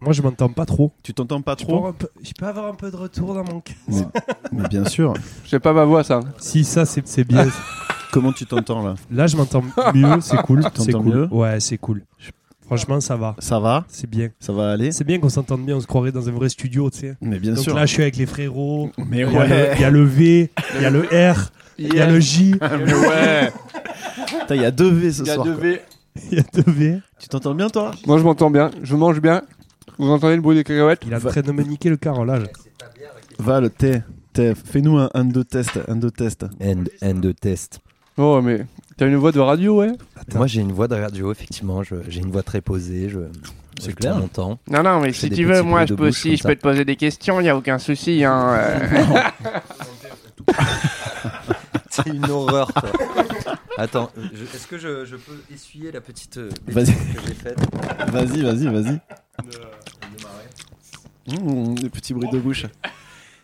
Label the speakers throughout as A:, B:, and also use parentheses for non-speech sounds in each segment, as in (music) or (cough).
A: Moi, je m'entends pas trop.
B: Tu t'entends pas
A: Je
B: trop
A: peux avoir un peu- Je peux avoir un peu de retour dans mon cas.
B: mais, mais bien sûr.
C: Je sais pas ma voix, ça.
A: Si, ça, c'est c'est
B: (laughs)
A: bien.
B: Comment tu t'entends là
A: Là, je m'entends mieux, c'est cool.
B: t'entends
A: C'est cool.
B: mieux
A: ouais, c'est cool. Franchement, ça va.
B: Ça va
A: C'est bien.
B: Ça va aller
A: C'est bien qu'on s'entende bien, on se croirait dans un vrai studio, tu sais.
B: Mais bien
A: Donc
B: sûr.
A: là, je suis avec les frérots.
B: mais
A: Il y a le-
B: ouais.
A: il y a le V, il y a le R, il y a le J,
C: Mais (laughs) ouais,
B: Putain, Il y a deux V ce
C: il y a
B: soir.
C: deux
B: quoi.
C: V.
A: il y a deux V.
B: Tu t'entends bien toi
C: Moi, je m'entends bien, je mange bien. Vous entendez le bruit des cacahuètes
A: Il est en train de me niquer le carolage.
B: Val, t'es. t'es- Fais-nous un, un, deux test, un, deux test.
D: End, end de test.
C: Oh, mais t'as une voix de radio, ouais
D: Moi, j'ai une voix de radio, effectivement. je- J'ai une voix très posée. Je,
B: C'est
D: je prends
B: clair.
D: mon temps.
E: Non, non, mais
D: Je
E: si
D: fais
E: tu
D: des
E: veux,
D: petits
E: moi
D: bruits
E: je
D: de
E: peux
D: bouche comme
E: aussi, je
D: ça.
E: peux te poser des questions, il a aucun souci. Hein, euh.
D: C'est une horreur. toi. (laughs) Attends, je- est-ce que je, je peux essuyer la petite (laughs) euh, bêtise
B: Vas-y.
D: que j'ai faite
B: Vas-y, vas-y, vas-y. Mmh, des petits bruits de bouche.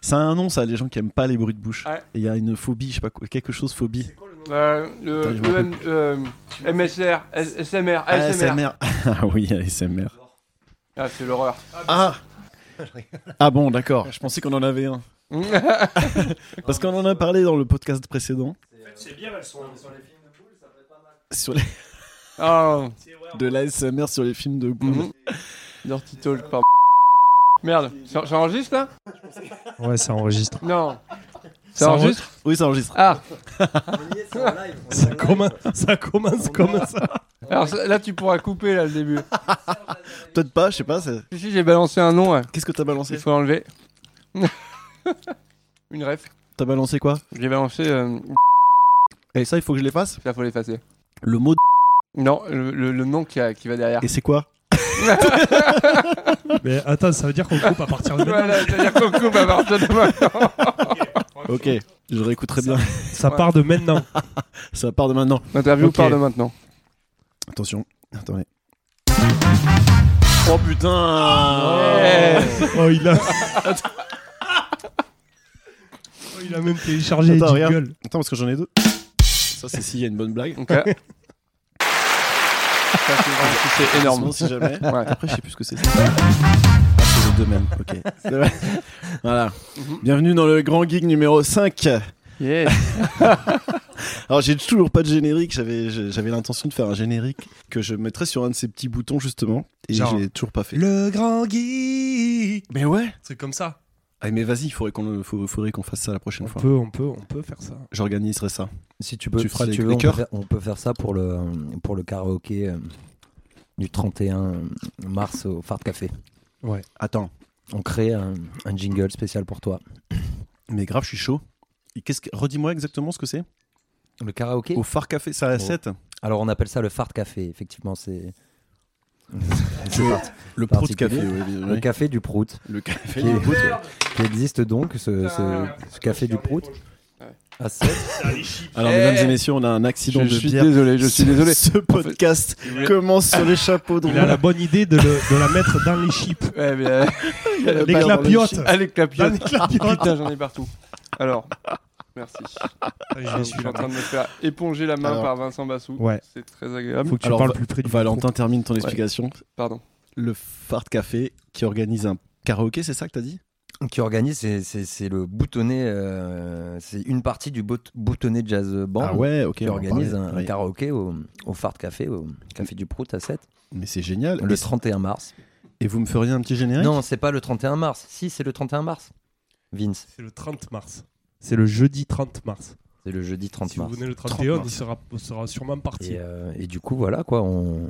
B: Ça a un nom, ça, les gens qui aiment pas les bruits de bouche.
C: Ouais.
B: Et Il y a une phobie, je sais pas quoi, quelque chose phobie.
C: Euh, le-
B: Putain, je
C: le
B: m'en
C: M- euh, MSR, S- SMR, ASMR.
B: (laughs) Ah oui, ASMR.
C: Ah,
E: (laughs)
C: c'est l'horreur.
B: Ah Ah bon, d'accord. Je pensais qu'on en avait un. Parce qu'on en a parlé dans le podcast précédent. Sur les...
C: Oh,
B: De l'ASMR sur les films de poule.
C: Mhm. Dirty Talk, pardon. Merde, ça ça enregistre là
A: Ouais, ça
B: (laughs)
A: enregistre.
C: Non.
A: Ça
C: Ça enregistre
B: Oui, ça enregistre.
C: Ah,
A: Ça, commence- ça commence comme ça.
C: alors ça- là tu pourras couper là le début.
B: Peut-être pas, je sais pas. c'est-
C: Si, si, j'ai balancé un nom, ouais.
B: Qu'est-ce que t'as
C: il
B: balancé
C: faut l'enlever. (laughs) Une ref.
B: T'as balancé quoi
C: J'ai balancé, euh,
B: Et ça, il faut que je l'efface
C: ça faut l'effacer.
B: Le mot. de-
C: Non, le, le- le nom qui, a- qui
B: (laughs)
C: va derrière.
B: Et c'est quoi
A: Mais attends, ça veut dire qu'on coupe à partir
B: (laughs)
A: de maintenant.
C: Voilà, c'est-à-dire qu'on coupe à partir de maintenant.
B: Ok, je réécouterai bien.
A: Ça part de maintenant.
B: Ça part de maintenant.
C: (laughs) L'interview
A: Ok.
C: part de maintenant.
B: Attention. Attendez. Oh putain
C: Eh,
A: Oh, il a. (laughs) Oh, il a même téléchargé
B: Attends,
A: les
B: regarde.
A: jingles.
B: Attends, parce que j'en ai deux. Ça, c'est s'il y a une bonne blague.
C: ok. Ça, c'est vraiment- c'est énorme.
B: Sinon, si jamais. (laughs)
C: Ouais.
B: Après, je sais plus ce que c'est. Ah, c'est les deux mêmes. Ok. C'est vrai. Voilà.
C: Mhm.
B: Bienvenue dans le Grand Geek numéro 5.
C: Yeah.
B: Alors, j'ai toujours pas de générique. J'avais, je- j'avais l'intention de faire un générique que je mettrais sur un de ces petits boutons, justement. Et
A: Genre.
B: j'ai toujours pas fait.
A: Le grand geek.
B: Mais ouais.
A: C'est comme ça.
B: Ah, mais vas-y, il faudrait qu'on, le- faut- faudrait qu'on fasse ça la prochaine
A: On
B: fois.
A: peut, on peut, on peut faire ça.
B: J'organiserai ça.
D: Si tu peux,
B: Tu feras
D: si
B: les-
D: tu veux,
B: les
D: on, peut
B: chœurs
D: faire, on peut faire ça pour le, euh, pour le karaoké euh, du 31 mars au Fart Café.
B: Attends.
D: On crée un, un jingle spécial pour toi.
B: Mais grave, je suis chaud. Et qu'est-ce que... Redis-moi exactement ce que c'est.
D: Le karaoké
B: Au Phare Café, ça à
D: Oh.
B: 7.
D: Alors on appelle ça le Fart Café, effectivement. C'est (laughs)
B: Le- Le pro de
D: particulier.
B: café. oui, oui,
D: le
B: oui.
D: café du Prout.
B: Le café.
D: Qui, est- qui existe donc, ce, ce- ce café du Prout. À sept.
B: Alors,
C: Eh.
B: mesdames et messieurs, on a un accident
C: Je,
B: de
C: suis
B: bière.
C: désolé,
B: (laughs)
C: je suis désolé.
B: Ce podcast commence sur les chapeaux de
A: Il a la bonne idée de, le- de la mettre dans les chips.
C: (laughs) Ouais, mais, euh,
A: Les clapiotes. (laughs)
C: allez,
A: Dans les
C: clapiote.
A: clapiotes.
C: Putain, j'en ai partout. Alors, merci. Je suis en train de me faire éponger la main
B: Alors.
C: par Vincent Bassou.
A: Ouais.
C: C'est très agréable.
A: Faut que tu
B: Alors,
A: parles
B: Va-
A: plus près du
B: (laughs) Valentin termine ton explication.
C: Pardon.
B: Le Fart Café qui organise un karaoké, c'est ça que t'as dit
D: qui organise, c'est- c'est c'est le boutonnet, euh, c'est une partie du bout- boutonnet jazz band
B: Ah ouais, ok.
D: qui
B: on en
D: organise
B: parlait.
D: un,
B: Ouais.
D: karaoké au, au Fart Café, au Café du Prout à 7,
B: Mais c'est génial.
D: le
B: Et-
D: 31 mars.
B: Et vous me feriez un petit générique
D: Non, c'est pas le 31 mars. Si, c'est le 31 mars. Vince,
A: C'est le 30 mars. C'est le jeudi 30 mars.
D: c'est le jeudi 30
A: si
D: mars.
A: vous venez le 31,
B: 30
A: il sera, sera sûrement parti.
D: Et, euh, et du coup, voilà quoi, on,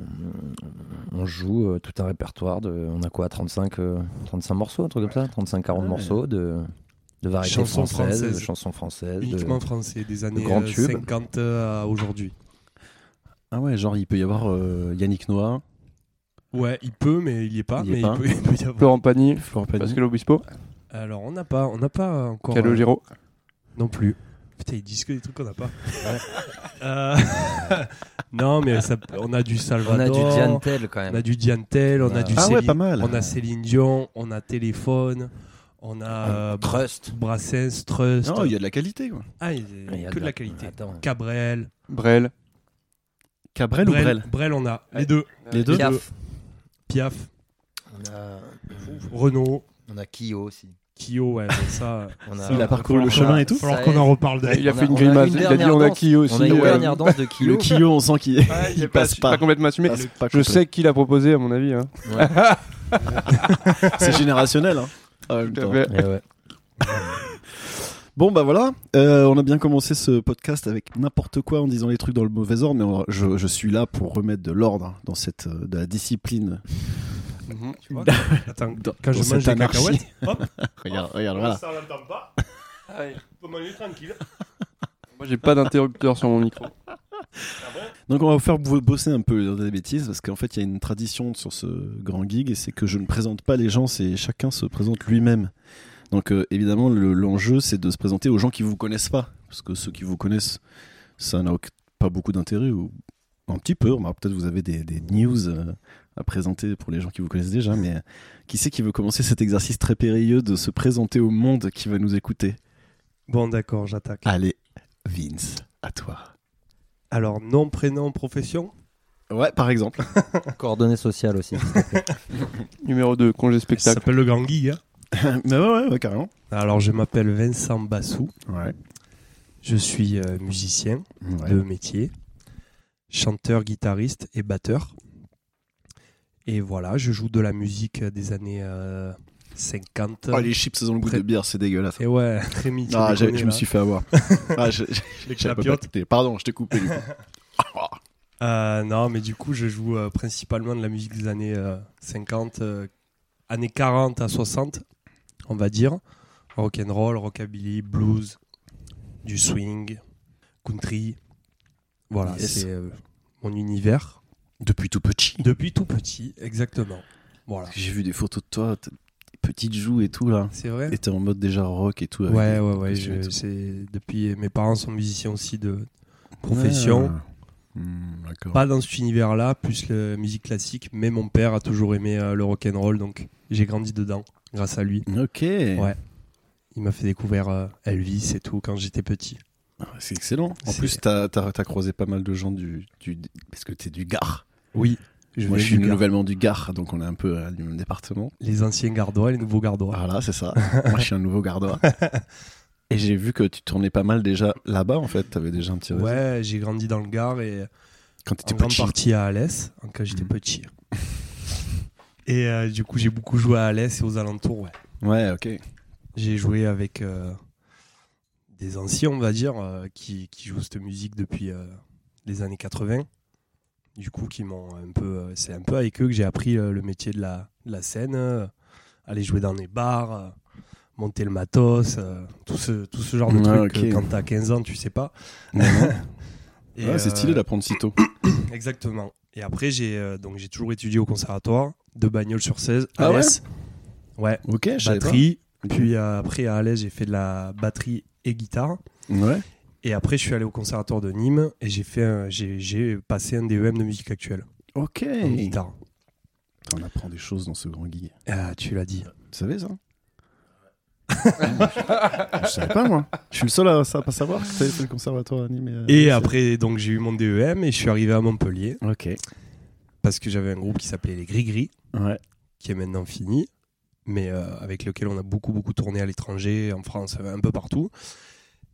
D: on joue euh, tout un répertoire de. On a quoi 35, euh, 35 morceaux, un truc comme ça 35-40
B: Ouais.
D: morceaux de, de variétés
A: Chansons
D: françaises,
A: françaises.
D: de chansons françaises. de-
A: Uniquement français, des années
D: grand
A: euh,
D: tube.
A: 50 à aujourd'hui.
B: Ah ouais, genre il peut y avoir euh, Yannick Noah,
A: Ouais, il peut, mais il n'y est pas.
B: Il y est
A: mais
B: pas.
A: Il, peut, il peut y avoir.
C: Florent Pagny,
B: Florent Pagny.
C: Pascal Obispo,
A: Alors, on n'a pas, on n'a pas encore. euh,
C: Calogero.
A: non plus. Putain, ils disent que des trucs qu'on n'a pas. Euh, (laughs) non, mais ça- on a du
D: On a
A: Salvador.
D: du Diantel quand
A: On a
D: même.
A: du Diantel, on a
D: Ouais.
A: du
B: Ah ouais,
A: Céline-
B: pas mal.
A: On a Céline Dion, on a Téléphone, on a. euh,
D: Trust.
A: Brassens, Trust.
B: Non, il y a de la qualité. Quoi.
A: Ah, il y a
D: Il y a
A: que de la qualité.
D: Attends.
A: Cabrel.
C: Brel.
B: Cabrel ou Brel
A: Brel, on a.
C: Ouais.
A: Les deux.
B: Les deux
D: Piaf.
A: Piaf.
D: On a,
A: Renault,
D: on a Kyo aussi.
A: Kyo, ouais, mais ça.
D: On a,
B: Il a
A: va
B: parcouru le
A: falloir-
B: chemin et (laughs) tout.
A: Il va falloir
D: Ça
A: qu'on
D: est.
A: en reparle d'ailleurs.
C: Il a
D: on
C: fait une
D: on
C: grimace.
D: une
C: Il a dit
D: dernière
C: on a
D: danse.
C: qui aussi.
D: On a une
C: euh,
D: dernière danse de
B: Le
D: Kyo.
B: Kyo, on sent qu'il
C: (laughs) ouais,
B: il passe
C: pas
B: pas.
C: complètement assumé.
B: passe pas
C: Je
B: complet.
C: sais qui l'a proposé, à mon avis. hein.
B: C'est générationnel. hein.
C: Tout à fait.
D: Eh ouais.
B: Bon, bah voilà. Euh, on a bien commencé ce podcast avec n'importe quoi en disant les trucs dans le mauvais ordre, mais on- je, je suis là pour remettre de l'ordre dans cette euh, de la discipline.
C: Mhm.
A: Tu vois Attends,
B: Dans-
A: quand
B: dans
A: je mange
B: cette
A: des
B: anarchie.
A: cacahuètes, hop,
B: (laughs) Regarde, regarde, voilà.
A: ça l'entend pas. Comment il est tranquille
C: Moi, j'ai pas d'interrupteur sur mon micro.
B: Donc on va vous faire bo- bosser un peu dans des bêtises parce qu'en fait il y a une tradition sur ce grand gig et c'est que je ne présente pas les gens, c'est chacun se présente lui-même. Donc euh, évidemment le- l'enjeu c'est de se présenter aux gens qui vous connaissent pas parce que ceux qui vous connaissent ça n'a auc- pas beaucoup d'intérêt ou un petit peu. Bah, Peut-être vous avez des, des news euh, à présenter pour les gens qui vous connaissent déjà, mais euh, qui c'est qui veut commencer cet exercice très périlleux de se présenter au monde qui va nous écouter
A: Bon, d'accord, j'attaque.
B: Allez Vince, à toi.
A: Alors, nom, prénom, profession
B: Ouais par exemple.
D: Coordonnées sociales aussi.
C: Numéro 2, congé
A: Ça
C: spectacle.
A: s'appelle le Grand Guy. Hein
B: (laughs) Mais ouais, ouais, ouais, carrément.
A: Alors, je m'appelle Vincent Bassou.
B: Ouais.
A: Je suis euh, musicien
B: Ouais.
A: de métier, chanteur, guitariste et batteur. Et voilà, je joue de la musique des années euh, 50.
B: Oh, les chips dans le goût
A: Très-
B: de bière, c'est dégueulasse.
A: Et ouais, (laughs) Rémi, tu
B: Ah,
A: les
B: j'ai-
A: connais,
B: je me
A: là.
B: suis fait (laughs) avoir. Ah, je- je-
A: les
B: j'avais pas
A: clapiotes.
B: capté. Pardon, je t'ai coupé. du coup.
A: Euh, non, mais du coup, je joue euh, principalement de la musique des années euh, 50, euh, années 40 à 60, on va dire. Rock'n'roll, rockabilly, blues, du swing, country. Voilà,
B: Yes.
A: c'est euh, mon univers.
B: (laughs) Depuis tout petit.
A: Depuis tout petit, exactement. Voilà.
B: J'ai vu des photos de toi, t- des petites joues et tout là.
A: C'est vrai
B: Et t'es en mode déjà rock et tout. avec
A: Ouais, ouais,
B: les-
A: ouais.
B: les
A: je-
B: costumes et tout.
A: c'est- depuis, mes parents sont musiciens aussi de profession.
B: Ah. Hmm, D'accord.
A: pas dans cet univers-là, plus la musique classique, mais mon père a toujours aimé euh, le rock and roll, donc j'ai grandi dedans grâce à lui.
B: Ok.
A: Ouais. Il m'a fait découvrir euh, Elvis et tout quand j'étais petit.
B: Ah, C'est excellent. En
A: C'est-
B: plus, t'as as, croisé pas mal de gens du. du parce que t'es du Gard.
A: Oui, je
B: Moi,
A: viens
B: je suis
A: du Gard.
B: nouvellement du Gard, donc on est un peu euh, du même département.
A: les anciens gardois et les nouveaux gardois.
B: Voilà, c'est
A: (laughs)
B: ça. Moi, je suis un nouveau gardois. Et j'ai vu que tu tournais pas mal déjà là-bas, en fait. T'avais déjà un petit réseau.
A: ouais, j'ai grandi dans le Gard et
B: Quand
A: en
B: t'étais
A: grande
B: petit.
A: partie à Alès, hein, quand j'étais
B: Mhm.
A: petit. Et euh, du coup, j'ai beaucoup joué à Alès et aux alentours, ouais.
B: Ouais, ok.
A: J'ai joué avec euh, des anciens, on va dire, euh, qui, qui jouent cette musique depuis euh, les années 80. Du coup, qui m'ont un peu, euh, c'est un peu avec eux que j'ai appris euh, le métier de la, de la scène, euh, aller jouer dans les bars, euh, monter le matos, euh, tout, ce, tout ce genre de
B: Ah,
A: trucs
B: ok.
A: que quand t'as 15 ans, tu sais pas. (laughs) Et,
B: Ouais, c'est stylé
A: euh,
B: d'apprendre si
A: (coughs)
B: tôt.
A: Exactement. Et après, j'ai euh, donc j'ai toujours étudié au conservatoire de Bagnoles sur 16 à
B: Ah ouais
A: Metz. ouais
B: Ok, je savais pas.
A: batterie. Puis euh, après, à Alès, j'ai fait de la batterie et guitare.
B: Ouais.
A: Et après, je suis allé au conservatoire de Nîmes et j'ai fait, un- j'ai, j'ai passé un DEM de musique actuelle
B: Ok.
A: en guitare.
B: Putain, Ah On apprend des choses dans ce grand guy.
A: Ah, tu l'as dit.
B: Tu savais ça (laughs) Je savais pas, moi. Je suis le seul à, ça- pas savoir que t'avais fait le conservatoire animé. euh,
A: Et
B: c'est-
A: après, donc j'ai eu mon DEM et je suis arrivé à Montpellier
B: Ok.
A: parce que j'avais un groupe qui s'appelait les Gris Gris,
B: Ouais.
A: qui est maintenant fini, mais euh, avec lequel on a beaucoup beaucoup tourné à l'étranger, en France, un peu partout.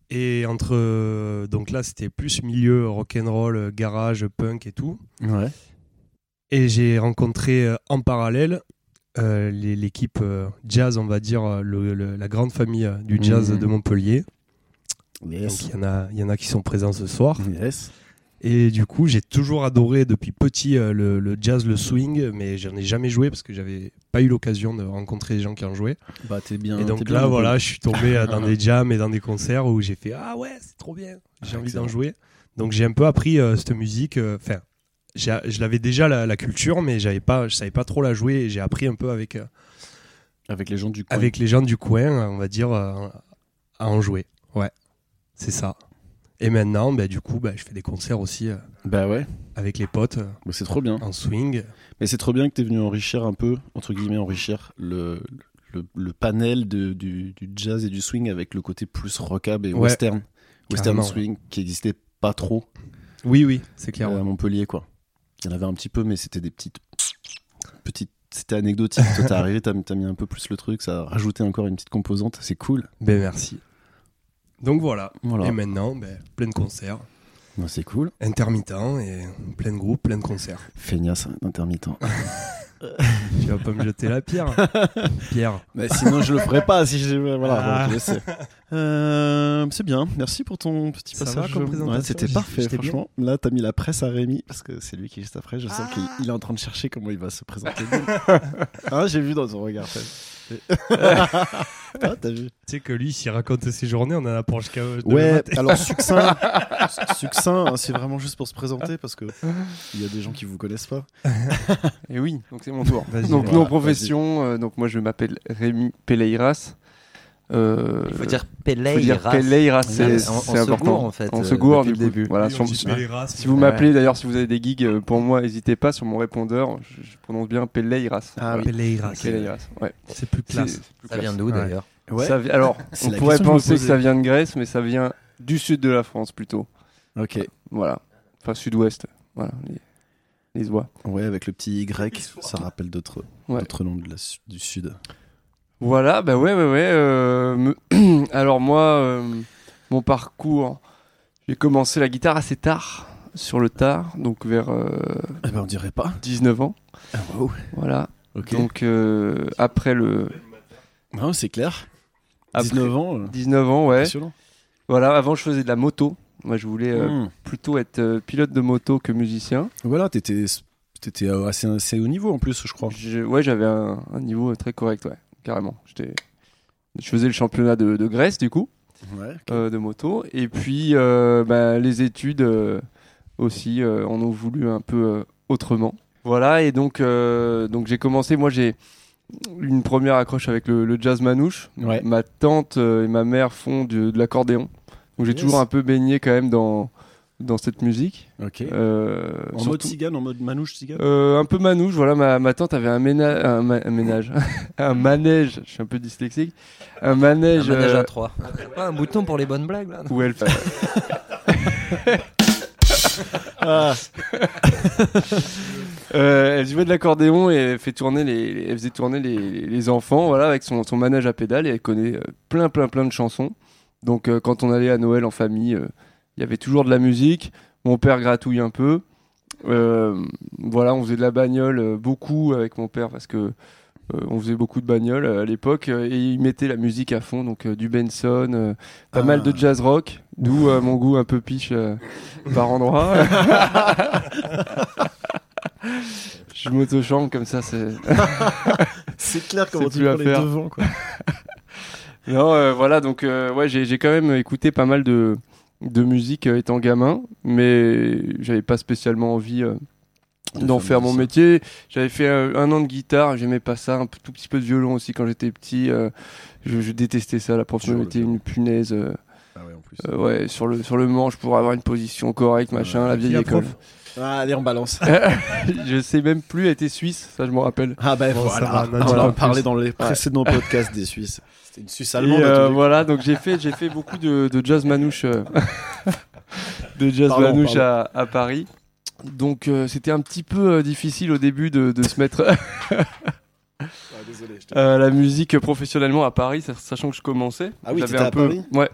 A: Et entre euh, donc là, c'était plus milieu rock'n'roll, euh, garage, punk et tout.
B: Ouais.
A: Et j'ai rencontré euh, en parallèle euh, les- l'équipe euh, jazz, on va dire, euh, le- le- la grande famille euh, du jazz
B: Mhm.
A: de Montpellier. Donc
B: Yes.
A: il y, en a- il y en a qui sont présents ce soir.
B: Yes.
A: Et du coup, j'ai toujours adoré depuis petit euh, le, le jazz, le swing, mais j'en ai jamais joué parce que j'avais pas eu l'occasion de rencontrer les gens qui en jouaient.
B: Bah, t'es bien.
A: et
B: t'es
A: donc
B: bien
A: là,
B: dans
A: voilà, je suis tombé euh, dans
B: (laughs)
A: des jams et dans des concerts où j'ai fait Ah ouais, c'est trop bien, j'ai
B: Ah,
A: envie
B: excellent.
A: d'en jouer. Donc j'ai un peu appris euh, cette musique, enfin, j'ai- je l'avais déjà la, la culture, mais j'avais pas, je savais pas trop la jouer et j'ai appris un peu avec, euh,
B: le- Avec les gens du coin.
A: avec les gens du coin, on va dire, euh, à en jouer. Ouais, c'est ça. Et maintenant, bah, du coup, bah, je fais des concerts aussi euh,
B: Bah ouais.
A: avec les potes euh,
B: Bah, c'est trop bien.
A: en swing.
B: Mais c'est trop bien que tu es venu enrichir un peu, entre guillemets, enrichir le, le, le panel de- du, du jazz et du swing avec le côté plus rockab et
A: Ouais.
B: western. Western
A: Carrément,
B: swing qui existait pas trop
A: Oui, oui, c'est clair.
B: euh, à Montpellier, quoi. Il y en avait un petit peu, mais c'était des petites, petites c'était anecdotique. Toi, t'es arrivé, t'as as mis un peu plus le truc, ça a rajouté encore une petite composante, c'est cool.
A: Ben merci. Donc voilà.
B: Voilà.
A: Et maintenant, ben, plein de concerts,
B: Bon, c'est cool.
A: intermittents et plein de groupes, plein de concerts.
B: Feignasse intermittent.
A: (laughs) tu vas pas me jeter la pierre. Pierre.
B: Mais sinon, je le ferais pas si j'ai. Voilà,
A: Ah.
B: donc, je le sais. Euh, c'est bien. Merci pour ton petit
A: Ça va
B: passage.
A: comme présentation
B: Ouais, C'était
A: J'étais-
B: parfait,
A: j'étais bien.
B: franchement. Là, t'as mis la presse à Rémi parce que c'est lui qui est juste après. Je sens qu'il
A: Ah.
B: il est en train de chercher comment il va se présenter. (laughs) Hein, j'ai vu dans son regard. t'as
A: (laughs)
B: vu. Ah, t'as
A: Tu
B: vu.
A: sais que lui, s'il raconte ses journées, on en a pour jusqu'à. demain
B: Ouais,
A: matin.
B: alors succinct,
A: (laughs)
B: succinct, hein, c'est vraiment juste pour se présenter parce que il y a des gens qui vous connaissent pas.
C: Et Eh oui, donc c'est mon tour.
A: Vas-y,
C: donc
B: voilà,
C: nos professions, euh, donc moi je m'appelle Rémi Peleiras. Euh,
D: Il faut dire
C: faut dire
D: Peleiras.
C: Peleiras,
D: On-
C: c'est
D: on
C: c'est
D: se
C: important.
D: gourre, en fait,
C: On se
D: euh,
C: gourre
D: depuis
C: du
D: le
C: coup.
D: début.
C: Voilà,
A: Oui,
C: sur-
A: on dit les races,
C: si vous
D: Ouais.
C: m'appelez d'ailleurs, si vous avez des gigs euh, pour moi, n'hésitez pas sur mon répondeur. Je, je prononce bien Peleiras.
B: Ah oui.
A: Peleiras.
C: Peleiras. Ouais.
A: C'est plus
C: C'est-
A: classe.
C: c'est plus
D: Ça
C: classe.
D: vient d'où
A: Ouais.
D: d'ailleurs
C: Ça vi-
D: (laughs)
C: Alors,
B: C'est
C: on
B: la
C: pourrait
B: question que je me
C: penser que
B: posais.
C: ça vient de Grèce, mais ça vient du sud de la France plutôt.
B: Ok.
C: Voilà, enfin sud-ouest. Voilà, les, les oies.
B: Ouais, avec le petit Y, ça rappelle d'autres
C: Ouais.
B: d'autres noms de la su- du sud.
C: Voilà, bah ouais, ouais, ouais. euh, me- (clears throat) Alors moi, euh, mon parcours, j'ai commencé la guitare assez tard, sur le tard, donc vers euh,
B: Eh ben, on dirait pas.
C: 19 ans.
B: Ah, wow.
C: Voilà.
B: Ok.
C: Donc euh, après le
B: Non, Ah c'est clair.
C: Après-
B: 19 ans, euh,
C: 19 ans, Ah, ouais.
B: impressionnant.
C: Voilà, avant je faisais de la moto. Moi, je voulais euh,
B: Hmm.
C: plutôt être euh, pilote de moto que musicien.
B: Voilà, t'étais t'étais euh, assez, assez haut niveau en plus, je crois.
C: Je- ouais, j'avais un, un niveau euh, très correct, ouais, carrément. J'étais, je faisais le championnat de, de Grèce du coup.
B: Ouais.
C: euh, de moto. Et puis, euh, bah, les études euh, aussi euh, en ont voulu un peu euh, autrement. Voilà, et donc, euh, donc j'ai commencé. Moi, j'ai une première accroche avec le, le jazz manouche.
B: Ouais.
C: Ma tante euh, et ma mère font du- de l'accordéon. Donc, j'ai
B: Yes.
C: toujours un peu baigné quand même dans, dans cette musique.
B: Ok.
C: Euh,
B: en
C: surtout-
B: mode cigane, en mode manouche cigane.
C: euh, un peu manouche, voilà, ma, ma tante avait un ménage, un, ma- un ménage, (laughs) un manège, je suis un peu dyslexique, un
D: Un
C: manège,
D: manège
C: euh,
D: à 3. Pas un bouton pour les bonnes blagues là
C: où elle (laughs) Euh, elle jouait de l'accordéon et elle, fait tourner les, les- elle faisait tourner les, les enfants voilà, avec son, son manège à pédale et elle connaît euh, plein plein plein de chansons. Donc euh, quand on allait à Noël en famille, euh, il y avait toujours de la musique. Mon père gratouille un peu. Euh, voilà, on faisait de la bagnole euh, beaucoup avec mon père parce que euh, on faisait beaucoup de bagnole euh, à l'époque euh, et il mettait la musique à fond, donc euh, du Benson, euh, pas
B: Ah.
C: mal de jazz rock, d'où euh, mon goût un peu piche euh, par endroit. Je m'auto-chante comme ça, c'est.
B: C'est clair
C: comment tu Euh, plus à prends les faire.
B: devants, quoi.
C: Non, euh, voilà, donc euh, ouais, j'ai j'ai quand même écouté pas mal de, de musique euh, étant gamin, mais j'avais pas spécialement envie euh,
B: De
C: d'en
B: faire
C: faire mon
B: musicien.
C: métier. J'avais fait euh, un an de guitare, j'aimais pas ça, un p- tout petit peu de violon aussi quand j'étais petit. euh, je, je détestais ça, la prof
B: Dur,
C: me
B: le
C: mettait
B: violon.
C: une punaise euh,
B: Ah ouais, en plus.
C: euh, ouais, sur, le, sur le manche pour avoir une position correcte, machin,
B: Ouais.
C: la
A: Qui
C: vieille
A: la
C: école.
A: prof
B: Ah, allez, on balance.
C: (laughs) je sais même plus, elle était suisse, ça je m'en rappelle.
B: Ah bah
A: Bon, ça
B: voilà,
A: va,
B: on
A: n'en dis
B: en
A: pas
B: a parlé
A: plus.
B: dans les précédents podcasts des Suisses. C'était une Suisse allemande. hein,
C: Et,
B: à
C: euh,
B: tous les
C: voilà, donc j'ai fait, j'ai fait beaucoup de, de jazz manouche, euh, (laughs) de jazz
B: Pardon,
C: manouche À, à Paris. Donc euh, c'était un petit peu euh, difficile au début de, de
B: (laughs)
C: se mettre
B: coups. Ah, désolé, je te-
C: à la musique professionnellement à Paris, sa- sachant que je commençais.
B: Ah oui,
C: j'avais
B: t'étais
C: un
B: à
C: peu,
B: Paris
C: ouais,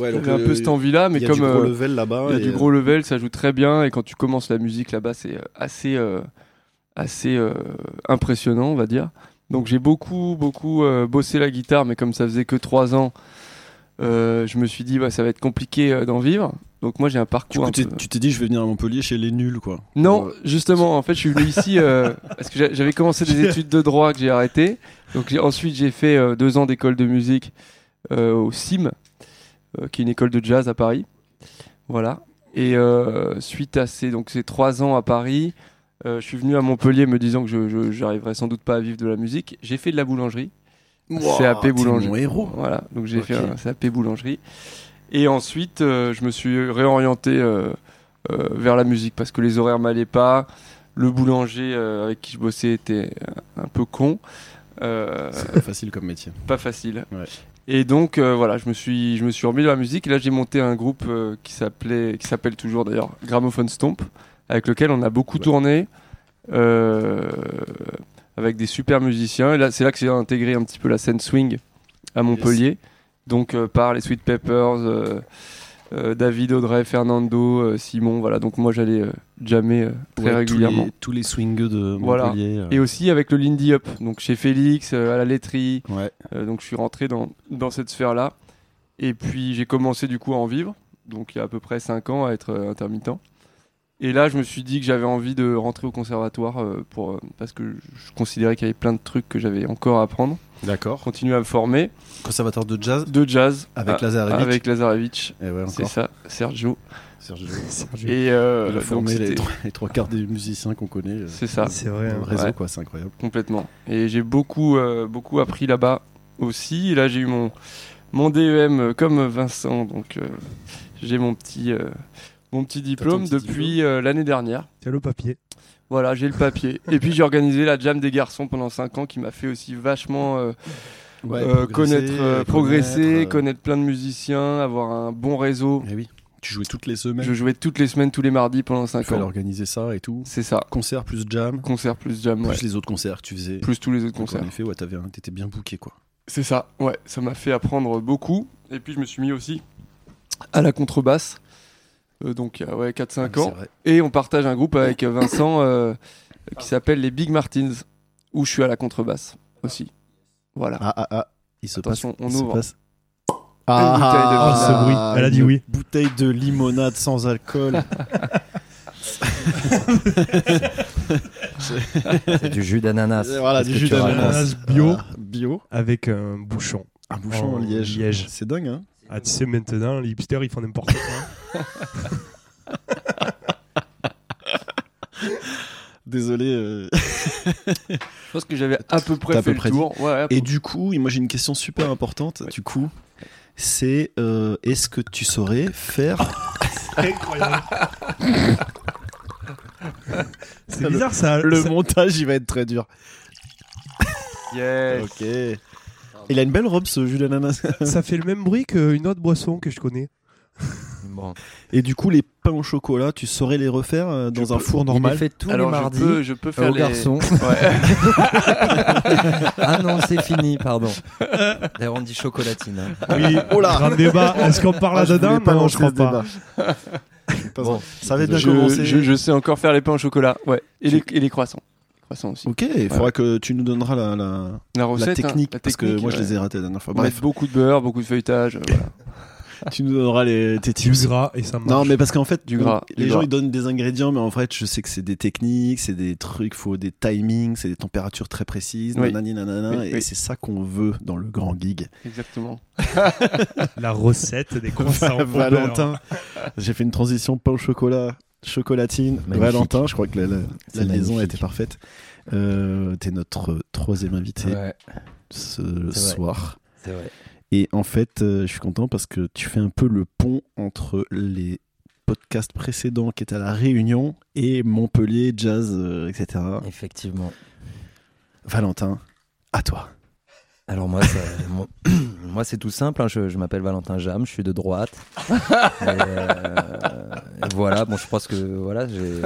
B: Ouais, donc,
C: j'avais un
B: euh,
C: peu cette envie-là, mais
B: il y a
C: comme
B: du gros
C: euh,
B: level là-bas.
C: il y
B: et,
C: a du gros level, ça joue très bien, et quand tu commences la musique là-bas, c'est euh, assez, euh, assez euh, impressionnant, on va dire. Donc j'ai beaucoup, beaucoup euh, bossé la guitare, mais comme ça faisait que trois ans, euh, je me suis dit, bah, ça va être compliqué euh, d'en vivre. Donc moi j'ai un
B: Du
C: parcours...
B: coup,
C: un
B: t'es-
C: peu-
B: tu t'es dit, je vais venir à Montpellier chez les nuls, quoi.
C: Non,
B: Euh,
C: justement, en fait je suis venu ici euh, parce que j'a- j'avais commencé des études de droit que j'ai arrêté. Donc j'ai- ensuite j'ai fait euh, deux ans d'école de musique euh, au CIM, euh, qui est une école de jazz à Paris. Voilà. Et euh, suite à ces, donc, ces trois ans à Paris, euh, je suis venu à Montpellier me disant que je- je j'arriverais sans doute pas à vivre de la musique. J'ai fait de la boulangerie.
B: Wouah,
C: CAP
B: t'es
C: boulanger.
B: mon héros.
C: Voilà, donc j'ai
B: Ok.
C: fait un CAP boulangerie. Et ensuite, euh, je me suis réorienté euh, euh, vers la musique parce que les horaires m'allaient pas. Le boulanger euh, avec qui je bossais était euh, un peu con. Euh,
B: C'est pas facile comme métier.
C: pas facile.
B: Ouais.
C: Et donc euh, voilà, je me suis je me suis remis dans la musique et là j'ai monté un groupe euh, qui s'appelait qui s'appelle toujours d'ailleurs Gramophone Stomp avec lequel on a beaucoup
B: Ouais.
C: tourné euh, avec des super musiciens. Et là, c'est là que j'ai intégré un petit peu la scène swing à Montpellier. Donc euh, par les Sweet Peppers, euh, euh, David, Audrey, Fernando, euh, Simon, voilà. Donc moi j'allais euh, jammer euh, très
B: Ouais, tous les-
C: régulièrement.
B: Tous les swingeux de
C: Voilà.
B: Montpellier. euh,
C: Et aussi avec le Lindy Up, donc chez Félix, euh, à la laiterie.
B: Ouais.
C: Euh, donc je suis rentré dans, dans cette sphère-là. Et puis j'ai commencé du coup à en vivre, donc il y a à peu près 5 ans à être euh, intermittent. Et là, je me suis dit que j'avais envie de rentrer au conservatoire euh, pour, euh, parce que je considérais qu'il y avait plein de trucs que j'avais encore à apprendre.
B: D'accord.
C: Continuer à me former.
B: Conservatoire de jazz
C: De jazz.
B: avec
C: Ah,
B: Lazarevitch.
C: Avec Lazarevitch.
B: Eh ouais,
C: C'est
B: encore.
C: ça, Sergio.
B: Serge
C: Et euh,
B: Il a
C: donc,
B: formé les,
C: c'était-
B: trois- les trois quarts des musiciens qu'on connaît. euh,
C: c'est ça.
A: C'est vrai.
B: dans
A: hein.
B: le réseau,
C: Ouais.
B: quoi, c'est incroyable.
C: Complètement. Et j'ai beaucoup, euh, beaucoup appris là-bas aussi. Et là, j'ai eu mon, mon DEM euh, comme Vincent. Donc, euh, j'ai mon petit, euh, mon petit diplôme
B: petit
C: depuis euh, l'année dernière.
A: T'as le papier.
C: Voilà, j'ai le
B: (laughs)
C: papier. Et puis, j'ai organisé la Jam des garçons pendant 5 ans qui m'a fait aussi vachement euh, euh, connaître, euh, progresser, connaître, plein de musiciens, avoir un bon réseau.
B: Eh oui. Tu jouais toutes les semaines.
C: Je jouais toutes les semaines, tous les mardis pendant
B: Il
C: 5
B: fallait
C: ans.
B: organiser ça et tout.
C: C'est ça.
B: Concert plus jam,
C: Concert plus jam, ouais.
B: plus les autres concerts que tu faisais.
C: plus tous les autres
B: Donc,
C: concerts.
B: En effet, ouais, t'avais un- t'étais bien booké, quoi.
C: C'est ça, ouais, ça m'a fait apprendre beaucoup. Et puis je me suis mis aussi à la contrebasse, Euh, donc il y a, ouais, 4-5
B: Ah, C'est
C: ans.
B: vrai.
C: Et on partage un groupe avec Vincent euh, qui s'appelle les Big Martins, où je suis à la contrebasse aussi. Voilà.
B: Ah, ah, ah. Il se passe.
C: Attention, on
B: il se
C: ouvre.
B: passe-
C: bouteille de
A: Ah, ce
B: voilà.
A: bruit. Elle a dit
B: Une
A: oui.
B: Bouteille de limonade sans
C: (laughs)
B: alcool.
D: C'est du jus
B: (laughs)
D: d'ananas.
B: Et voilà,
D: Qu'est-ce
B: du
D: que
B: jus
D: tu racontes
A: d'ananas bio
B: Ah, bio.
A: avec un bouchon.
B: Un bouchon
A: Oh,
B: en liège.
A: liège.
B: C'est dingue, hein
A: Ah, tu sais, maintenant, les hipsters, ils font n'importe
B: (laughs)
A: quoi. hein.
B: Désolé. euh.
C: Je pense que j'avais à peu près
B: T'as à
C: fait
B: peu
C: le
B: près
C: tour. Ouais, à peu-
B: Et du coup, et moi j'ai une question super importante. Du coup, c'est euh, est-ce que tu saurais faire
A: Incroyable. (laughs) C'est bizarre, ça.
B: le
A: Oh, ça-
B: montage Il va être très dur.
C: Yes.
B: Ok. Il a une belle robe ce jus d'ananas.
A: ça fait le même bruit qu'une autre boisson que je connais.
D: Bon.
B: Et du coup, les pains au chocolat, tu saurais les refaire euh, dans
C: Je
B: un
C: peux-
B: four
D: Il les
B: normal
D: fait tous
C: Alors
D: les
C: je
D: mardis Euh,
C: peux, je peux faire
D: aux
C: les...
D: garçons.
C: Ouais.
D: Ah non, c'est fini, pardon. D'ailleurs, on dit chocolatine. hein.
A: Oui,
B: Oh là
A: grand débat. Est-ce qu'on parle
B: Ah, je
A: là-dedans
B: voulais pas
A: Non,
B: lancer
A: je crois
B: ce
A: pas.
B: débat. Pas
D: Bon.
B: ça. ça avait bien
C: Je,
B: commencé.
C: je- je sais encore faire les pains au chocolat. Ouais. Et, les, et les croissants. Les croissants aussi.
B: Ok, il faudra que tu nous donneras la, la,
C: La
B: la
C: recette. hein,
B: technique,
C: la
B: parce que
C: technique,
B: moi je
C: ouais.
B: les ai ratés la dernière fois.
C: Mettre (laughs)
B: Bref,
C: beaucoup de beurre, beaucoup de feuilletage. euh, voilà.
B: tu nous donneras les, tes
A: Tu
B: tips.
A: gras et ça marche.
B: Non, mais parce qu'en fait,
C: Du
B: on-
C: gras,
B: les
C: du
B: gens
C: gras.
B: ils donnent des ingrédients, mais en fait, je sais que c'est des techniques, c'est des trucs, faut des timings, c'est des températures très précises,
C: Oui.
B: nanani, nanana,
C: Oui,
B: et
C: oui.
B: c'est ça qu'on veut dans le grand gig.
C: Exactement.
A: La recette
B: (laughs)
A: des croissants. au beurre.
B: Valentin, j'ai fait une transition pain au chocolat, chocolatine,
D: Magnifique.
B: Valentin, je crois que la, la-
D: C'est
B: la liaison a
D: magnifique.
B: été parfaite. Euh, T'es notre troisième invité
D: Ouais,
B: ce
D: C'est vrai.
B: soir.
D: c'est vrai.
B: Et en fait, euh, je suis content parce que tu fais un peu le pont entre les podcasts précédents qui étaient à La Réunion et Montpellier, jazz, euh, etc.
D: Effectivement.
B: Valentin, à toi.
D: Alors moi, ça- mon- (clears throat) moi c'est tout simple. hein. Je, je m'appelle Valentin Jam, je suis de droite. Et, euh, et voilà. Bon, je pense que voilà, j'ai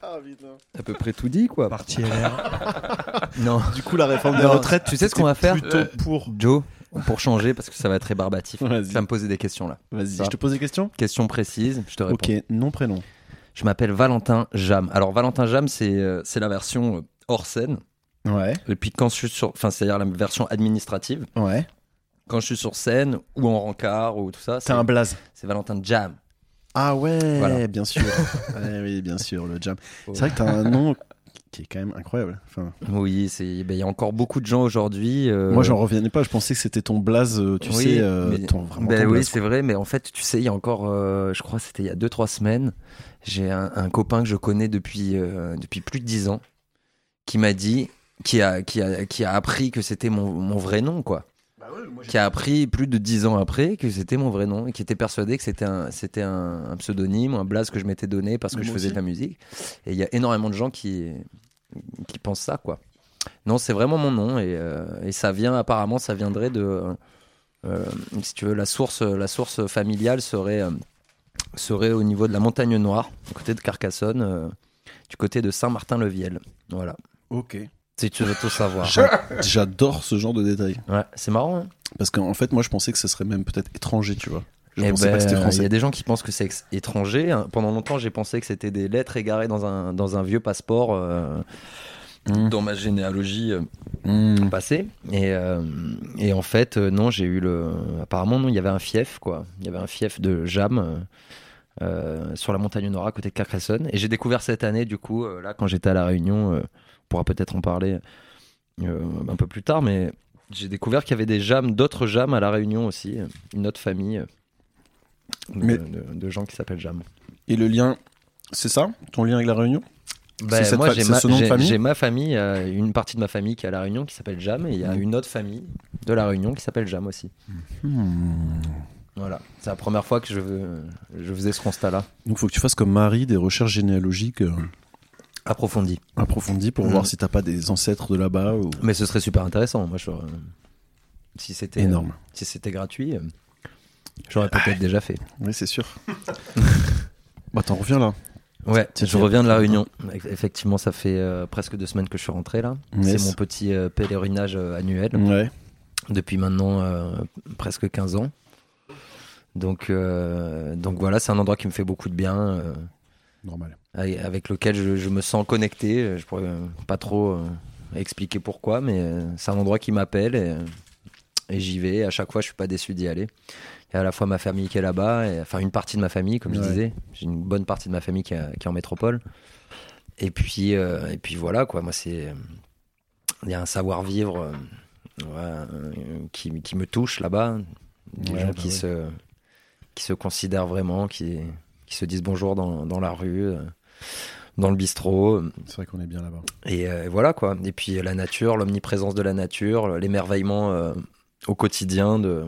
D: à peu près tout dit quoi.
A: Parti
B: Ah,
A: LR.
D: Non.
B: Du coup, la réforme des
D: Non,
B: retraites,
D: tu sais ce qu'on va faire euh,
B: plutôt pour.
D: Joe, pour changer parce que ça va être rébarbatif.
B: euh, Vas-y,
D: Tu vas me poser des questions là.
B: vas-y.
D: ça.
B: Je te pose des questions
D: Questions précises, je te réponds.
B: Ok, nom, prénom.
D: Je m'appelle Valentin Jam. Alors Valentin Jam, c'est euh, c'est la version euh, hors scène.
B: Ouais,
D: Et puis quand je suis sur, enfin c'est-à-dire la version administrative.
B: ouais.
D: Quand je suis sur scène ou en rencard ou tout ça, c'est
B: T'as un blaze.
D: c'est Valentin Jam.
B: Ah ouais,
D: Voilà.
B: bien
D: (laughs)
B: sûr. Ouais, oui, bien sûr, le jam.
D: Oh.
B: C'est vrai que t'as un nom qui est quand même incroyable. Enfin,
D: Oui, c'est- ben, il y a encore beaucoup de gens aujourd'hui. euh,
B: Moi, j'en revenais pas. Je pensais que c'était ton blaze, euh, tu
D: oui,
B: sais, euh,
D: mais-
B: ton, vraiment
D: ben
B: ton
D: oui,
B: blaze,
D: c'est vrai, mais en fait, tu sais, il y a encore, euh, je crois, que c'était il y a 2-3 semaines, j'ai un, un copain que je connais depuis, euh, depuis plus de 10 ans qui m'a dit, qui a, qui a, qui a appris que c'était mon, mon vrai nom, quoi.
B: Bah
D: qui a appris plus de 10 ans après que c'était mon vrai nom et qui était persuadé que c'était un, c'était un, un pseudonyme, un blaze que je m'étais donné parce que
B: Mais
D: je
B: moi
D: faisais
B: aussi.
D: de la musique. Et il y a énormément de gens qui, qui pensent ça, quoi. Non, c'est vraiment mon nom et, euh, et ça vient apparemment, ça viendrait de, euh, euh, si tu veux, la source, la source familiale serait, euh, serait au niveau de la Montagne Noire, du côté de Carcassonne, euh, du côté de Saint-Martin-le-Viel. Voilà.
B: Ok.
D: Si tu veux tout savoir.
B: J'a- J'adore ce genre de détails.
D: Ouais, c'est marrant. hein.
B: Parce qu'en en fait, moi, je pensais que ce serait même peut-être étranger, tu vois. Je
D: Eh
B: pensais
D: ben,
B: pas que c'était
D: Il y
B: français.
D: a des gens qui pensent que c'est ex- étranger. hein. Pendant longtemps, j'ai pensé que c'était des lettres égarées dans un, dans un vieux passeport euh,
B: Mm.
D: dans ma généalogie euh,
B: Mm.
D: passée. Et, euh, et en fait, euh, non, j'ai eu le. Apparemment, non, il y avait un fief, quoi. Il y avait un fief de Jam. euh, euh, sur la montagne Nord à côté de Carcassonne et j'ai découvert cette année du coup euh, là quand j'étais à la Réunion euh, on pourra peut-être en parler euh, un peu plus tard mais j'ai découvert qu'il y avait des jams d'autres jams à la Réunion aussi euh, une autre famille euh, de,
B: Mais-
D: de- de gens qui s'appellent jam
B: Et le lien, c'est ça Ton lien avec la Réunion
D: Ben,
B: cette
D: moi,
B: fa-
D: j'ai
B: c'est
D: ma,
B: ce nom de
D: j'ai-
B: famille
D: j'ai ma famille, euh, une partie de ma famille qui est à La Réunion qui s'appelle Jam, et il y
B: Mmh.
D: a une autre famille de La Réunion qui s'appelle Jam aussi.
B: Mmh.
D: Voilà, c'est la première fois que je, veux- je faisais ce constat-là,
B: Donc, faut que tu fasses comme Marie des recherches généalogiques euh,
D: approfondi.
B: approfondies pour
D: Mm.
B: voir si t'as pas des ancêtres de là-bas ou.
D: Mais ce serait super intéressant, moi je. euh, Si c'était
B: Énorme. Ah
D: euh, si c'était gratuit, euh, j'aurais peut-être déjà fait.
B: Oui, c'est
D: (laughs)
B: sûr. bah, t'en reviens là.
D: Ouais,
B: Tu
D: je
B: fais-
D: reviens de la Réunion. Eff- Effectivement, ça fait euh, presque deux semaines que je suis rentré là.
B: Yes.
D: C'est mon petit euh, pèlerinage euh, annuel.
B: Ouais.
D: depuis maintenant euh, presque 15 ans. Donc, euh, donc voilà, c'est un endroit qui me fait beaucoup de bien, euh,
B: Normal.
D: avec- avec lequel je, je me sens connecté. Euh, Je pourrais euh, pas trop euh, expliquer pourquoi, mais euh, c'est un endroit qui m'appelle et, et j'y vais. À chaque fois, je suis pas déçu d'y aller. Il y a à la fois ma famille qui est là-bas, et- enfin une partie de ma famille, comme je
B: Ouais.
D: disais. J'ai une bonne partie de ma famille qui, est- qui est en métropole. Et puis, euh, et puis voilà, quoi. Moi, c'est. Il y a un savoir-vivre euh, ouais, euh, qui, qui me touche là-bas. Des
B: Ouais,
D: gens
B: bah
D: qui,
B: ouais.
D: se, qui se considèrent vraiment, qui, qui se disent bonjour dans, dans la rue, euh, dans le bistrot. euh,
B: C'est vrai qu'on est bien là-bas.
D: et euh, voilà quoi. Et puis euh, la nature, l'omniprésence de la nature, l'émerveillement euh, au quotidien de-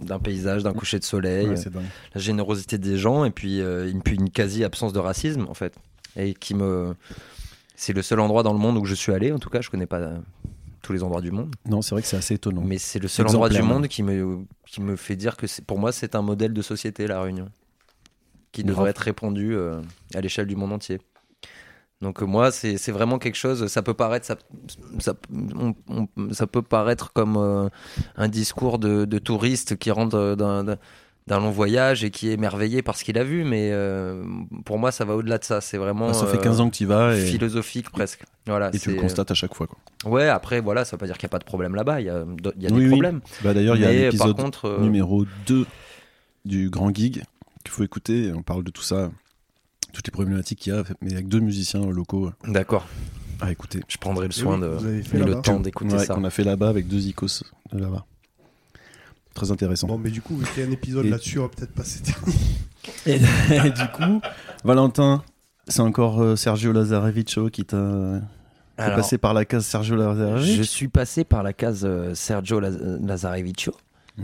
D: d'un paysage, d'un coucher de soleil,
B: Ouais,
D: euh,
B: c'est dingue.
D: la générosité des gens et puis, euh, une, puis une quasi absence de racisme en fait. Et qui me. C'est le seul endroit dans le monde où je suis allé, en tout cas, je connais pas euh, tous les endroits du monde,
B: Non, c'est vrai que c'est assez étonnant.
D: mais c'est le seul endroit du
B: Exemplaire.
D: monde qui me, qui me fait dire que c'est- pour moi c'est un modèle de société, la Réunion, qui
B: Grave.
D: devrait être répandu euh, à l'échelle du monde entier. Donc euh, moi, c'est c'est vraiment quelque chose. Ça peut paraître, ça, ça, on- on- ça peut paraître comme euh, un discours de, de touriste qui rentre euh, d'un d'un- d'un long voyage et qui est émerveillé par ce qu'il a vu. Mais euh, pour moi, ça va au-delà de ça. C'est vraiment
B: Ah, ça fait
D: euh,
B: 15 ans que tu y vas et,
D: philosophique presque.
B: et
D: Voilà.
B: tu le
D: c'est- euh,
B: constates à chaque fois. Quoi.
D: Ouais. Après, voilà, ça veut pas dire qu'il n'y a pas de problème là-bas. Il y a, do- il y a
B: Oui,
D: des
B: oui.
D: problèmes.
B: Bah, D'ailleurs, il y a
D: Mais,
B: l'épisode
D: par contre, euh,
B: numéro 2 du Grand Gig qu'il faut écouter. On parle de tout ça, toutes les problématiques qu'il y a, mais avec deux musiciens locaux
D: D'accord,
B: à écouter.
D: je prendrai le
A: Eh
D: soin
A: oui, vous avez
D: de.
A: fait
D: et le
A: là-bas.
D: temps d'écouter
B: Ouais,
D: ça.
B: qu'on a fait là-bas avec deux icos de là-bas. Très intéressant.
A: Bon, mais du coup, vu qu'il y a un épisode
B: Et-
A: là-dessus, on va peut-être pas (laughs) s'éterniser.
B: Et, et bah, (laughs) du coup, Valentin, c'est encore euh, Sergio Lazareviccio qui t'a qui est
D: Alors,
B: passé par la case Sergio Lazarevich.
D: je suis passé par la case euh, Sergio Laz- Lazareviccio.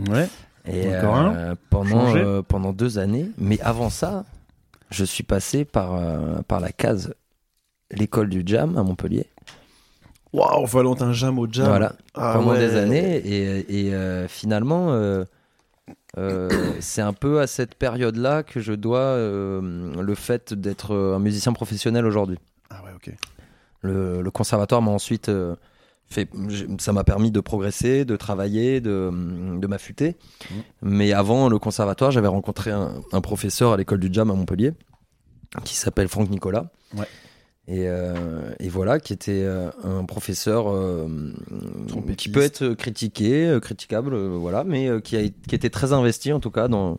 B: Ouais.
D: Et
B: Encore
D: euh, pendant,
B: Changé.
D: euh, pendant deux années. Mais avant ça, je suis passé par, euh, par la case l'école du jam à Montpellier.
B: Waouh, Valentin Jam au Jam.
D: Voilà,
B: Ah
D: pendant
B: ouais.
D: des années. Et, et, euh, finalement, euh, euh, c'est un peu à cette période-là que je dois euh, le fait d'être un musicien professionnel aujourd'hui.
B: Ah ouais, ok.
D: Le, le conservatoire m'a ensuite euh, fait. j'ai- Ça m'a permis de progresser, de travailler, de, de m'affûter.
B: Mmh.
D: Mais avant le conservatoire, j'avais rencontré un, un professeur à l'école du Jam à Montpellier, qui s'appelle Franck Nicolas.
B: Ouais.
D: Et, euh, et voilà, qui était euh, un professeur euh,
B: Trompettiste.
D: qui peut être critiqué, euh, critiquable, euh, voilà, mais euh, qui, a, qui était très investi en tout cas dans,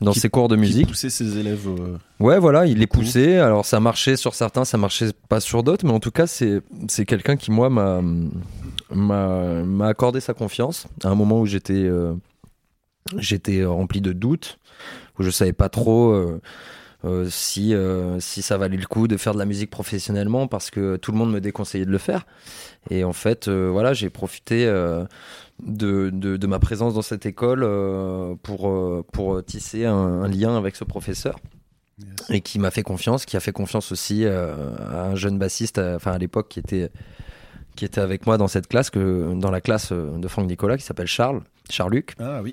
D: dans
B: Qui-
D: ses cours de
B: Qui
D: musique.
B: poussait ses élèves. euh,
D: Ouais, voilà, il les
B: coup.
D: poussait. Alors ça marchait sur certains, ça marchait pas sur d'autres, mais en tout cas, c'est c'est quelqu'un qui moi m'a m'a m'a accordé sa confiance à un moment où j'étais euh, j'étais rempli de doutes, où je savais pas trop euh, euh, si euh, si ça valait le coup de faire de la musique professionnellement parce que tout le monde me déconseillait de le faire. Et en fait, euh, voilà, j'ai profité euh, de, de, de ma présence dans cette école euh, pour, euh, pour tisser un, un lien avec ce professeur
B: yes.
D: et qui m'a fait confiance, qui a fait confiance aussi euh, à un jeune bassiste, euh, enfin à l'époque qui était qui était avec moi dans cette classe, que, dans la classe euh, de Franck Nicolas, qui s'appelle Charles, Charluc,
B: Ah oui.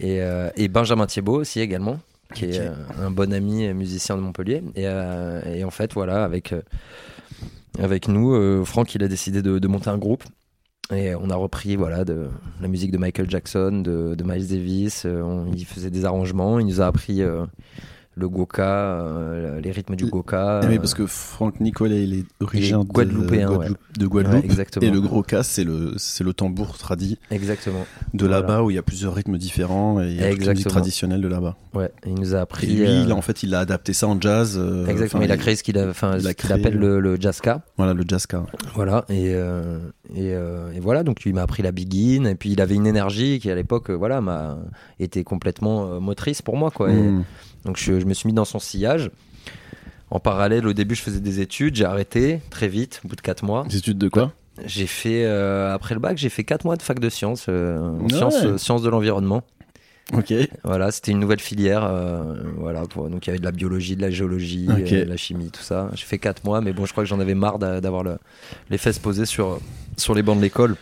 D: et, euh, et Benjamin Thiebaud aussi également, qui est
B: Ok.
D: euh, un bon ami euh, musicien de Montpellier. Et, euh, et en fait, voilà, avec euh, avec nous. Euh, Franck, il a décidé de, de monter un groupe. Et on a repris voilà, de, la musique de Michael Jackson, de, de Miles Davis. Euh, on- il faisait des arrangements. Il nous a appris euh, le goka, euh, les rythmes du
B: Et-
D: goka.
B: Eh oui,
D: euh,
B: parce que Franck Nicolet, il est originaire de
D: guadeloupéen, ouais.
B: Guadeloupe- de
D: euh, ouais,
B: Guadeloupe.
D: exactement.
B: Et le gros cas, c'est le, c'est le tambour tradit
D: Exactement.
B: de
D: Voilà.
B: là-bas où il y a plusieurs rythmes différents et il y a toute la musique
D: Exactement.
B: traditionnelle de là-bas.
D: Ouais, il nous a
B: Et
D: appris.
B: lui,
D: euh,
B: il a- en fait, il a adapté ça en jazz. euh,
D: Exactement,
B: enfin,
D: il a créé ce qu'il a- enfin,
B: il
D: ce
B: a
D: qu'il
B: créé-
D: appelle le, le jazzka.
B: Voilà, le jazz car.
D: Voilà, et, euh, et, euh, et voilà, donc il m'a appris la begin, et puis il avait une énergie qui à l'époque, euh, voilà, m'a été complètement euh, motrice pour moi, quoi. Et
B: Mm.
D: donc je, je me suis mis dans son sillage. En parallèle, au début, je faisais des études, j'ai arrêté très vite, au bout de 4 mois.
B: Des études de quoi
D: J'ai fait, euh, après le bac, j'ai fait 4 mois de fac de sciences, euh, en
B: Ah Ouais.
D: sciences, euh, sciences de l'environnement.
B: Ok.
D: Voilà, c'était une nouvelle filière. euh, voilà, pour- donc il y avait de la biologie, de la géologie,
B: Ok.
D: euh, de la chimie, tout ça. J'ai fait 4 mois, mais bon, je crois que j'en avais marre d'a- d'avoir le- les fesses posées sur, sur les bancs de l'école.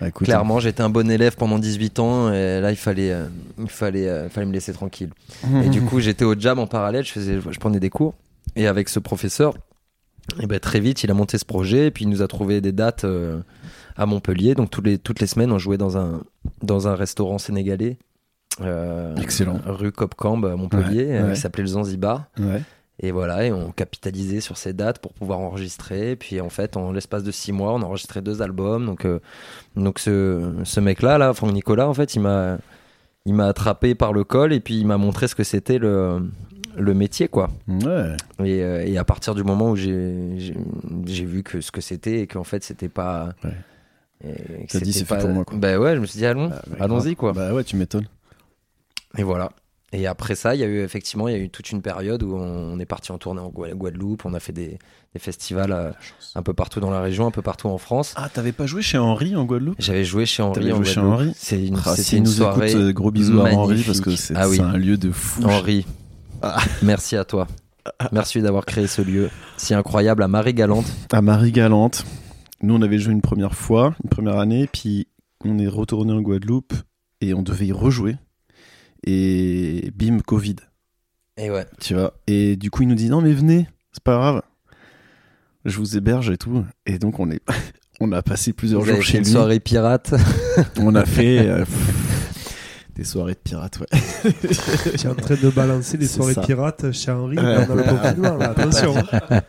B: Ah, écoute,
D: Clairement, j'étais un bon élève pendant 18 ans, et là, il fallait, euh, il fallait, euh, il fallait me laisser tranquille.
B: Mmh,
D: Et du coup, j'étais au jam en parallèle, je, faisais, je prenais des cours. Et avec ce professeur, eh ben, très vite, il a monté ce projet, et puis il nous a trouvé des dates euh, à Montpellier. Donc toutes les, toutes les semaines, on jouait dans un, dans un restaurant sénégalais. euh,
B: Excellent.
D: rue Copcamb à Montpellier,
B: Ouais,
D: euh,
B: ouais.
D: qui s'appelait le Zanzibar.
B: Ouais.
D: Et voilà, et on capitalisait sur ces dates pour pouvoir enregistrer. Et puis en fait, en l'espace de six mois, on a enregistré deux albums. Donc, euh, donc ce, ce mec-là, là, Franck Nicolas, en fait, il m'a, il m'a attrapé par le col et puis il m'a montré ce que c'était le, le métier, quoi.
B: Ouais.
D: Et, euh, et à partir du moment où j'ai, j'ai, j'ai vu que ce que c'était et qu'en fait, c'était pas.
B: Ouais.
D: et que
B: T'as dit,
D: c'était
B: c'est fait pour moi, quoi.
D: Ben ouais, je me suis dit, allons,
B: Ah, ouais,
D: allons-y, quoi.
B: Bah ouais, tu m'étonnes.
D: Et voilà. Et après ça, il y a eu effectivement, il y a eu toute une période où on, on est parti en tournée en Gua- Guadeloupe, on a fait des, des festivals euh, un peu partout dans la région, un peu partout en France.
B: Ah, t'avais pas joué chez Henri en Guadeloupe
D: J'avais joué chez Henri
B: T'avais
D: en
B: joué chez
D: Guadeloupe.
B: Henri
D: C'est une,
B: Ah,
D: c'était
B: S'il
D: une
B: nous
D: soirée.
B: écoute, euh, gros bisous à Henri
D: magnifique.
B: parce que c'est
D: Ah oui.
B: c'est un lieu de fou.
D: Henri,
B: Ah.
D: merci à toi. Merci d'avoir créé ce lieu si incroyable à Marie-Galante.
B: à Marie-Galante. Nous, on avait joué une première fois, une première année, puis on est retourné en Guadeloupe et on devait y rejouer. Et bim, Covid,
D: Et ouais.
B: tu vois. Et du coup, il nous dit non, mais venez, c'est pas grave. Je vous héberge et tout. Et donc, on est. (laughs) On a passé plusieurs
D: Vous avez
B: jours
D: fait
B: chez
D: une
B: lui.
D: soirée pirate.
B: On a fait
D: (laughs)
B: euh, pff, des soirées de pirates, ouais.
A: Tu es en train de balancer des
B: C'est
A: soirées
B: ça.
A: pirates chez Henri
B: Ouais.
A: pendant le confinement,
B: (laughs)
A: là, attention.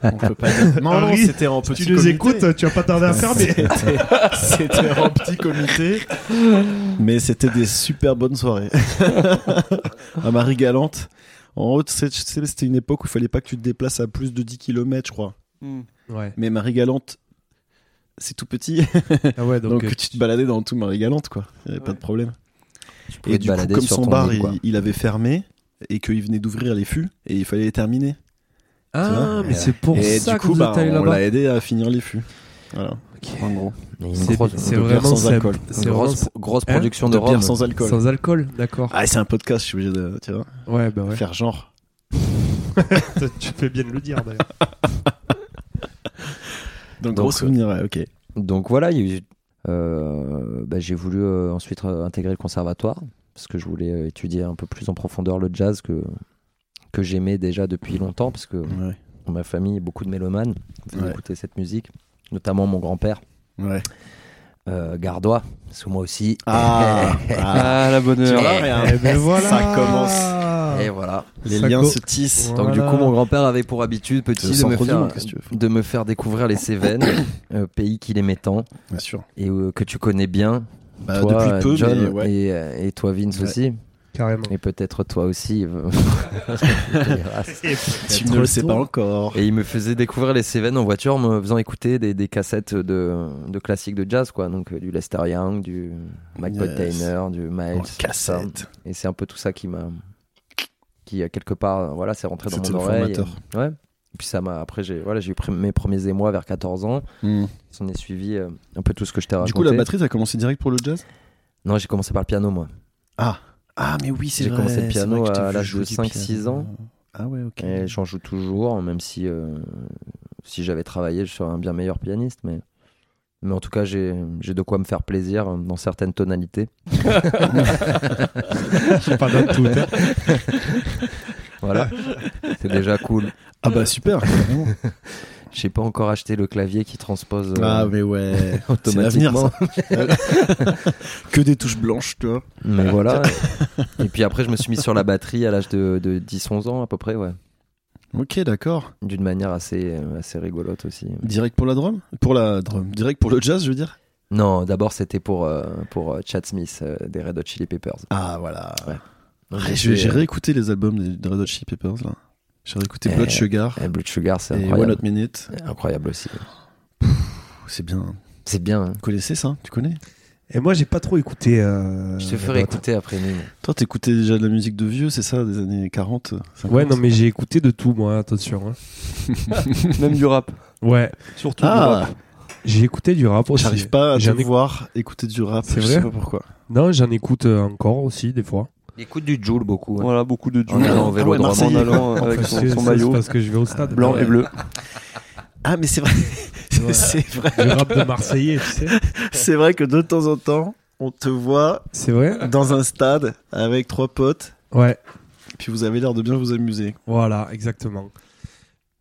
B: On peut pas dire. Ah Non, non,
A: Henri,
B: c'était en petit
A: tu les
B: comité.
A: écoutes, tu vas pas tarder à fermer.
B: (laughs) C'était- C'était en petit comité. Mais c'était des super bonnes soirées. à Marie-Galante. En haute, c'est- tu sais, c'était une époque où il fallait pas que tu te déplaces à plus de 10 km, je crois.
C: Hmm.
A: Ouais.
B: Mais Marie-Galante, c'est tout petit.
A: Ah ouais, donc,
B: Donc,
A: euh,
B: tu te baladais dans tout Marie-Galante, quoi. Il y avait pas
C: Ouais.
B: de problème.
D: Tu pouvais
B: Et
D: te
B: du coup,
D: balader
B: comme
D: sur
B: son
D: ton
B: bar,
D: île,
B: il-
D: quoi.
B: il, avait fermé et qu'il venait d'ouvrir les fûts et il fallait les terminer.
A: Ah,
B: vois,
A: mais c'est pour
B: et
A: ça
B: du
A: que vous
B: coup, bah,
A: êtes allé
B: on
A: là-bas.
B: l'a aidé à finir les fûts. Voilà,
A: Ok.
B: en gros.
D: Il y a une
A: C'est
D: grosse,
A: c'est
B: de bière
A: vraiment
B: sans
A: simple.
B: alcool.
A: C'est
D: une
A: vraiment
D: grosse, grosse
A: Hein
D: production
B: de
D: de
B: bière
D: rhum.
B: sans alcool.
A: sans alcool,
B: (laughs)
A: d'accord.
B: Ah, c'est un podcast, je suis obligé de. Tu vois,
A: Ouais, bah ouais.
B: faire genre.
A: tu fais bien de le dire d'ailleurs.
B: Donc,
D: gros
B: gros souvenir, ouais, ok.
D: Donc voilà, il y a eu- euh, bah, j'ai voulu euh, ensuite euh, intégrer le conservatoire parce que je voulais euh, étudier un peu plus en profondeur le jazz que, que j'aimais déjà depuis longtemps parce que
B: Ouais.
D: dans ma famille, beaucoup de mélomanes faisaient
B: Ouais.
D: écouter cette musique, notamment mon grand-père
B: ouais.
D: euh, gardois, parce que moi aussi.
B: Ah,
C: (laughs)
B: ah.
C: Ah, la bonne
D: Tu
C: heure.
D: vois,
B: Eh,
A: Eh (laughs) ben voilà. Eh ben,
B: Ça commence.
D: (laughs)
B: Eh
D: Et voilà.
B: Les
A: Ça
B: liens
A: co-
B: se tissent.
D: Donc du
A: Voilà.
D: coup, mon grand-père avait pour habitude
B: Le
D: petit de me,
B: centre du
D: faire,
B: monde, qu'est-ce que tu veux faire
D: de me faire découvrir les Cévennes,
B: (coughs)
D: euh, pays qu'il aimait tant
B: Bien sûr.
D: et euh, que tu connais bien.
B: Bah,
D: toi,
B: depuis peu,
D: John,
B: mais ouais.
D: et, euh, et toi, Vince
B: Ouais.
D: aussi.
A: Carrément.
D: Et peut-être toi aussi. euh, dégueulasse.
B: Tu
A: Être
B: ne le sais pas
A: retour.
B: encore.
D: (laughs) et il me faisait découvrir les Cévennes en voiture en me faisant écouter des, des cassettes de, de classiques de jazz, quoi. Donc euh, du Lester Young, du Mike
B: Yes.
D: Potainer, du Miles.
B: En cassette.
D: Et c'est un peu tout ça qui m'a. qui, euh, quelque part, euh, voilà, c'est rentré dans
B: C'était
D: mon
B: le
D: oreille.
B: formateur.
D: Et, ouais. Et puis ça m'a. Après, j'ai voilà, j'ai eu pr- mes premiers émois vers 14 ans.
B: Hmm.
D: S'en est suivi euh, un peu tout ce que je t'ai raconté.
B: Du coup, la batterie, t'as commencé direct pour le jazz
D: Non, j'ai commencé par le piano, moi.
B: Ah. Ah, mais oui, c'est
D: J'ai
B: vrai.
D: commencé le
B: c'est
D: piano
B: vrai que je t'ai
D: à
B: vu
D: l'âge
B: jouer
D: de
B: du
D: 5-6
B: piano.
D: ans.
B: Ah ouais, ok.
D: Et j'en joue toujours, même si euh, si j'avais travaillé, je serais un bien meilleur pianiste. Mais, mais en tout cas, j'ai j'ai de quoi me faire plaisir euh, dans certaines tonalités.
A: pas dans tout. hein.
D: (laughs) Voilà, c'est déjà cool.
B: Ah bah super. vraiment.
D: J'ai pas encore acheté le clavier qui transpose. euh,
B: Ah, mais ouais. C'est l'avenir,
D: automatiquement.
B: (laughs) que des touches blanches, tu vois.
D: Mais
A: (laughs)
D: voilà. Et puis après, je me suis mis sur la batterie à l'âge de, de 10-11 ans à peu près, ouais.
B: Ok, d'accord.
D: D'une manière assez, euh, assez rigolote aussi. ouais.
B: Direct pour la drum Pour la drum. Direct pour le jazz, je veux dire
D: Non, d'abord, c'était pour, euh, pour euh, Chad Smith euh, des Red Hot Chili Peppers.
B: Ah, voilà.
D: Ouais.
B: Ré- J'ai j'ai réécouté les albums des des Red Hot Chili Peppers, là. J'ai réécouté
D: Eh,
B: Blood Sugar
D: Et Blood Sugar, c'est
B: et One
D: incroyable.
B: Hot Minute.
D: Incroyable aussi.
B: Ouh, C'est bien.
D: C'est bien. hein.
B: Vous connaissez ça Tu connais
A: Et moi, j'ai pas trop écouté. euh,
D: Je te
A: la
D: ferai
A: boîte.
D: écouter après Nîmes.
B: Toi, t'écoutais déjà de la musique de vieux, c'est ça, des années 40 50?
A: Ouais, non, mais j'ai écouté de tout, moi, attention. hein.
C: Même du rap.
A: Ouais, surtout. du
B: Ah,
A: rap. J'ai écouté du rap aussi.
B: j'arrive pas à te
A: J'en éc-
B: voir écouter du rap.
A: C'est
B: je
A: vrai
B: sais pas pourquoi.
A: Non, j'en écoute euh, encore aussi, des fois.
D: Écoute du Joule beaucoup. hein.
C: Voilà, beaucoup de
D: En
C: duos.
D: allant en vélo
B: Ah ouais,
D: de
C: en
B: Marseillais.
C: allant euh, avec
A: Parce
C: son,
A: que
C: son
A: ça, c'est
C: maillot
A: parce que je vais au stade.
C: blanc et bleu.
B: Ah, mais c'est vrai. (laughs)
A: Ouais.
B: c'est vrai.
A: Le rap de Marseillais, tu sais.
B: C'est vrai que de temps en temps, on te voit
A: C'est vrai
B: dans un stade avec trois potes,
A: Ouais,
B: puis vous avez l'air de bien vous amuser.
A: voilà, exactement.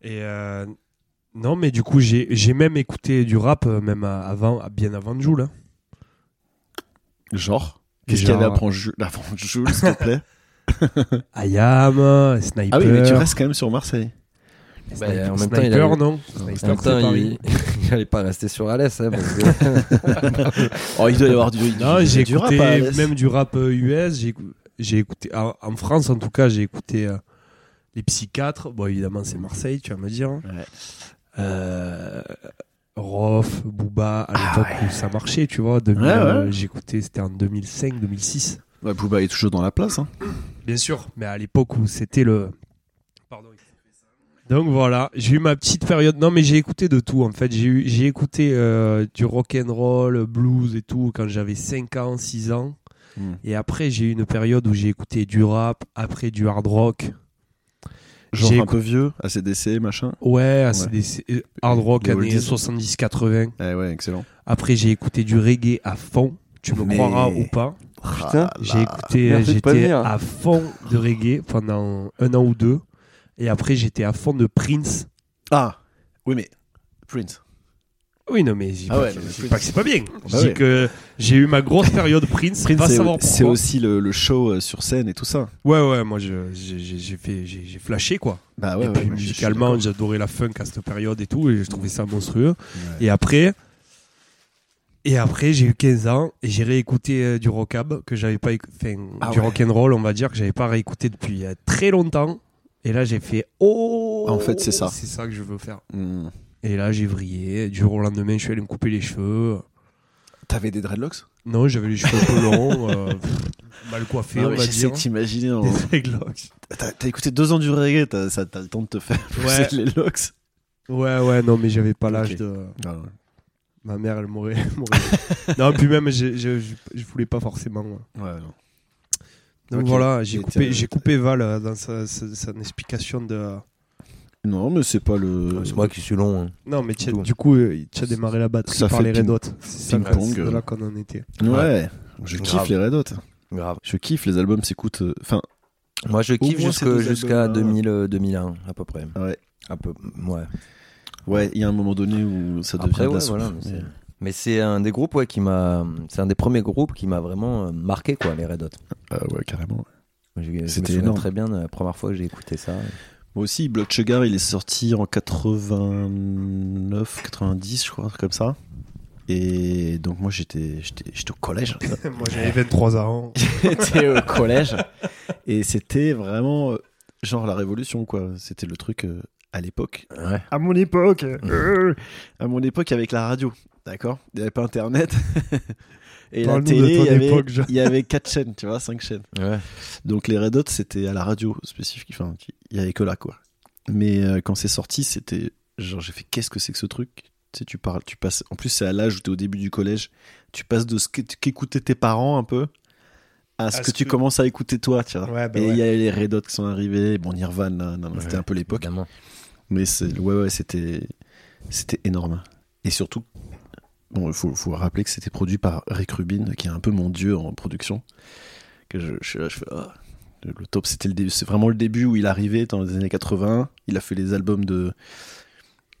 A: Et euh, non, mais du coup, j'ai j'ai même écouté du rap, euh, même à- avant, à- bien avant Joule. hein.
B: Genre Qu'est-ce qu'il y
A: Genre-
B: avait avant Jules, avant Jules, s'il te plaît
A: Ayam, Sniper.
B: Ah oui, mais tu restes quand même sur Marseille.
D: Bah,
A: Sniper,
D: en même temps, il
A: Sniper,
D: a eu-
A: non
D: En même
A: Sniper,
D: temps,
A: c'est Paris.
D: il hein, il (laughs) allait pas rester sur Alès. hein, parce que-
B: Oh, il doit y avoir du. il doit
A: Non,
B: y
A: j'ai
B: avoir du rap
A: écouté
B: à Alès.
A: même du rap euh, US. J'ai écou- j'ai écouté en, en France, en tout cas, j'ai écouté euh, les psychiatres. Bon, évidemment, c'est Marseille, tu vas me dire. hein. Euh, Rof, Booba, à l'époque où ça marchait, tu vois. 2000,
B: Ah Ouais, ouais.
A: euh, j'ai écouté, c'était en 2005, 2006.
B: Ouais, Booba est toujours dans la place. Hein.
A: Bien sûr, mais à l'époque où c'était le. Pardon. Donc voilà, j'ai eu ma petite période. Non, mais j'ai écouté de tout en fait. J'ai eu- j'ai écouté euh, du rock and roll, blues et tout quand j'avais 5 ans, 6 ans.
B: Mm.
A: Et après, j'ai eu une période où j'ai écouté du rap, après du hard rock.
B: Genre
A: J'ai
B: un peu vieux, ACDC, machin.
A: Ouais, ACDC, euh, hard rock
B: Les
A: années
B: oldies.
A: 70-80.
B: Eh ouais, excellent.
A: Après, j'ai écouté du reggae à fond. Tu me
B: Mais-
A: croiras ou pas.
B: Putain,
A: J'ai écouté, euh,
C: Merci de pas
A: j'étais
C: venir.
A: à fond de reggae pendant un an ou deux. Et après, j'étais à fond de Prince.
B: Ah, oui, mais Prince.
A: Oui, non, mais je dis
B: Ah
A: pas,
B: ouais,
A: que,
B: non,
A: je
B: mais
A: dis
B: Prince.
A: pas que c'est pas bien. Je
B: Bah
A: dis
B: ouais.
A: que j'ai eu ma grosse période Prince, pas
B: c'est,
A: savoir
B: c'est
A: pourquoi.
B: aussi le, le show euh, sur scène et tout ça.
A: Ouais, ouais, moi je- j'ai j'ai- j'ai fait, j'ai j'ai flashé quoi.
B: Bah
A: et puis musicalement, j'adorais la funk à cette période et tout, et je trouvais ça monstrueux. Et après, et après, j'ai eu 15 ans et j'ai réécouté euh, du rockab que j'avais pas, éc- enfin,
B: Ah
A: du
B: ouais.
A: rock'n'roll, on va dire que j'avais pas réécouté depuis euh, très longtemps. Et là, j'ai fait oh.
B: En fait, c'est ça.
A: C'est ça que je veux faire.
B: Hmm.
A: Et là, j'ai vrillé. Du jour au lendemain, je suis allé me couper les cheveux.
B: T'avais des dreadlocks
A: Non, j'avais les cheveux un
B: (laughs)
A: peu longs, euh, pff, mal coiffés, on va
B: J'essaie
A: dire.
B: de t'imaginer. en-
A: Des (laughs) dreadlocks.
B: T'as, t'as écouté deux ans du reggae, t'as, ça- t'as le temps de te faire pousser
A: Ouais.
B: les locks.
A: Ouais, ouais, non, mais j'avais pas l'âge
B: Ok.
A: de. Ma mère, elle m'aurait. (laughs) elle m'aurait- non, puis même, je, je, je, je voulais pas forcément. moi.
B: Ouais, non.
A: Donc
B: Ok.
A: voilà, j'ai
B: Et
A: coupé,
B: t'as-
A: j'ai coupé Val euh, dans sa, sa- son explication de. euh,
B: Non, mais c'est pas le.
D: C'est moi qui suis long. hein.
A: Non, mais tu as-
D: Tout.
A: du coup, euh, tu as démarré la batterie
B: Ça
A: par
B: fait
A: les Red
B: ping-
A: Hot. C'est ça,
B: ping-pong,
A: c'est
B: euh.
A: de là qu'on en était.
B: Ouais.
D: Ouais.
B: Je kiffe
D: Grave.
B: les Red Hot.
D: Grave.
B: Je kiffe, les albums s'écoutent. euh, Enfin,
D: Moi, je kiffe
B: moins
D: jusque-
B: ces deux
D: jusqu'à
B: albums-là,
D: 2000, euh, 2001, à peu près.
B: Ouais.
D: À peu, mm, ouais.
B: ouais, il y a un moment donné où ça devient
D: Après,
B: de la
D: ouais,
B: soupe.
D: voilà, mais c'est-
B: Mais-
D: Mais c'est un des groupes ouais, qui m'a. C'est un des premiers groupes qui m'a vraiment euh, marqué, quoi, les Red Hot.
B: Ah ouais, carrément.
D: Je- Je, me
B: C'était
D: souviens
B: énorme.
D: très bien de la première fois que j'ai écouté ça.
B: Moi aussi, Blood Sugar, il est sorti en 89, 90, je crois, un truc comme ça. Et donc, moi, j'étais, j'étais, j'étais au
D: (laughs)
B: collège.
A: Moi, j'avais 23 ans.
B: j'étais au collège. Et c'était vraiment euh, genre la révolution, quoi. C'était le truc euh, à l'époque.
D: Ouais.
B: À mon époque euh, (laughs) À mon époque, avec la radio. D'accord Il n'y avait pas Internet. (laughs) Et la
A: Parle-nous de
B: télé,
A: ton
B: il y, avait,
A: époque, Jean.
B: il y avait 4 chaînes, tu vois, 5 chaînes. Donc les Red Hot, c'était à la radio spécifique. Enfin, qui- il y avait que là, quoi. Mais euh, quand c'est sorti, c'était genre j'ai fait qu'est-ce que c'est que ce truc Tu sais, tu parles, tu passes. En plus, c'est à l'âge où t'es au début du collège. Tu passes de ce que- qu'écoutaient tes parents un peu à ce
A: À
B: que
A: ce
B: tu
A: que-
B: commences à écouter toi, tu vois.
A: Ouais, bah
B: Et il
A: ouais.
B: y a les Red Hot qui sont arrivés. Bon, Nirvana, nan, nan,
D: Ouais,
B: c'était un peu l'époque.
D: Évidemment.
B: Mais c'est- ouais, ouais, c'était, c'était énorme. Et surtout, bon, il faut, faut rappeler que c'était produit par Rick Rubin, qui est un peu mon dieu en production. Que je, je suis là, je fais, ah. Le le top, c'était le dé- c'est vraiment le début où il arrivait dans les années 80. Il a fait les albums de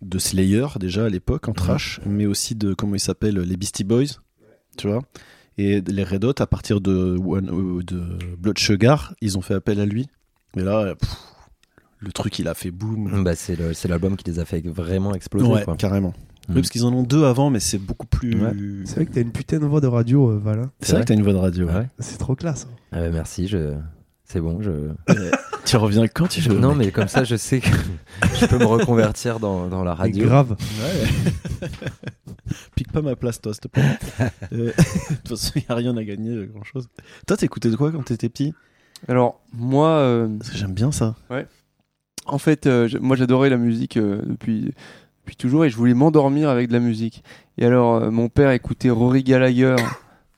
B: de Slayer déjà à l'époque en trash, mais aussi de comment ils s'appellent les Beastie Boys, tu vois. Et les Red Hot à partir de, One- euh, de Blood Sugar, ils ont fait appel à lui. Mais là, pff, le truc il a fait boum.
D: Bah, c'est le- c'est l'album qui les a fait vraiment exploser.
B: ouais,
D: quoi.
B: carrément.
D: Mm.
B: Oui, parce qu'ils en ont deux avant, mais c'est beaucoup plus.
D: Ouais.
A: (laughs) C'est vrai que t'as une putain de voix de radio, euh, Valin.
B: C'est vrai que t'as une voix de radio.
D: Ah ouais
A: C'est trop classe. hein.
D: Ah bah, merci, je... c'est bon. Je...
B: tu reviens quand tu veux.
D: non, mais comme ça, je sais que (laughs) je peux me reconvertir dans, dans la
A: Mais
D: radio.
A: grave.
B: (laughs) Pique pas ma place, toi, s'il te (laughs) plaît. Euh, De toute façon, il n'y a rien à gagner, euh, grand-chose. Toi, t'écoutais de quoi quand t'étais petit
C: Alors, moi, euh,
B: Parce que j'aime bien ça.
C: en fait, euh, j'- moi j'adorais la musique euh, depuis, depuis toujours et je voulais m'endormir avec de la musique. Et alors, euh, mon père écoutait Rory Gallagher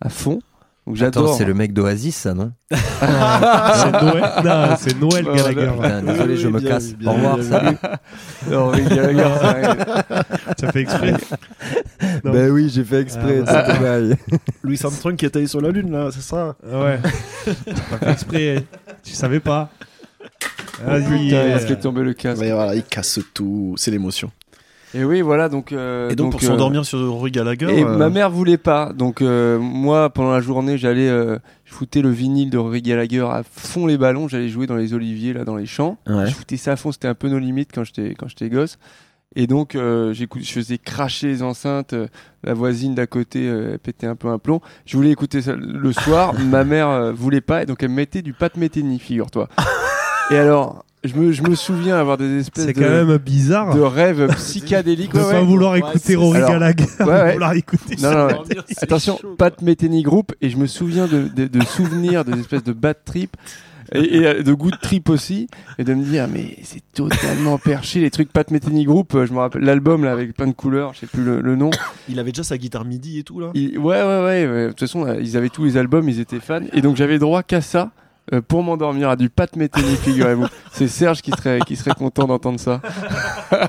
C: à fond. Donc
D: Attends,
C: j'adore.
D: c'est le mec d'Oasis, ça, non
B: Ah.
A: C'est
B: (laughs)
A: Noël, Non, c'est Noël
C: Oh,
A: Gallagher.
D: Putain, Désolé,
B: oui,
D: je me
B: bien,
D: casse.
B: bien,
D: Au revoir,
B: bien,
D: salut.
C: (laughs) Rory Gallagher, c'est vrai.
A: Ça fait exprès. Non.
D: Bah oui, j'ai fait
A: exprès,
C: Ah,
D: c'est dommage.
B: Louis Armstrong qui est allé sur la Lune, là, c'est ça
A: Ouais. T'as fait exprès. Tu savais pas.
B: Oh,
A: Vas-y.
C: Putain,
A: euh,
C: (laughs) il se fait tomber le casque.
B: il casse tout, c'est l'émotion.
C: Et oui, voilà, donc. euh,
B: Et donc, pour
C: euh,
B: s'endormir sur Rory Gallagher.
C: Et
B: euh,
C: ma mère voulait pas. Donc euh, moi, pendant la journée, j'allais, euh, je foutais le vinyle de Rory Gallagher à fond les ballons. J'allais jouer dans les oliviers là, dans les champs.
D: Ouais.
C: Je foutais ça à fond. C'était un peu nos limites quand j'étais quand j'étais gosse. Et donc euh, j'écoute, je faisais cracher les enceintes. euh, la voisine d'à côté euh, elle pétait un peu un plomb. Je voulais écouter ça
A: (laughs)
C: le soir. ma mère euh, voulait pas. Et donc elle me mettait du Pat Metheny, figure-toi. et alors, je me, je me souviens avoir des espèces
A: C'est
C: de,
A: quand même bizarre.
C: de rêves psychédéliques.
A: De
C: Ouais,
A: pas
C: ouais.
A: vouloir
B: ouais,
A: écouter
B: c'est-
A: Rory
C: Alors,
A: Gallagher, de
C: ouais, ouais.
A: vouloir écouter
C: Non,
A: ça.
B: euh,
C: non, non. Attention, Pat Metheny Group, et je me souviens de, de, de souvenirs, des espèces de bad trip, et, et, euh, de good trip aussi, et de me dire, ah, mais c'est totalement perché, les trucs Pat Metheny Group, euh, je me rappelle l'album là avec plein de couleurs, je sais plus le, le nom.
B: Il avait déjà sa guitare MIDI et tout, là.
C: Il- ouais, ouais, ouais, ouais. de toute façon, euh, ils avaient tous les albums, ils étaient fans, et donc j'avais droit qu'à ça. euh, pour m'endormir à du Pat Metheny, figurez-vous. C'est Serge qui serait, qui serait content d'entendre ça. (laughs)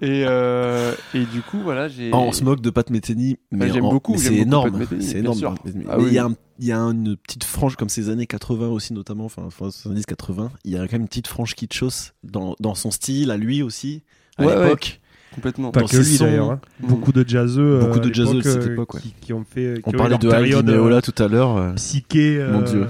C: et, euh, et du coup, voilà, j'ai.
B: Ah, on se moque de Pat Metheny, mais
C: j'aime
B: en-
C: beaucoup,
B: mais
C: j'aime
B: c'est
C: beaucoup
B: énorme.
C: Pat Metheny,
B: c'est
C: bien
B: énorme.
C: sûr.
B: Pat Metheny.
C: Ah
B: Mais il
C: oui.
B: y, a un- il y a une petite frange, comme ces années 80 aussi, notamment, enfin, enfin, 70-80, il y a quand même une petite frange kitschos dans, dans son style, à lui aussi, à
C: Ouais, ouais.
B: l'époque.
C: Complètement.
A: Pas
B: Dans
A: que
B: ses
A: lui
B: sons. Mmh.
A: d'ailleurs. hein. Beaucoup de jazzeux. euh,
B: Beaucoup de
A: à
B: jazzeux de cette
A: euh,
B: époque, ouais.
A: Qui, qui ont fait. qui
B: On
A: ont eu
B: parlait
A: leur
B: de Heidi
A: période, euh,
B: Meola tout à l'heure. euh,
A: Psyché. euh,
B: Mon Dieu.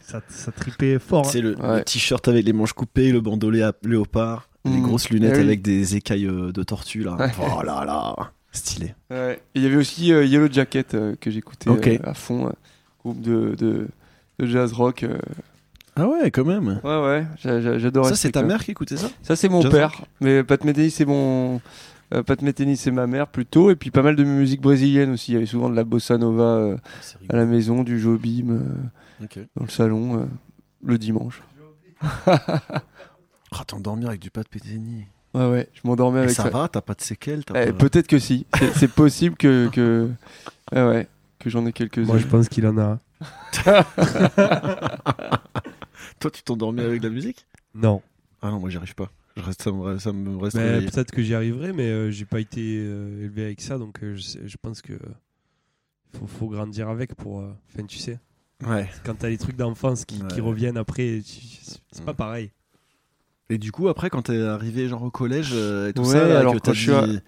A: Ça, ça tripait fort. hein.
B: C'est le, le
C: Ouais.
B: t-shirt avec les manches coupées, le bandolet à léopard, les
C: Mm.
B: grosses lunettes
C: Eh oui.
B: avec des écailles euh, de tortue là.
C: Ouais.
B: Oh là là, stylé.
C: Ouais. Et Il y avait aussi euh, Yellow Jacket euh, que j'écoutais
B: Ok.
C: euh, à fond, euh, groupe de, de, de jazz rock. euh.
B: Ah ouais, quand même.
C: Ouais, ouais, j'a- j'a- j'adorais.
B: Ça
C: ce
B: c'est ta
C: truc-là.
B: mère qui écoutait ça
C: Ça, c'est mon
B: Jazz
C: père. Mais Pat Metheny, c'est mon. euh, Pat Metheny, c'est ma mère plutôt. Et puis pas mal de musique brésilienne aussi. Il y avait souvent de la bossa nova euh, à la maison, du Jobim euh,
B: Ok.
C: dans le salon euh, le dimanche.
B: Ah t'endormir avec du pas de pétini.
C: Ouais, ouais, je m'endormais avec
B: ça, va, t'as pas de séquelles, t'as pas-
C: Eh, Peut-être que si. C'est- C'est possible que. que... Ouais, ouais, que j'en ai quelques-uns.
A: Moi, je pense qu'il en a.
B: (laughs) Toi tu t'endormais avec de la musique
A: Non.
B: Ah non, moi j'y arrive pas. Je reste, ça me, ça me reste.
A: Mais
B: réveillé.
A: Peut-être que j'y arriverai, mais euh, j'ai pas été euh, élevé avec ça, donc euh, je, sais- je pense que euh, faut, faut grandir avec pour. euh, Enfin, tu sais,
B: Ouais.
A: quand t'as les trucs d'enfance qui, qui
B: Ouais. Mmh.
A: reviennent après, tu- c'est pas pareil.
B: Et du coup après quand t'es arrivé genre au collège euh, et tout
C: Ouais,
B: ça, là,
C: alors
B: que t'as
C: quand je suis à- (laughs)
B: dit,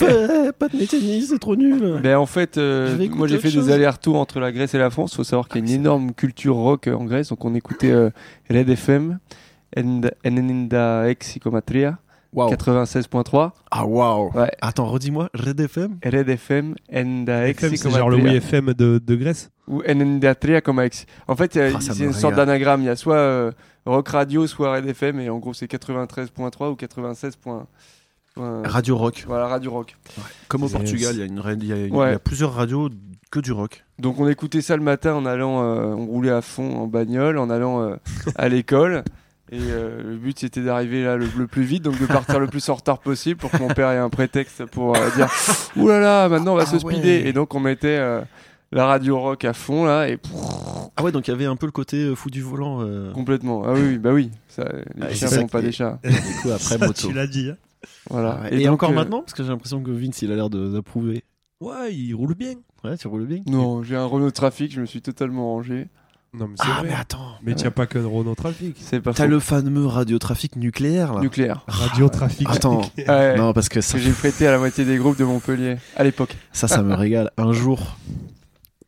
B: Ouais, pas de pétini, c'est trop nul.
C: Ben en fait, euh,
B: Je vais écouter
C: moi j'ai
B: autre
C: fait
B: chose.
C: des allers-retours entre la Grèce et la France. faut savoir qu'il y a
B: Ah,
C: une énorme culture rock euh, en Grèce. Donc on écoutait euh, Red FM, and, Eninda Exicomatria,
B: Waouh.
C: 96.3.
B: Ah waouh.
C: Ouais.
B: Attends, redis-moi, Red FM
C: Red FM, Enda
A: FM, c'est genre le Wii
C: Exicomatria.
A: FM de, de Grèce.
C: Ou Eninda Tria comme ex. En fait, euh,
B: Ah, ça
C: c'est
B: me
C: une sorte
B: régale.
C: d'anagramme. Il y a soit euh, rock radio, soit Red FM. Et en gros, c'est 93.3 ou 96. point- point-
B: Radio Rock.
C: Voilà, Radio Rock.
B: Comme au
A: Yes.
B: Portugal, il y a, une, ra- il y a une-
C: Ouais.
B: il y a plusieurs radios que du rock.
C: Donc on écoutait ça le matin en allant, euh, on roulait à fond en bagnole, en allant euh, à l'école. Et euh, le but c'était d'arriver là le, le plus vite, donc de partir le plus en retard possible pour que mon père ait un prétexte pour euh, dire Ouh là là, maintenant on va
B: Ah
C: se speeder.
B: ouais.
C: Et donc on mettait euh, la radio rock à fond là, et pff,
B: Ah ouais, donc il y avait un peu le côté euh, fou du volant. euh,
C: complètement. Ah oui, oui, bah oui, ça, les
B: Ah,
C: chiens
B: c'est ça
C: sont pas
B: qui- (laughs)
C: des chats.
B: du coup,
C: (laughs)
B: après
A: Ça, (laughs)
B: moto.
A: tu l'as dit. hein.
C: Voilà.
B: Ouais. Et,
C: donc,
B: encore
C: euh,
B: maintenant Parce que j'ai l'impression que Vince, il a l'air de- d'approuver.
A: Ouais, il roule bien.
B: Ouais, tu roules bien.
C: Non, j'ai un Renault Trafic, je me suis totalement rangé.
A: Non, mais c'est
B: Ah,
A: vrai.
B: mais attends.
A: Mais tiens pas que de Renault Trafic.
C: C'est pas
B: T'as
C: faux.
B: le fameux radiotrafic nucléaire, là. (laughs)
C: nucléaire.
A: Radio Trafic.
B: Attends.
C: Ouais,
B: Non, parce que ça,
C: que j'ai prêté à la moitié des groupes de Montpellier à l'époque.
B: ça, ça me régale. Un jour,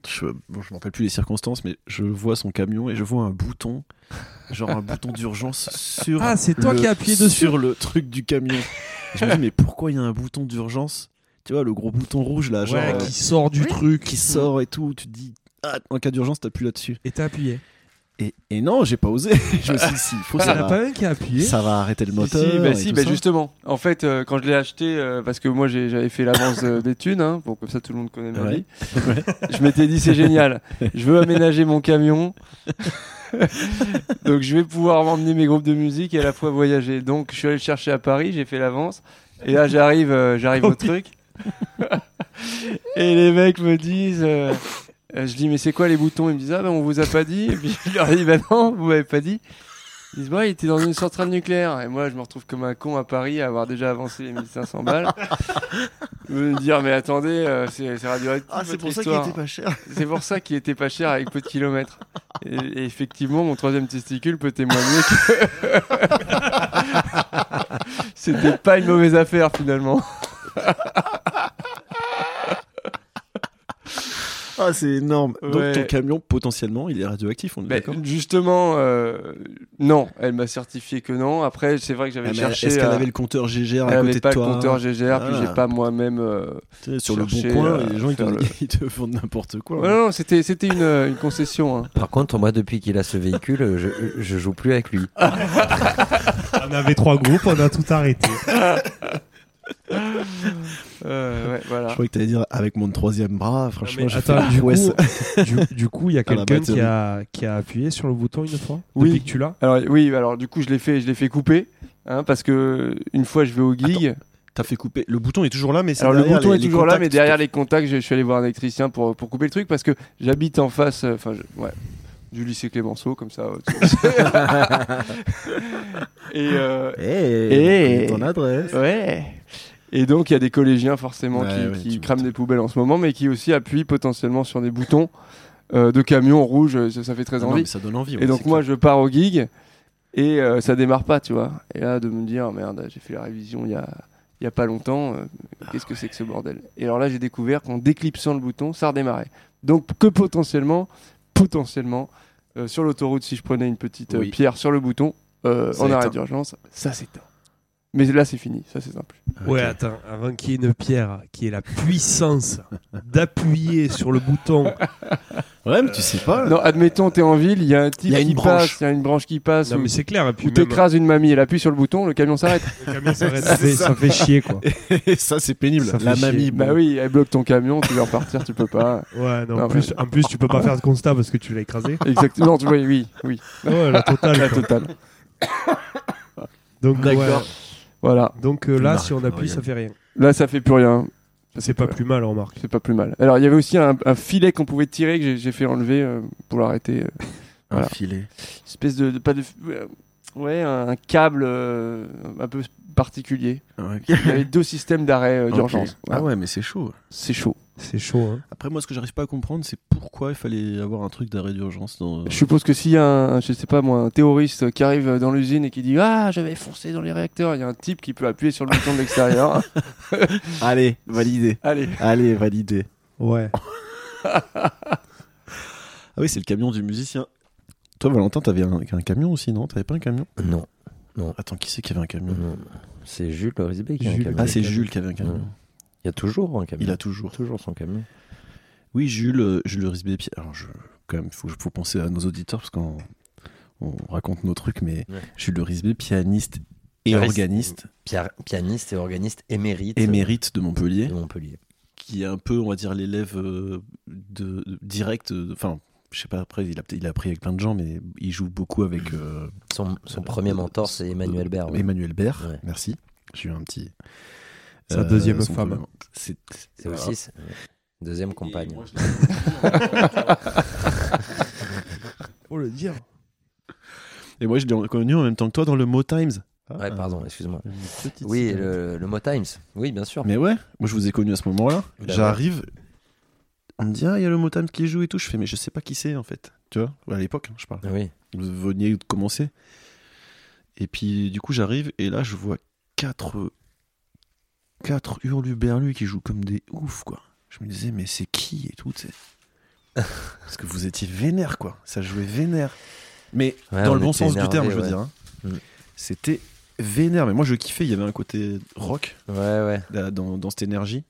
B: je, bon, je me rappelle plus les circonstances, mais je vois son camion et je vois un bouton, genre un bouton d'urgence sur.
A: Ah, c'est toi
B: le-
A: qui as appuyé dessus.
B: Sur le truc du camion. Et je me dis, mais pourquoi il y a un bouton d'urgence Tu vois, le gros bouton rouge, là, genre.
A: Ouais,
B: euh,
A: qui sort du truc.
B: qui sort et tout, tu te dis, ah, en cas d'urgence, t'appuies là-dessus.
A: Et t'as appuyé.
B: Et, et non, j'ai pas osé. (laughs) je me suis dit, si, faut
A: Il y en
B: ça
A: a pas
B: va,
A: un qui a appuyé.
B: ça va arrêter le moteur.
C: Si, si, bah,
B: et
C: si,
B: tout
C: bah,
B: ça.
C: justement. En fait, euh, quand je l'ai acheté, euh, parce que moi j'ai- j'avais fait l'avance euh, d'études, hein, bon, comme ça tout le monde connaît ma
B: Ouais.
C: vie, je m'étais dit c'est génial, je veux aménager mon camion,
B: (laughs)
C: donc je vais pouvoir emmener mes groupes de musique et à la fois voyager. Donc je suis allé le chercher à Paris, j'ai fait l'avance, et là j'arrive euh, j'arrive au truc, et les mecs me disent... euh, euh, je dis mais c'est quoi les boutons Ils me disent ah ben on vous a pas dit. Et puis je leur dis bah non vous m'avez pas dit. Ils disent bah il était dans une centrale nucléaire. Et moi je me retrouve comme un con à Paris à avoir déjà avancé les 1500 balles. me dire mais attendez euh, c'est c'est radioactif.
B: Ah, c'est
C: votre
B: pour ça qu'il
C: histoire.
B: était pas cher.
C: C'est pour ça qu'il était pas cher avec peu de kilomètres. Et, et effectivement, mon troisième testicule peut témoigner que (laughs) c'était pas une mauvaise affaire finalement.
B: Ah, c'est énorme.
C: Ouais.
B: Donc ton camion, potentiellement, il est radioactif, on est
C: Mais
B: d'accord
C: Ben, justement, euh, non, elle m'a certifié que non. Après, c'est vrai que j'avais
B: Ah, mais
C: cherché.
B: Est-ce qu'elle
C: à-
B: avait le compteur GGR
C: elle
B: à côté
C: avait
B: de
C: pas
B: toi
C: le compteur GGR, puis
B: Ah.
C: j'ai pas moi-même. euh,
B: Tu sais, Sur le bon
C: chercher,
B: coin,
C: euh,
B: les gens ils te,
C: faire le-
B: (laughs) ils te vendent n'importe quoi.
C: Ouais, non, non, c'était c'était une, euh, une
B: (laughs)
C: concession. hein.
D: Par contre, moi, depuis qu'il a ce véhicule, euh, je, je joue plus avec lui.
A: On avait trois groupes, on a tout
B: (laughs)
A: arrêté.
C: Euh, ouais,
B: Je
C: voilà.
B: croyais que t'allais dire avec mon troisième bras, franchement,
A: mais
B: j'ai
A: attends,
B: fait
A: du
B: ouais,
A: coup-
B: ça-
A: du, du coup, il y a
B: À Ah, la
A: quelqu'un qui
B: batterie.
A: a, qui a appuyé sur le bouton une fois
C: Oui.
A: Depuis que tu l'as
C: Alors oui, alors du coup, je l'ai fait, je l'ai fait couper, hein, parce que une fois, je vais au gig.
B: (laughs) T'as fait couper. Le bouton est toujours là, mais c'est
C: Alors le
B: derrière
C: bouton
B: les-
C: est
B: les
C: toujours là, mais
B: contacts,
C: derrière les contacts, je, je suis allé voir un électricien pour, pour couper le truc parce que j'habite en face, euh, enfin, je- ouais, du lycée Clémenceau,
B: (laughs)
C: comme ça. euh, tu- (laughs) et, euh,
B: Eh,
C: Eh.
B: ton adresse.
C: ouais. Et donc, il y a des collégiens forcément
B: Ouais,
C: qui,
B: ouais,
C: qui
B: tu
C: crament des poubelles en ce moment, mais qui aussi appuient potentiellement sur des boutons euh, de camions rouges. euh, Ça, ça fait très
B: Ah Non,
C: envie.
B: mais ça donne envie.
C: Et donc moi je pars au gig et euh, ça démarre pas, tu vois. Et là de me dire oh, merde, j'ai fait la révision il y a il y a pas longtemps, euh, qu'est-ce que c'est que ce bordel Et alors là j'ai découvert qu'en déclipsant le bouton, ça redémarrait. Donc que potentiellement potentiellement euh, sur l'autoroute si je prenais une petite euh,
B: Oui.
C: pierre sur le bouton euh,
B: Ça
C: en arrêt
B: éteint.
C: d'urgence, ça s'éteint. Mais là c'est fini, ça c'est simple.
B: Ah,
A: Ouais, attends, avant qu'il y ait une pierre qui ait la puissance d'appuyer sur le bouton.
B: Ah, Ouais, mais tu sais pas.
C: Non, admettons t'es en ville, il y a un
B: Il
C: type
B: y a
C: qui
B: une branche.
C: passe, il y a une branche qui passe
A: Non,
C: ou-
A: mais c'est clair. Et puis
C: ou
A: même,
C: t'écrases une mamie, elle appuie sur le bouton, le camion s'arrête.
A: le camion s'arrête.
B: (laughs) C'est
A: ça, fait-
B: ça.
A: ça fait chier,
B: (laughs)
A: quoi.
B: Et (laughs) ça, c'est pénible.
A: Ça fait
B: La
A: chier.
B: mamie.
C: bah
B: bon.
C: oui, elle bloque ton camion, tu veux repartir, tu peux pas.
A: Ouais, non,
C: Non,
A: en, plus, en plus, tu peux pas faire de constat parce que tu l'as écrasé.
C: Exactement. Non, tu vois, oui, oui.
A: Ah Ouais, la
B: Ah,
A: totale.
C: La
A: quoi.
C: totale.
A: (laughs) Donc,
B: D'accord.
A: ouais.
C: Voilà.
A: Donc euh, là,
B: Non,
A: si on
B: non,
A: appuie,
B: rien.
A: ça fait rien.
C: Là, ça fait plus rien. Ça
A: C'est
C: fait
A: pas
C: plus-
A: plus mal, hein, remarque.
C: C'est pas plus mal. Alors, il y avait aussi un, un filet qu'on pouvait tirer que j'ai- j'ai fait enlever euh, pour l'arrêter. euh,
B: Un
C: Voilà.
B: filet.
C: espèce de, de- pas de euh, ouais, un, un câble euh, un peu particulier.
B: Ouais.
C: Il y avait deux systèmes d'arrêt euh,
B: Ok.
C: d'urgence. Voilà.
B: Ah ouais, mais c'est chaud.
C: C'est chaud.
A: C'est chaud, hein.
B: Après, moi, ce que j'arrive pas à comprendre, c'est pourquoi il fallait avoir un truc d'arrêt d'urgence dans. euh.
C: Je suppose que s'il y a un, je sais pas moi, un terroriste qui arrive dans l'usine et qui dit ah j'avais foncé dans les réacteurs, il y a un type qui peut appuyer sur le bouton
B: (laughs)
C: de l'extérieur.
B: (laughs) Allez, validé.
C: Allez.
B: Allez, validé.
A: Ouais.
B: Ah oui, c'est le camion du musicien. Toi, Valentin, t'avais un, un camion aussi, non T'avais pas un camion
D: Non,
B: Attends, qui c'est qui avait un camion
D: non. c'est Jules Lorisbeck qui a un
A: Jules.
D: camion.
B: Ah, c'est Jules qui avait un camion.
D: Non. Il y a toujours un camion.
B: Il a toujours.
D: toujours son camion.
B: Oui, Jules, euh, Jules Risbé. Alors, je, quand même, il faut, faut penser à nos auditeurs parce qu'on on raconte nos trucs, mais
D: Ouais.
B: Jules Risbé, pianiste et
D: Pianiste.
B: organiste
D: Pia- pianiste et organiste émérite
B: émérite de Montpellier,
D: de Montpellier.
B: qui est un peu, on va dire, l'élève euh, de, de- direct. euh, Enfin, je sais pas, après, il a, peut-être- il a appris avec plein de gens, mais il joue beaucoup avec. euh,
D: Son, son
B: euh,
D: premier mentor,
B: euh,
D: c'est Emmanuel Baird. ouais.
B: Emmanuel Baird,
D: Ouais.
B: merci. J'ai eu un petit. euh,
A: Sa deuxième
B: son
A: femme.
B: premier- C'est
D: C'est
B: Ah.
D: aussi sa- deuxième compagne.
A: Faut Oh, le dire.
B: Et moi, je l'ai connu en même temps que toi dans le Mo Times.
A: Ah,
D: Ouais, pardon, excuse-moi.
B: Une petite
D: Oui,
B: cigarette.
D: le, le Mot Times. Oui, bien sûr.
B: Mais ouais, moi je vous ai connu à ce moment-là.
D: Bah
B: J'arrive, on me dit ah il y a le Motam qui joue et tout je fais mais je sais pas qui c'est en fait tu vois à l'époque hein, je parle
D: Ah Oui.
B: vous veniez de commencer et puis du coup j'arrive et là je vois quatre quatre hurluberlus qui jouent comme des oufs quoi je me disais mais c'est qui et tout tu
D: (laughs)
B: sais parce que vous étiez vénère quoi ça jouait vénère mais
D: Ouais,
B: dans
D: on
B: le bon
D: était
B: sens du
D: énervés,
B: terme je veux
D: ouais.
B: dire hein.
D: Mm.
B: c'était vénère mais moi je kiffais il y avait un côté rock
D: Ouais, ouais,
B: là, dans, dans cette énergie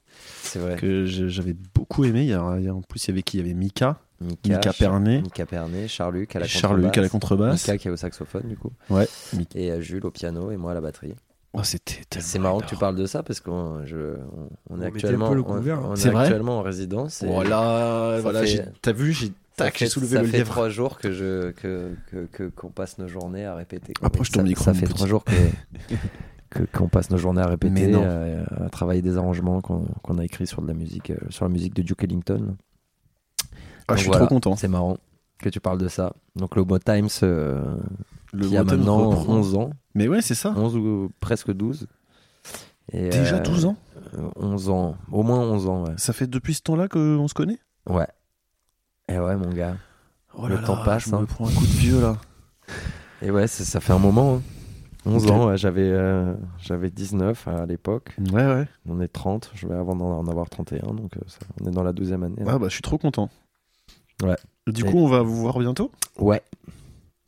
D: c'est vrai.
B: que je- j'avais beaucoup aimé. Il y a- il y a- en plus, il y avait qui Il y avait Mika,
D: Mika,
B: Mika Pernet,
D: Mika Pernet, Charluc à la
B: Charles-Luc à la
D: contrebasse,
B: contrebasse.
D: Mika qui est au saxophone du coup.
B: Ouais.
D: Et euh, Jules au piano et moi à la batterie.
B: Oh, c'était tellement
D: C'est marrant que
B: énorme.
D: tu parles de ça parce qu'on je- on,
A: On
D: on est
A: mettait un
D: actuellement
A: peu le
D: on,
A: couvert. hein.
D: on est
B: C'est vrai
D: actuellement en résidence. et
B: Voilà,
D: Ça
B: voilà.
D: fait-
B: j'ai- T'as vu, j'ai
D: ça
B: tac, j'ai
D: fait-
B: soulevé
D: ça
B: le
D: fait
B: lièvre.
D: trois jours que je que que- que- qu'on passe nos journées à répéter. quoi.
B: Approche ton
D: ça,
B: micro,
D: Ça
B: mon
D: fait
B: petit.
D: trois jours que
B: (laughs)
D: que- qu'on passe nos journées à
B: Mais
D: répéter,
B: non.
D: euh, à travailler des arrangements qu'on qu'on a écrits sur de la musique, euh, sur la musique de Duke Ellington.
B: Ah,
D: Donc
B: je suis
D: voilà,
B: trop content.
D: C'est marrant que tu parles de ça. Donc Lobo Times, euh,
B: Le
D: qui a
B: Motem
D: maintenant
B: reprend.
D: 11 ans,
B: Mais ouais, c'est ça.
D: 11 ou presque 12. Et,
B: Ah. Déjà
D: euh,
B: 12 ans.
D: euh, 11 ans, au moins 11 ans, ouais.
B: Ça fait depuis ce temps-là qu'on se connaît.
D: Ouais. Et ouais, mon gars.
B: Oh
D: Le temps passe,
B: Je me
D: hein.
B: prends un coup de vieux là.
D: Et ouais, ça, ça fait un moment. hein. 11
B: Ok.
D: ans, ouais, j'avais euh, j'avais 19 à l'époque.
B: Ouais, ouais.
D: On est 30, je vais avant d'en en avoir 31, donc euh, ça- on est dans la 12 année. là.
B: Ah bah, je suis trop content.
D: Ouais.
B: Du
D: Et-
B: coup, on va vous voir bientôt.
D: Ouais.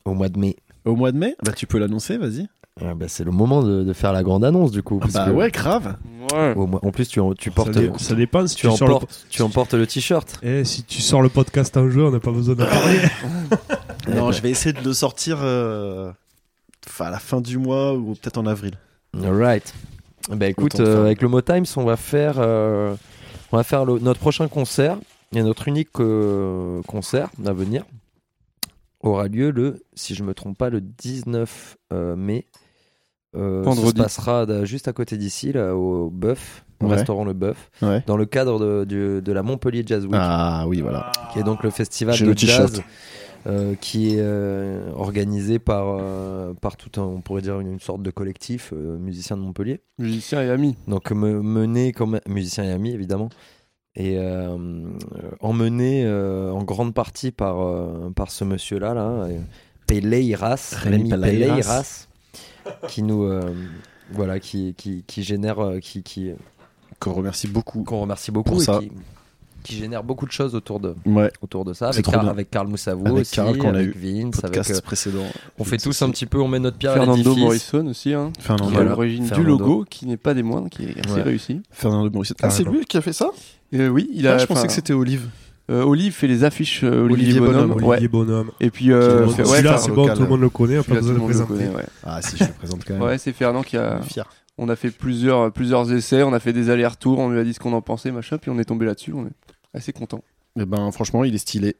D: Au mois de mai.
B: Au mois de mai. Bah, tu peux l'annoncer, vas-y.
D: Ah bah, c'est le moment de, de faire la grande annonce du coup. parce
B: Bah
D: que-
B: ouais, grave.
C: Ouais.
D: au mois- en plus, tu, en- tu portes,
A: ça, dé- ça dépend si
D: tu
A: tu, sors le...
D: emportes, tu emportes le t-shirt.
A: Eh, si tu sors le podcast en jeu, on n'a pas besoin de parler.
D: Eh ben.
B: Non, je vais essayer de le sortir euh, enfin, à la fin du mois ou peut-être en avril.
D: Alright. Bah écoute,
B: Autant faire.
D: euh, avec le mot Times, on va faire, euh, on va faire le- notre prochain concert. Et notre unique euh, concert à venir aura lieu le, si je me trompe pas, le 19 euh, mai. Euh,
C: Vendredi.
D: Ça se passera d- juste à côté d'ici, là, au Bœuf, au
B: Ouais.
D: restaurant Le Bœuf,
B: Ouais.
D: dans le cadre de, du- de la Montpellier Jazz Week.
B: Ah oui, voilà.
D: qui est donc le festival
B: J'ai
D: de
B: le t-shirt.
D: jazz euh, qui est euh, organisé par, euh, par tout un, on pourrait dire une, une sorte de collectif euh, musicien de Montpellier.
C: Musicien et ami.
D: Donc me- mené comme musicien et ami évidemment et euh, euh, emmené euh, en grande partie par, euh, par ce monsieur là là euh, Peleiras,
B: Rémi
D: Rémi
B: Peleiras.
D: Peleiras, qui nous euh, voilà qui, qui, qui génère euh, qui, qui
B: Qu'on remercie beaucoup.
D: qu'on remercie beaucoup
B: Pour
D: et
B: ça.
D: qui, qui génère beaucoup de choses autour de
B: Ouais,
D: autour de ça
B: C'est
D: avec,
B: trop
D: Car-
B: bien.
D: avec Carl Moussavou
B: Avec
D: aussi,
B: Karl qu'on a
D: avec Vince,
B: podcast
D: avec, euh,
B: précédent.
D: on fait tous un petit peu, on met notre pierre à
C: Fernando
D: l'édifice.
C: Morrison aussi, hein,
B: Enfin,
C: qui est
D: Voilà.
C: à l'origine du
D: Fernando.
C: logo, qui n'est pas des moindres, qui est assez
D: Ouais.
C: réussi.
B: Fernando Maurice. Ah, c'est lui qui a fait ça
C: Euh, oui, il a.
B: ah, Je pensais
C: enfin,
B: que c'était Olive.
C: euh, Olive fait les affiches euh, Olivier,
B: Olivier
C: Bonhomme.
B: Bonhomme,
A: Olivier
C: ouais.
A: Bonhomme.
C: Et puis, euh,
A: Bon,
C: fait- ouais,
A: Celui-là,
C: Fer-
A: c'est
B: Charles
A: bon,
B: Local,
A: tout le monde le connaît, pas
C: celui-là,
A: besoin de
C: tout le monde le
A: présenter.
C: connaît, ouais.
B: Ah si, je le présente quand même.
C: Ouais, c'est Fernand qui a.
B: On est (laughs) fier.
C: On a fait plusieurs, euh, plusieurs essais, on a fait des allers-retours, on lui a dit ce qu'on en pensait, machin, puis on est tombé là-dessus, on est assez content.
B: Eh ben, franchement, il est stylé.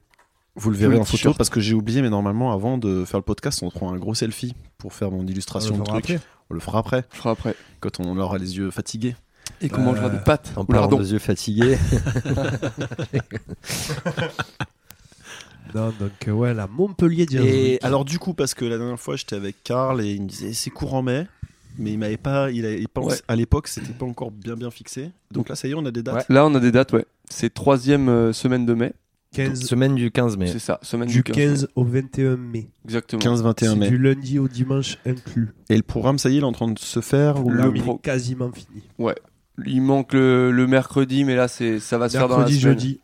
B: Vous le verrez
C: Joli
B: en photo
C: t-shirt.
B: parce que j'ai oublié, mais normalement, avant de faire le podcast, on prend un gros selfie pour faire mon illustration
A: On le
B: de
A: fera
B: truc. On le fera après,
C: Je ferai après.
B: quand on aura les yeux fatigués.
C: Et qu'on mangera des pâtes
D: En
C: au
D: parlant
C: lardon.
D: de yeux fatigués.
A: Non, donc euh, ouais, la Montpellier Jazz
B: Et
A: Week.
B: alors, du coup, parce que la dernière fois, j'étais avec Karl et il me disait c'est courant mai, mais il m'avait pas, il avait pas
C: Ouais.
B: à l'époque, c'était pas encore bien bien fixé. Donc là, ça y est, on a des dates.
D: Ouais.
C: Là, on a des dates, ouais. C'est troisième euh, semaine de mai.
A: 15,
D: Semaine du 15 mai.
C: C'est ça, semaine
A: du
C: du 15.
A: 15 au 21 mai.
C: Exactement.
B: 15-21
A: C'est
B: mai.
A: du lundi au dimanche inclus.
B: Et le programme, ça y est, il est en train de se faire. Ou...
A: Là,
C: Le
A: il
C: pro-
A: est quasiment fini.
C: Il manque le, le mercredi, mais là, c'est ça va se faire dans la
A: Mercredi,
C: semaine.
A: jeudi.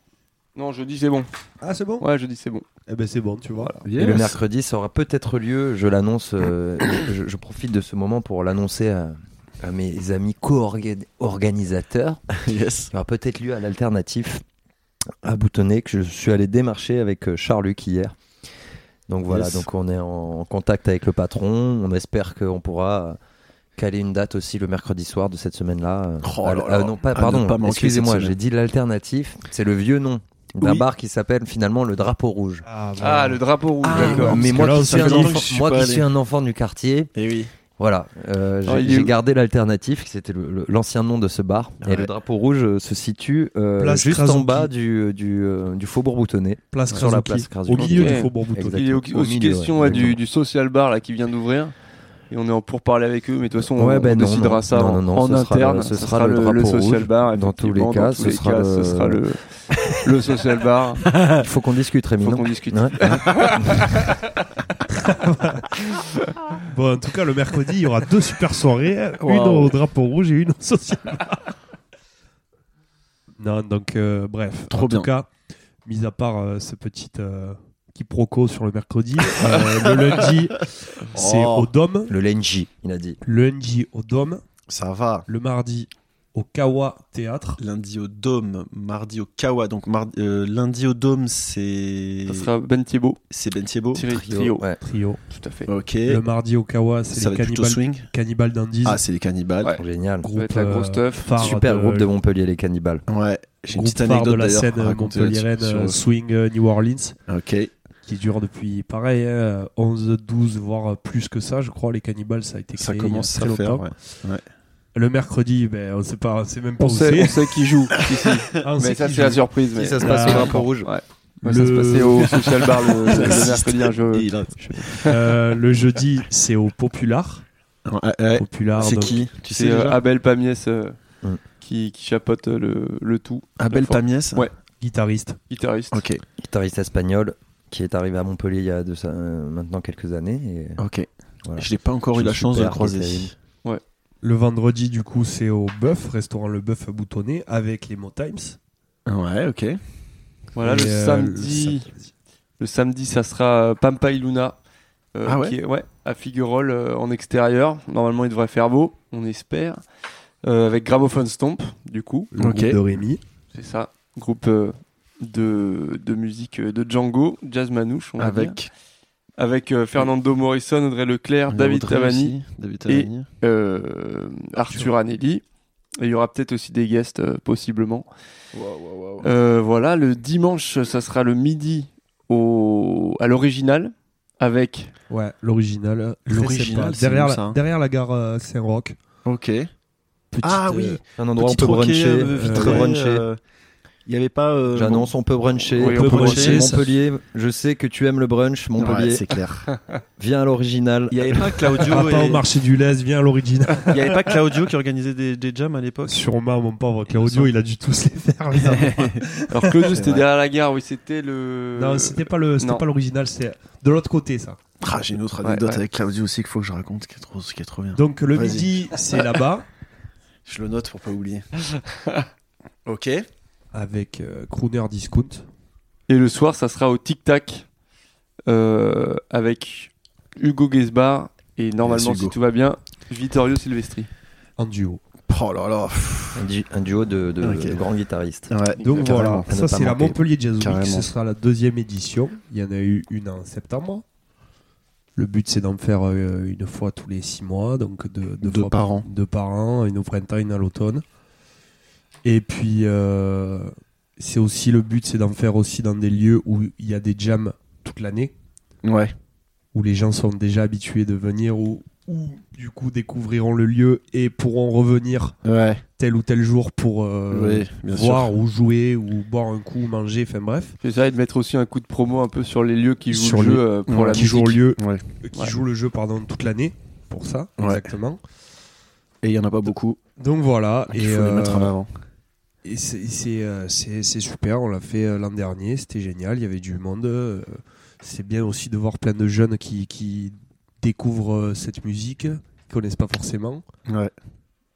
C: Non, jeudi, c'est bon.
A: Ah, c'est bon
C: Ouais, jeudi, c'est bon.
A: Eh ben, c'est bon, tu vois.
D: Et le mercredi, ça aura peut-être lieu, je l'annonce, euh, (coughs) et je, je profite de ce moment pour l'annoncer à, à mes amis co-organisateurs.
B: Yes.
D: Il y aura peut-être lieu à l'alternatif à Boutonnet que je suis allé démarcher avec euh, Charluc hier. Donc voilà,
B: Yes.
D: donc on est en contact avec le patron. On espère qu'on pourra euh, caler une date aussi le mercredi soir de cette semaine-là. euh,
B: Oh
D: à-
B: là
D: ah
B: là,
D: non, pas,
B: à ne
D: pardon,
B: pas manquer
D: excusez-moi,
B: cette semaine.
D: j'ai dit l'alternatif. C'est le vieux nom d'un
B: Oui.
D: bar qui s'appelle finalement le Drapeau Rouge.
A: Ah,
C: Ah, le drapeau rouge, d'accord.
A: Parce
D: mais
A: que
D: moi,
A: là,
D: qui,
A: ça
D: suis
A: fait
D: un,
A: longtemps
D: enfant,
A: que je suis
D: moi
A: pas
D: qui
A: allé.
D: suis un enfant du quartier,
B: Et Eh oui.
D: voilà, euh,
C: Ah, il
D: j'ai
C: est
D: j'ai
C: où
D: gardé l'alternatif, qui c'était le- le- l'ancien nom de ce bar.
B: Ouais.
D: Et le drapeau rouge euh, se situe euh,
A: Place
D: juste en
A: Krasouki.
D: bas du, du, euh, du faubourg boutonné.
A: place
D: Sur la
A: Krasouki,
D: place Krasouki.
A: Au milieu
C: Ok.
A: du faubourg Boutonnet.
D: Exact.
C: Il est au-
D: Au
C: aussi
D: milieu,
C: question
D: ouais,
C: ouais, du,
D: exactement.
C: du social bar là, qui vient d'ouvrir. et on est en pour parler avec eux, mais de toute façon, on-
D: Ouais,
C: on,
D: ben non,
C: décidera
D: non.
C: ça
D: Non,
C: en,
D: non, non,
C: en
D: ce sera
C: interne.
D: le- ce
C: Ça
D: sera le drapeau
C: social
D: rouge.
C: bar.
D: Dans tous les
C: effectivement,
D: cas,
C: dans
D: ce
C: tous les
D: sera
C: cas,
D: le-
C: ce sera
D: (laughs)
C: le, le social bar.
D: Il faut qu'on discute, Rémi.
C: Faut
D: non
C: qu'on discute.
D: Ouais.
F: Bon, en tout cas, le mercredi, il y aura deux super soirées, une
C: Waouh.
F: au drapeau rouge et une au social.
A: Non, donc euh, bref.
B: Trop
A: en
B: bien.
A: tout cas, mis à part euh, ce petit euh, quiproquo sur le mercredi, euh, le
B: (laughs)
A: lundi, c'est
B: Oh.
A: au Dôme.
D: Le Lenji, il a dit.
A: Le lundi au Dôme.
B: Ça va.
A: Le mardi au Kawa Théâtre.
B: Lundi au Dôme, mardi au Kawa. Donc mardi- euh, lundi au Dôme, c'est
C: Ça sera Ben Thibault,
B: c'est Ben Thibault.
C: tiré trio.
D: Ouais.
A: Trio.
C: Tout à fait.
B: Ok.
A: Le mardi au Kawa, c'est
B: Ça
A: les
B: va être plutôt
A: Cannibal,
B: swing.
A: Cannibal Dandies.
B: Ah, c'est les cannibales.
C: Ouais.
D: Génial.
A: groupe,
C: va être la grosse
A: euh,
C: teuf.
A: phare
D: Super
A: de-
D: groupe de Montpellier, les cannibales.
B: Ouais. J'ai une
A: groupe
B: petite
A: phare
B: anecdote
A: de la scène
B: d'ailleurs à
A: euh,
B: raconter là-dessus,
A: montpelliéraine
B: sur-
A: euh, swing euh, New Orleans
B: Ok.
A: qui dure depuis pareil hein, 11 12 voire euh, plus que ça je crois les cannibales ça a été créé
B: Ça commence
A: il y a
B: à
A: très
B: faire.
A: longtemps
B: ouais.
A: le mercredi ben on sait pas on sait même pas
C: On
A: où
C: sait, on
A: c'est
C: sait qui joue ici. (laughs)
A: Ah, on
C: mais
A: sait
C: ça,
A: qui
C: c'est la
A: joue.
C: surprise. Mais...
D: Si ça se passe
A: Ah,
D: au drapeau
A: d'accord.
D: rouge.
C: Ouais. Ouais, Ça se
A: Le-
C: passait au social
B: (laughs)
C: bar le, le mercredi. hein, je-
B: Et il a-
A: (laughs) Euh, le jeudi c'est au Popular
B: Ouais, ouais.
A: Popular
B: C'est
A: donc,
B: qui Tu
C: C'est
B: sais
C: euh,
B: déjà
C: Abel Pamiès euh,
D: Mm.
C: qui, qui chapote euh, le, le tout,
B: Abel
C: Fort.
B: Pamiès
C: Ouais.
A: guitariste
C: guitariste.
B: Ok.
D: Guitariste espagnol qui est arrivé à Montpellier il y a de ça, euh, maintenant quelques années. et-
B: Ok.
D: Voilà.
B: Je n'ai pas encore
D: Je
B: eu la
D: suis
B: chance de le
D: père,
B: croiser.
D: Catherine.
A: le vendredi du coup c'est au Bœuf restaurant Le Bœuf à Boutonnet avec les Mo Times
B: Ouais, ok.
C: Voilà, le
A: Et, euh,
C: samedi.
A: le samedi.
C: Le samedi, ça sera euh, Pampa et Luna. euh,
B: Ah ouais
C: qui est- à Figuerolles euh, en extérieur. Normalement, il devrait faire beau, on espère. Euh, avec Gramophone Stomp, du coup,
A: le
B: Ok.
A: groupe de Rémi
C: c'est ça. Groupe euh, de, de musique euh, de Django, Jazz Manouche, on va dire.
B: Avec
C: Avec euh, Fernando Morrison, Audrey Leclerc, David
B: Audrey
C: Tavani,
B: aussi, David Tavani.
C: euh, Arthur Anelli. Et il y aura peut-être aussi des guests, euh, possiblement. Euh, voilà, le dimanche, ça sera le midi au... à l'original avec
A: ouais l'original très sympa.
B: L'original, c'est
A: derrière
B: où,
A: la-
B: ça
A: derrière la gare euh, Saint-Roch
B: Ok.
A: Petite,
B: Ah
A: euh,
B: oui.
D: Un endroit où on
B: Petit
D: peut
B: troquet,
D: bruncher.
B: euh,
D: on peut
B: vitré,
D: bruncher.
B: euh, Il n'y avait pas. euh,
D: J'annonce, on peut bruncher.
C: Oui, on
D: on
C: peut
D: peut bruncher.
B: bruncher, ça-
D: Montpellier, je sais que tu aimes le brunch,
B: mon- Ouais,
D: Montpellier.
B: c'est clair.
D: Viens à l'original.
B: Il n'y avait pas (laughs) Claudio.
A: va pas au
B: et-
A: marché du Lez vient l'original
B: Il n'y avait pas Claudio qui organisait des, des jams à l'époque
A: sûrement mon pauvre Claudio il a dû tous les faire hein. les amis.
C: Alors Claudius,
B: C'est
C: c'était
B: vrai.
C: derrière la gare, oui, c'était le.
A: (laughs) Non, c'était pas le, c'était
C: non.
A: pas l'original, c'est de l'autre côté ça.
B: Ah, J'ai une autre
C: Ouais,
B: anecdote
C: ouais.
B: avec Claudio aussi qu'il faut que je raconte, qui est trop, qui est trop bien.
A: Donc le
B: Vas-y.
A: midi, c'est là-bas
B: Je le note pour pas (laughs) oublier. ok.
A: avec euh, Crooner Discount.
C: Et le soir, ça sera au Tic Tac euh, avec Hugo Guesbar et normalement,
B: Yes, Hugo.
C: si tout va bien, Vittorio Silvestri.
A: En duo.
B: Oh là là. pff.
D: Un, du- un duo de, de-
B: Ah, Ok.
D: de grands guitaristes.
B: Ouais.
A: Donc
B: Carrément.
A: voilà, ça
D: À ne pas
A: c'est la
D: manquer.
A: Montpellier Jazz Week,
B: Carrément.
A: ce sera la deuxième édition. Il y en a eu une en septembre. Le but c'est d'en faire euh, une fois tous les six mois, donc deux, deux
B: Deux
A: fois
B: par an.
A: Deux par an, une au printemps, une à l'automne. Et puis euh, c'est aussi le but c'est d'en faire aussi dans des lieux où il y a des jams toute l'année.
B: Ouais.
A: où les gens sont déjà habitués de venir ou ou du coup découvriront le lieu et pourront revenir
B: Ouais.
A: tel ou tel jour pour euh,
B: oui, bien
A: voir
B: sûr.
A: ou jouer ou boire un coup, manger, enfin bref,
C: C'est ça, et de mettre aussi un coup de promo un peu sur les lieux qui jouent
A: Sur
C: le
A: les-
C: jeu euh, pour
B: Ouais,
C: la
A: qui
C: musique.
A: joue au lieu,
B: Ouais.
A: euh, qui
C: Ouais.
A: joue le jeu pardon toute l'année pour ça
B: Ouais.
A: exactement.
B: Et il n'y en a pas beaucoup.
A: Donc voilà
B: Il
A: et,
B: faut les
A: euh,
B: mettre en avant.
A: et c'est c'est, euh, c'est- c'est super, on l'a fait euh, l'an dernier, c'était génial, il y avait du monde, euh, c'est bien aussi de voir plein de jeunes qui qui découvrent euh, cette musique, qui connaissent pas forcément.
B: Ouais.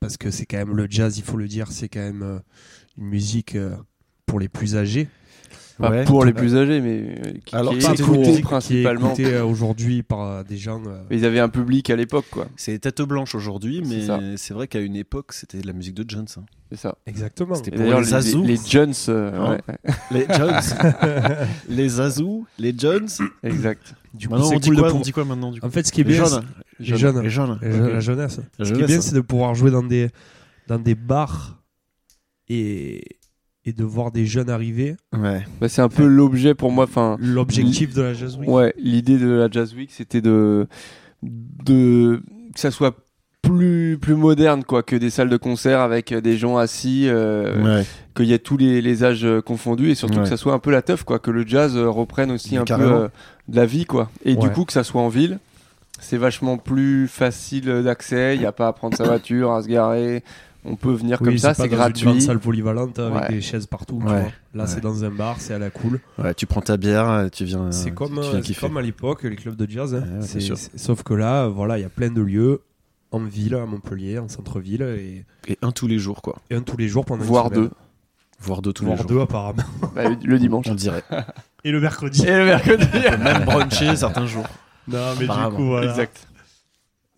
A: parce que c'est quand même le jazz, il faut le dire, c'est quand même euh, une musique euh, pour les plus âgés.
C: Pas
B: Ouais.
C: pour les plus âgés, mais euh, qui,
B: Alors
C: qui
B: que
C: est
B: c'était une
C: écouté
B: musique
C: principalement.
A: Qui est écoutée euh, aujourd'hui par euh, des gens. euh,
C: Mais Ils avaient un public à l'époque, quoi.
B: C'est les têtes blanches aujourd'hui,
C: C'est
B: mais
C: ça.
B: c'est vrai qu'à une époque, c'était de la musique de Jones. (laughs) hein.
C: C'est ça.
A: Exactement.
B: C'était
C: Et
B: pour
C: d'ailleurs,
B: les Hein. Azous.
C: les, les Jones, euh,
B: Non.
C: ouais, ouais,
B: Les Jones. les Zazou, les Jones.
C: exact.
A: Du coup,
B: Maintenant,
A: c'est
B: on dit,
A: cool de
B: quoi,
A: pouvoir-
B: on dit quoi maintenant du coup
A: En fait, ce qui est
B: Les
A: bien,
B: jeunes.
A: c'est- les jeunes,
B: Les jeunes.
A: les jeunes,
B: Ok.
A: la jeunesse.
B: La
A: Ce qui est
B: jeunesse,
A: bien,
B: hein.
A: c'est de pouvoir jouer dans des dans des bars et et de voir des jeunes arriver.
B: Ouais.
C: Bah, c'est un peu l'objet pour moi. Enfin,
A: L'objectif de la jazz week.
C: Ouais, l'idée de la Jazz Week, c'était de, de que ça soit plus plus moderne quoi que des salles de concert avec euh, des gens assis, euh,
B: Ouais.
C: qu'il y ait tous les, les âges euh, confondus et surtout
B: Ouais.
C: que ça soit un peu la teuf quoi, que le jazz euh, reprenne aussi
B: Mais
C: un
B: carrément.
C: peu euh, de la vie quoi. Et du
A: Ouais.
C: coup que ça soit en ville c'est vachement plus facile euh, d'accès. Il n'y a pas à prendre sa voiture, à se garer. On peut venir comme
A: Oui,
C: ça,
A: pas
C: c'est
A: dans Une grande
C: gratuit.
A: salle polyvalente avec
C: Ouais.
A: des chaises partout. tu
B: Ouais.
A: vois. Là, c'est
B: Ouais.
A: dans un bar, c'est à la cool.
B: Ouais, tu prends ta bière, euh, tu viens.
A: c'est
B: euh,
A: comme,
B: tu
A: euh,
B: viens
A: c'est
B: kiffer.
A: comme à l'époque les clubs de jazz. hein.
B: Ouais, ouais,
A: C'est-
B: bien sûr.
A: c'est- sauf que là, euh, voilà, il y a plein de lieux en ville, à Montpellier, en centre-ville, et,
B: Et un tous les jours, quoi.
A: et un tous les jours pendant une
C: Voire
A: semaine.
C: deux.
B: Voire deux tous les
A: voire
B: jours.
A: deux apparemment.
C: Bah, le- le dimanche.
B: On dirait.
F: Et le mercredi.
C: Et le mercredi.
B: (laughs) Même bruncher certains jours.
F: Non, mais du
B: Apparemment.
F: coup, voilà.
C: Exact.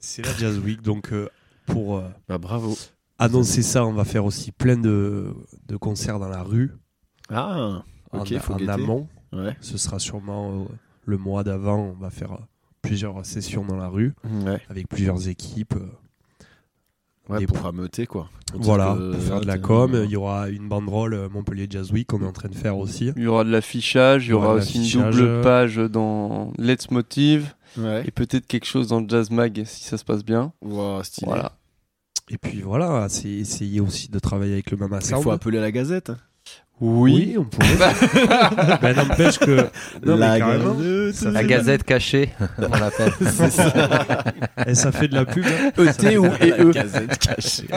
A: C'est la Jazz Week, donc euh, pour euh,
B: Bah, bravo.
A: annoncer Ah ça, on va faire aussi plein de, de concerts dans la rue
B: Ah,
A: en-
B: ok, faut
A: en,
B: guetter.
A: amont.
B: Ouais.
A: Ce sera sûrement euh, le mois d'avant. On va faire euh, plusieurs sessions dans la rue
B: Ouais,
A: avec plusieurs équipes. euh,
B: ouais
A: Et
B: pour rameuter, quoi. Pour dire
A: Voilà,
B: que,
A: pour faire de la
B: euh,
A: com. Il y aura une banderole euh, Montpellier Jazz Week qu'on est en train de faire aussi.
C: Il y aura de l'affichage, il y aura
A: de
C: aussi une
A: l'affichage.
C: double page dans Let's Motive
B: Ouais.
C: et peut-être quelque chose dans Jazz Mag si ça se passe bien.
B: Wow, stylé.
C: Voilà.
A: Et puis voilà, c'est essayer aussi de travailler avec le Mama
B: Il
A: Sound.
B: faut appeler la Gazette.
A: Oui, on
B: (laughs)
A: pourrait. ben n'empêche que non, mais carrément,
B: Gazette.
D: La gazette (laughs) cachée,
B: (laughs)
D: on l'appelle.
A: eh, ça fait de la pub. hein.
C: ET E ou
A: (laughs)
B: La
C: EE
B: Gazette cachée.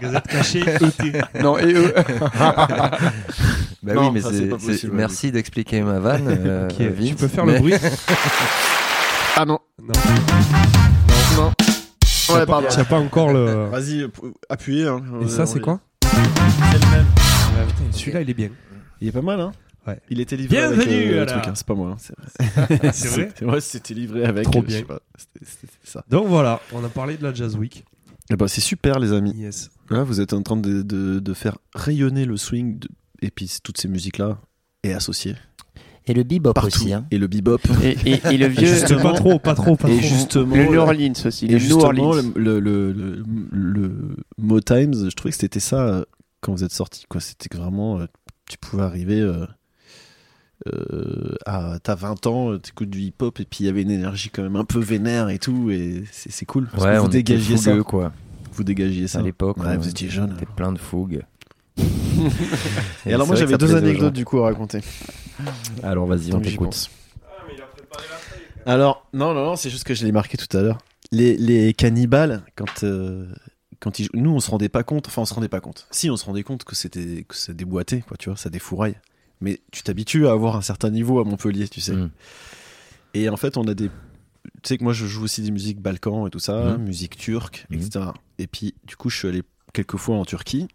F: Gazette cachée, ET.
C: Non, E EE.
D: Bah
B: Non,
D: oui, mais
B: ça,
D: c'est-
B: c'est pas
D: c'est-
B: possible,
D: merci d'expliquer
B: (laughs)
D: ma vanne. euh,
A: Ok, tu
D: Vince,
A: peux faire le
D: mais-
A: bruit
B: Ah non,
A: Non,
B: ouais, pardon.
A: t'as pas encore le.
B: Vas-y, p- appuyez. hein.
A: Et ça,
B: On-
A: c'est
B: on-
A: quoi
B: C'est le même.
A: Celui-là, il est bien.
B: Il est pas mal, hein
A: Ouais.
B: Il était livré avec
A: Bienvenue,
B: euh, le
A: voilà.
B: truc, hein, c'est pas moi. hein, C'est
A: Ah, (laughs) C'est vrai
B: Ouais, c'était livré avec.
A: Trop
B: euh, je
A: bien.
B: sais pas, c'était- C'était ça.
A: Donc voilà, on a parlé de la Jazz Week.
B: Eh ben, c'est super, les amis.
A: Yes.
B: Là, vous êtes en train de, de- de faire rayonner le swing de- et puis c- toutes ces musiques-là et associées
D: Et le bebop
B: partout.
D: aussi. hein.
B: Et le bebop.
E: Et, et- et le vieux.
B: Justement.
A: Pas trop, pas trop, pas
B: et
A: trop.
B: justement,
E: Le New Orleans aussi.
B: et
E: Le New
B: justement
E: Orleans.
B: le, le, le, le, le Mo Times, je trouvais que c'était ça euh, quand vous êtes sortis. quoi. C'était que vraiment, euh, tu pouvais arriver euh, euh, à. T'as 20 ans, euh, t'écoutes du hip-hop et puis il y avait une énergie quand même un peu vénère et tout. Et c'est c'est cool. Parce que
D: Ouais, on
B: vous
D: était
B: dégagiez ça.
D: fougueux, quoi.
B: Vous dégagiez ça.
D: À l'époque,
B: Ouais,
D: on-
B: vous étiez jeune.
D: on était plein
B: (laughs)
D: de fougue.
B: Et, alors, moi,
D: c'est vrai
B: j'avais deux
D: que ça plaisait aux gens.
B: anecdotes du coup à raconter.
D: Alors vas-y, on
B: Tant que j'y
D: t'écoute.
B: pense. Alors, non, non, non, c'est juste que je l'ai marqué tout à l'heure. Les, les cannibales, quand, euh, quand ils, nous, on se rendait pas compte, enfin, on se rendait pas compte. Si, on se rendait compte que c'était que ça déboîtait, quoi, tu vois, ça défouraille. Mais tu t'habitues à avoir un certain niveau à Montpellier, tu sais.
D: Mm.
B: Et en fait, on a des. Tu sais que moi, je joue aussi des musiques balkans et tout ça,
D: Mhm.
B: musique turque,
D: Mhm.
B: etc. Et puis, du coup, je suis allé quelques fois en Turquie.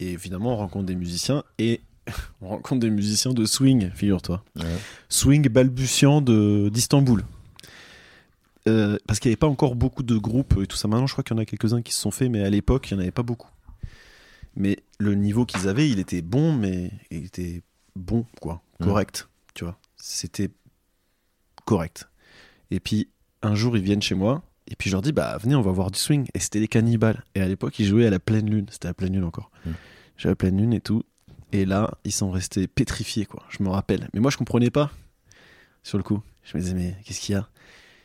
B: Et évidemment, on rencontre des musiciens. Et (laughs) on rencontre des musiciens de swing, figure-toi.
D: Ouais.
B: Swing balbutiant de- d'Istanbul. Euh, parce qu'il n'y avait pas encore beaucoup de groupes et tout ça. Maintenant, je crois qu'il y en a quelques-uns qui se sont faits, mais à l'époque, il n'y en avait pas beaucoup. Mais le niveau qu'ils avaient, il était bon, mais il était bon, quoi.
D: Mhm.
B: Correct, tu vois. C'était correct. Et puis un jour ils viennent chez moi et puis je leur dis bah venez on va voir du swing et c'était des cannibales et à l'époque ils jouaient à la pleine lune c'était à la pleine lune encore
D: Mm.
B: j'avais la pleine lune et tout et là ils sont restés pétrifiés quoi je me rappelle mais moi je comprenais pas sur le coup je me disais mais qu'est-ce qu'il y a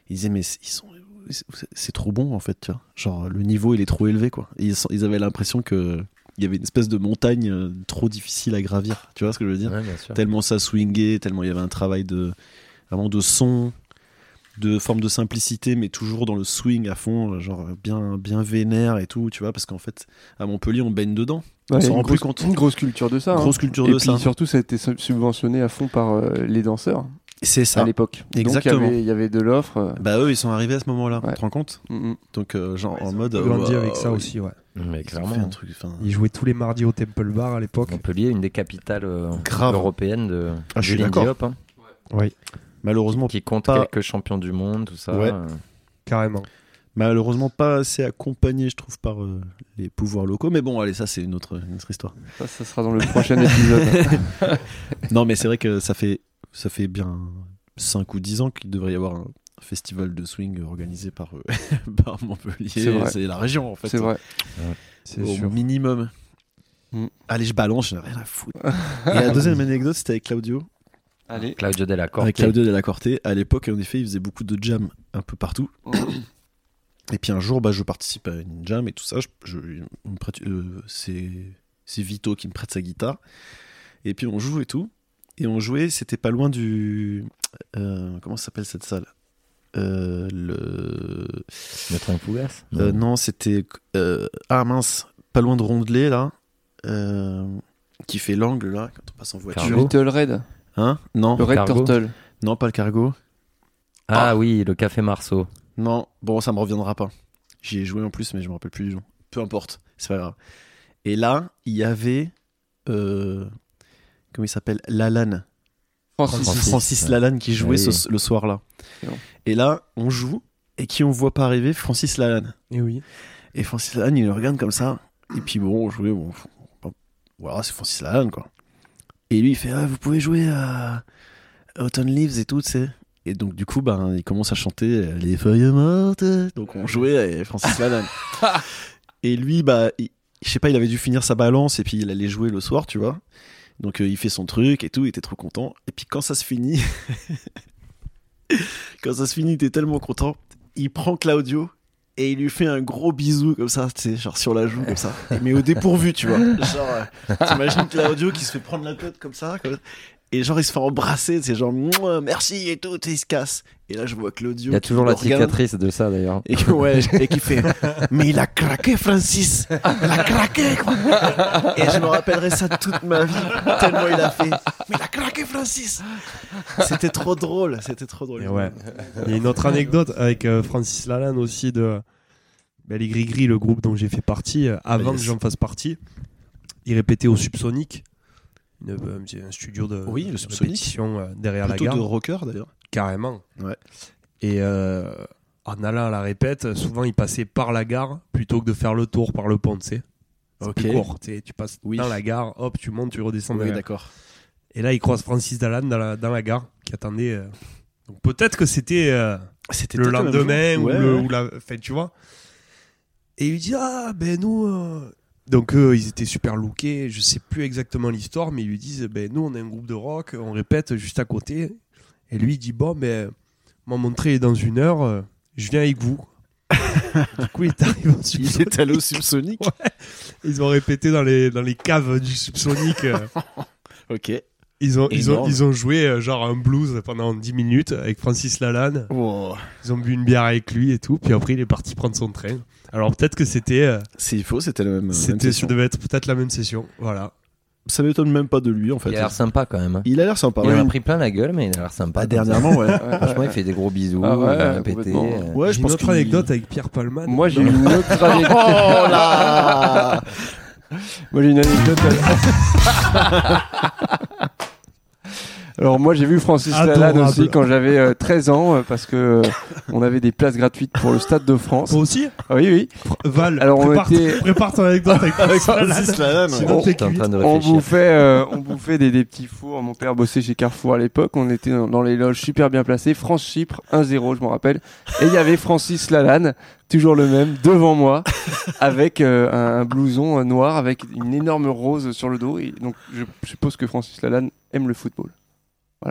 B: ils disaient mais c'est- ils sont c'est- c'est trop bon en fait tu vois genre le niveau il est trop élevé quoi Et ils, sont- ils avaient l'impression que il y avait une espèce de montagne euh, trop difficile à gravir tu vois ce que je veux dire
D: Ouais, bien sûr.
B: tellement ça swingait, tellement il y avait un travail de vraiment de son, de forme de simplicité, mais toujours dans le swing à fond, genre bien bien vénère et tout, tu vois, parce qu'en fait à Montpellier on baigne dedans,
C: Ouais,
B: on s'en
C: une
B: rend plus
C: grosse-
B: compte.
C: Une grosse culture de ça. hein.
B: Grosse culture
C: Et
B: de
C: puis
B: ça.
C: surtout, ça a été sub- subventionné à fond par euh, les danseurs
B: C'est
C: à
B: ça.
C: l'époque. Donc, il y
B: Ah. Exactement.
C: avait- il y avait de l'offre. euh,
B: Bah eux ils sont arrivés à ce moment-là,
C: Ouais.
B: tu te rends compte
C: mm, mm.
B: Donc euh, genre
A: Ils
B: en
A: ont
B: mode
A: grandi
B: euh,
A: avec ça
B: euh,
A: aussi, ouais.
D: Mais
B: ils ont fait
D: clairement,
B: un truc, enfin,
A: Ils jouaient tous les mardis au Temple Bar à l'époque.
D: Montpellier, une des capitales euh,
B: Grave.
D: européennes de
B: Ah, je suis
D: Julien
B: d'accord.
D: Diop, hein,
B: malheureusement
D: qui compte
B: Pas-
D: quelques champions du monde, tout ça.
B: Ouais.
D: euh,
A: Carrément.
B: malheureusement pas assez accompagné je trouve par euh, les pouvoirs locaux, mais bon allez ça c'est une autre une autre histoire.
C: Ça, ça sera dans le prochain épisode.
B: (laughs) Non, mais c'est vrai que ça fait, ça fait bien 5 ou 10 ans qu'il devrait y avoir un festival de swing organisé par, euh, (laughs) par
C: C'est
B: Montpellier.
C: vrai.
B: C'est la région, en fait.
C: C'est vrai.
A: C'est
B: Au
A: sûr.
B: minimum.
C: Mm.
B: Allez, je balance, j'en ai rien à
C: (laughs)
B: foutre. Et la deuxième anecdote, c'était avec Claudio.
C: Allez.
D: Claudio Della Corte.
B: Avec Claudio de la Corte. À l'époque, en effet, il faisait beaucoup de jams un peu partout. et puis un jour, bah, je participe à une jam et tout ça. Je, je- on me prête- euh, c'est, c'est Vito qui me prête sa guitare. Et puis on joue et tout. Et on jouait, c'était pas loin du. euh, comment ça s'appelle cette salle euh, le.
G: Le train Fougas
D: Mmh.
B: Euh, non, c'était. euh, ah mince, pas loin de Rondelet, là. euh, qui fait l'angle, là, quand on passe en voiture.
G: Cargo.
C: Little Red.
B: Hein Non,
C: Le Red
G: Cargo.
C: Turtle.
B: non, pas le cargo.
G: Ah oui, le café Marceau.
B: Non, bon, ça me reviendra pas. J'y ai joué en plus, mais je me rappelle plus du nom. Peu importe, c'est pas grave. Et là, il y avait. euh, comment il s'appelle Lalanne.
C: Francis.
G: Francis.
B: Francis, Lalanne qui jouait
G: Ah oui.
B: ce- le soir-là.
C: Excellent.
B: Et là, on joue, et qui on voit pas arriver Francis Lalanne.
A: Et oui.
B: Et Francis Lalanne, il le regarde comme ça. Et puis bon, jouer, bon, bon, voilà, c'est Francis Lalanne, quoi. Et lui, il fait, Ah, vous pouvez jouer à Autumn Leaves et tout, tu sais. Et donc, du coup, ben, il commence à chanter euh, Les feuilles mortes. Donc, on jouait à Francis Lalanne. et lui, bah, il- je sais pas, il avait dû finir sa balance et puis il allait jouer le soir, tu vois. Donc, euh, il fait son truc et tout, il était trop content. Et puis, quand ça se finit, (laughs) quand ça se finit, il était tellement content. Il prend Claudio et il lui fait un gros bisou comme ça, tu sais, genre sur la joue comme
G: (laughs)
B: ça, mais au dépourvu, tu vois. Genre, euh, t'imagines Claudio qui se fait prendre la tête comme ça, comme- et genre il se fait embrasser, c'est genre Mouah, merci et tout, et il se casse. Et là je vois Claudio.
G: Il y a
B: qui
G: toujours
B: me
G: la
B: regarde,
G: cicatrice de ça d'ailleurs.
B: Et qui, ouais, et qui (laughs) fait Mais il a craqué, Francis Il a craqué quoi. Et je me rappellerai ça toute ma vie, tellement il a fait Mais il a craqué, Francis C'était trop drôle, c'était trop drôle.
A: Et ouais. Il y a une autre anecdote avec euh, Francis Lalanne aussi de ben, les Gris-Gris, le groupe dont j'ai fait partie, euh, avant
B: Ah, yes.
A: que j'en fasse partie. Il répétait au Subsonic, une- euh, un petit- un studio de,
B: Oui, le
A: de
B: Subsonic.
A: répétition euh, derrière la
B: Plutôt
A: gare.
B: de rocker d'ailleurs.
A: Carrément.
B: Ouais.
A: Et euh, en allant à la répète, souvent il passait par la gare plutôt que de faire le tour par le pont, tu sais. C'est
B: Ok.
A: plus court, tu sais, tu passes
B: Oui.
A: dans la gare, hop, tu montes, tu redescends.
B: Oui,
A: derrière.
B: d'accord.
A: et là, il croise Francis Lalanne dans la, dans la gare qui attendait. euh, donc peut-être que c'était. euh,
B: C'était
A: le
B: peut-être même
A: lendemain
B: jour.
A: ou,
B: Ouais,
A: le-
B: ouais.
A: ou la fin, tu vois. Et il lui dit Ah, ben nous. euh, Donc eux, ils étaient super lookés, je sais plus exactement l'histoire, mais ils lui disent Ben nous, on est un groupe de rock, on répète juste à côté. Et lui, il dit Bon, ben, m'en montrer dans une heure, euh, je viens avec (laughs) vous. du coup, il est arrivé au
B: Il
A: Subsonic.
B: est allé au subsonic.
A: Ils ont répété dans les, dans les caves du (laughs) Subsonic. euh,
B: (laughs) Ok.
A: Ils ont, ils, ont,
B: Énorme.
A: ils ont joué euh, genre un blues pendant 10 minutes avec Francis Lalanne. Ils ont bu une bière avec lui et tout, puis après il est parti prendre son train. Alors peut-être que c'était, euh,
B: C'est faux, c'était la même, même
A: c'était, ça
B: session.
A: devait être peut-être la même session, voilà.
B: Ça m'étonne même pas de lui en fait.
D: Il a l'air sympa quand même. hein.
B: Il a l'air sympa.
D: Il en a
B: Oui.
D: pris plein la gueule, mais il a l'air
B: Pas
D: sympa. comme ça.
B: dernièrement, ouais.
D: (laughs) Franchement, il fait des gros bisous.
C: Ah ouais,
D: il en a pété.
C: complètement.
D: euh.
B: Ouais,
A: j'ai une autre
B: qu'il-
A: anecdote avec Pierre Palman.
C: Moi, j'ai une (laughs) autre anecdote.
B: Oh
A: (laughs)
B: là
A: Oh
C: Moi j'ai une anecdote. Alors moi j'ai vu Francis Lalanne
A: Adorable.
C: aussi quand j'avais euh, 13 ans euh, parce que euh, on avait des places gratuites pour le Stade de France.
A: Toi aussi
C: Ah oui oui.
A: Val,
C: Alors, on
A: prépare,
C: était-
A: prépare ton anecdote avec Francis Lalanne.
B: Francis Lalanne, ouais.
A: Sinon, t'es
D: T'es en
A: cuite.
D: train de
C: On
D: réfléchir.
C: bouffait, euh, on bouffait des, des petits fours. Mon père bossait chez Carrefour à l'époque. On était dans, dans les loges super bien placées. France-Chypre 1-0, je m'en rappelle. Et il y avait Francis Lalanne, toujours le même, devant moi, avec euh, un, un blouson euh, noir, avec une énorme rose sur le dos. Et donc, je, je suppose que Francis Lalanne aime le football.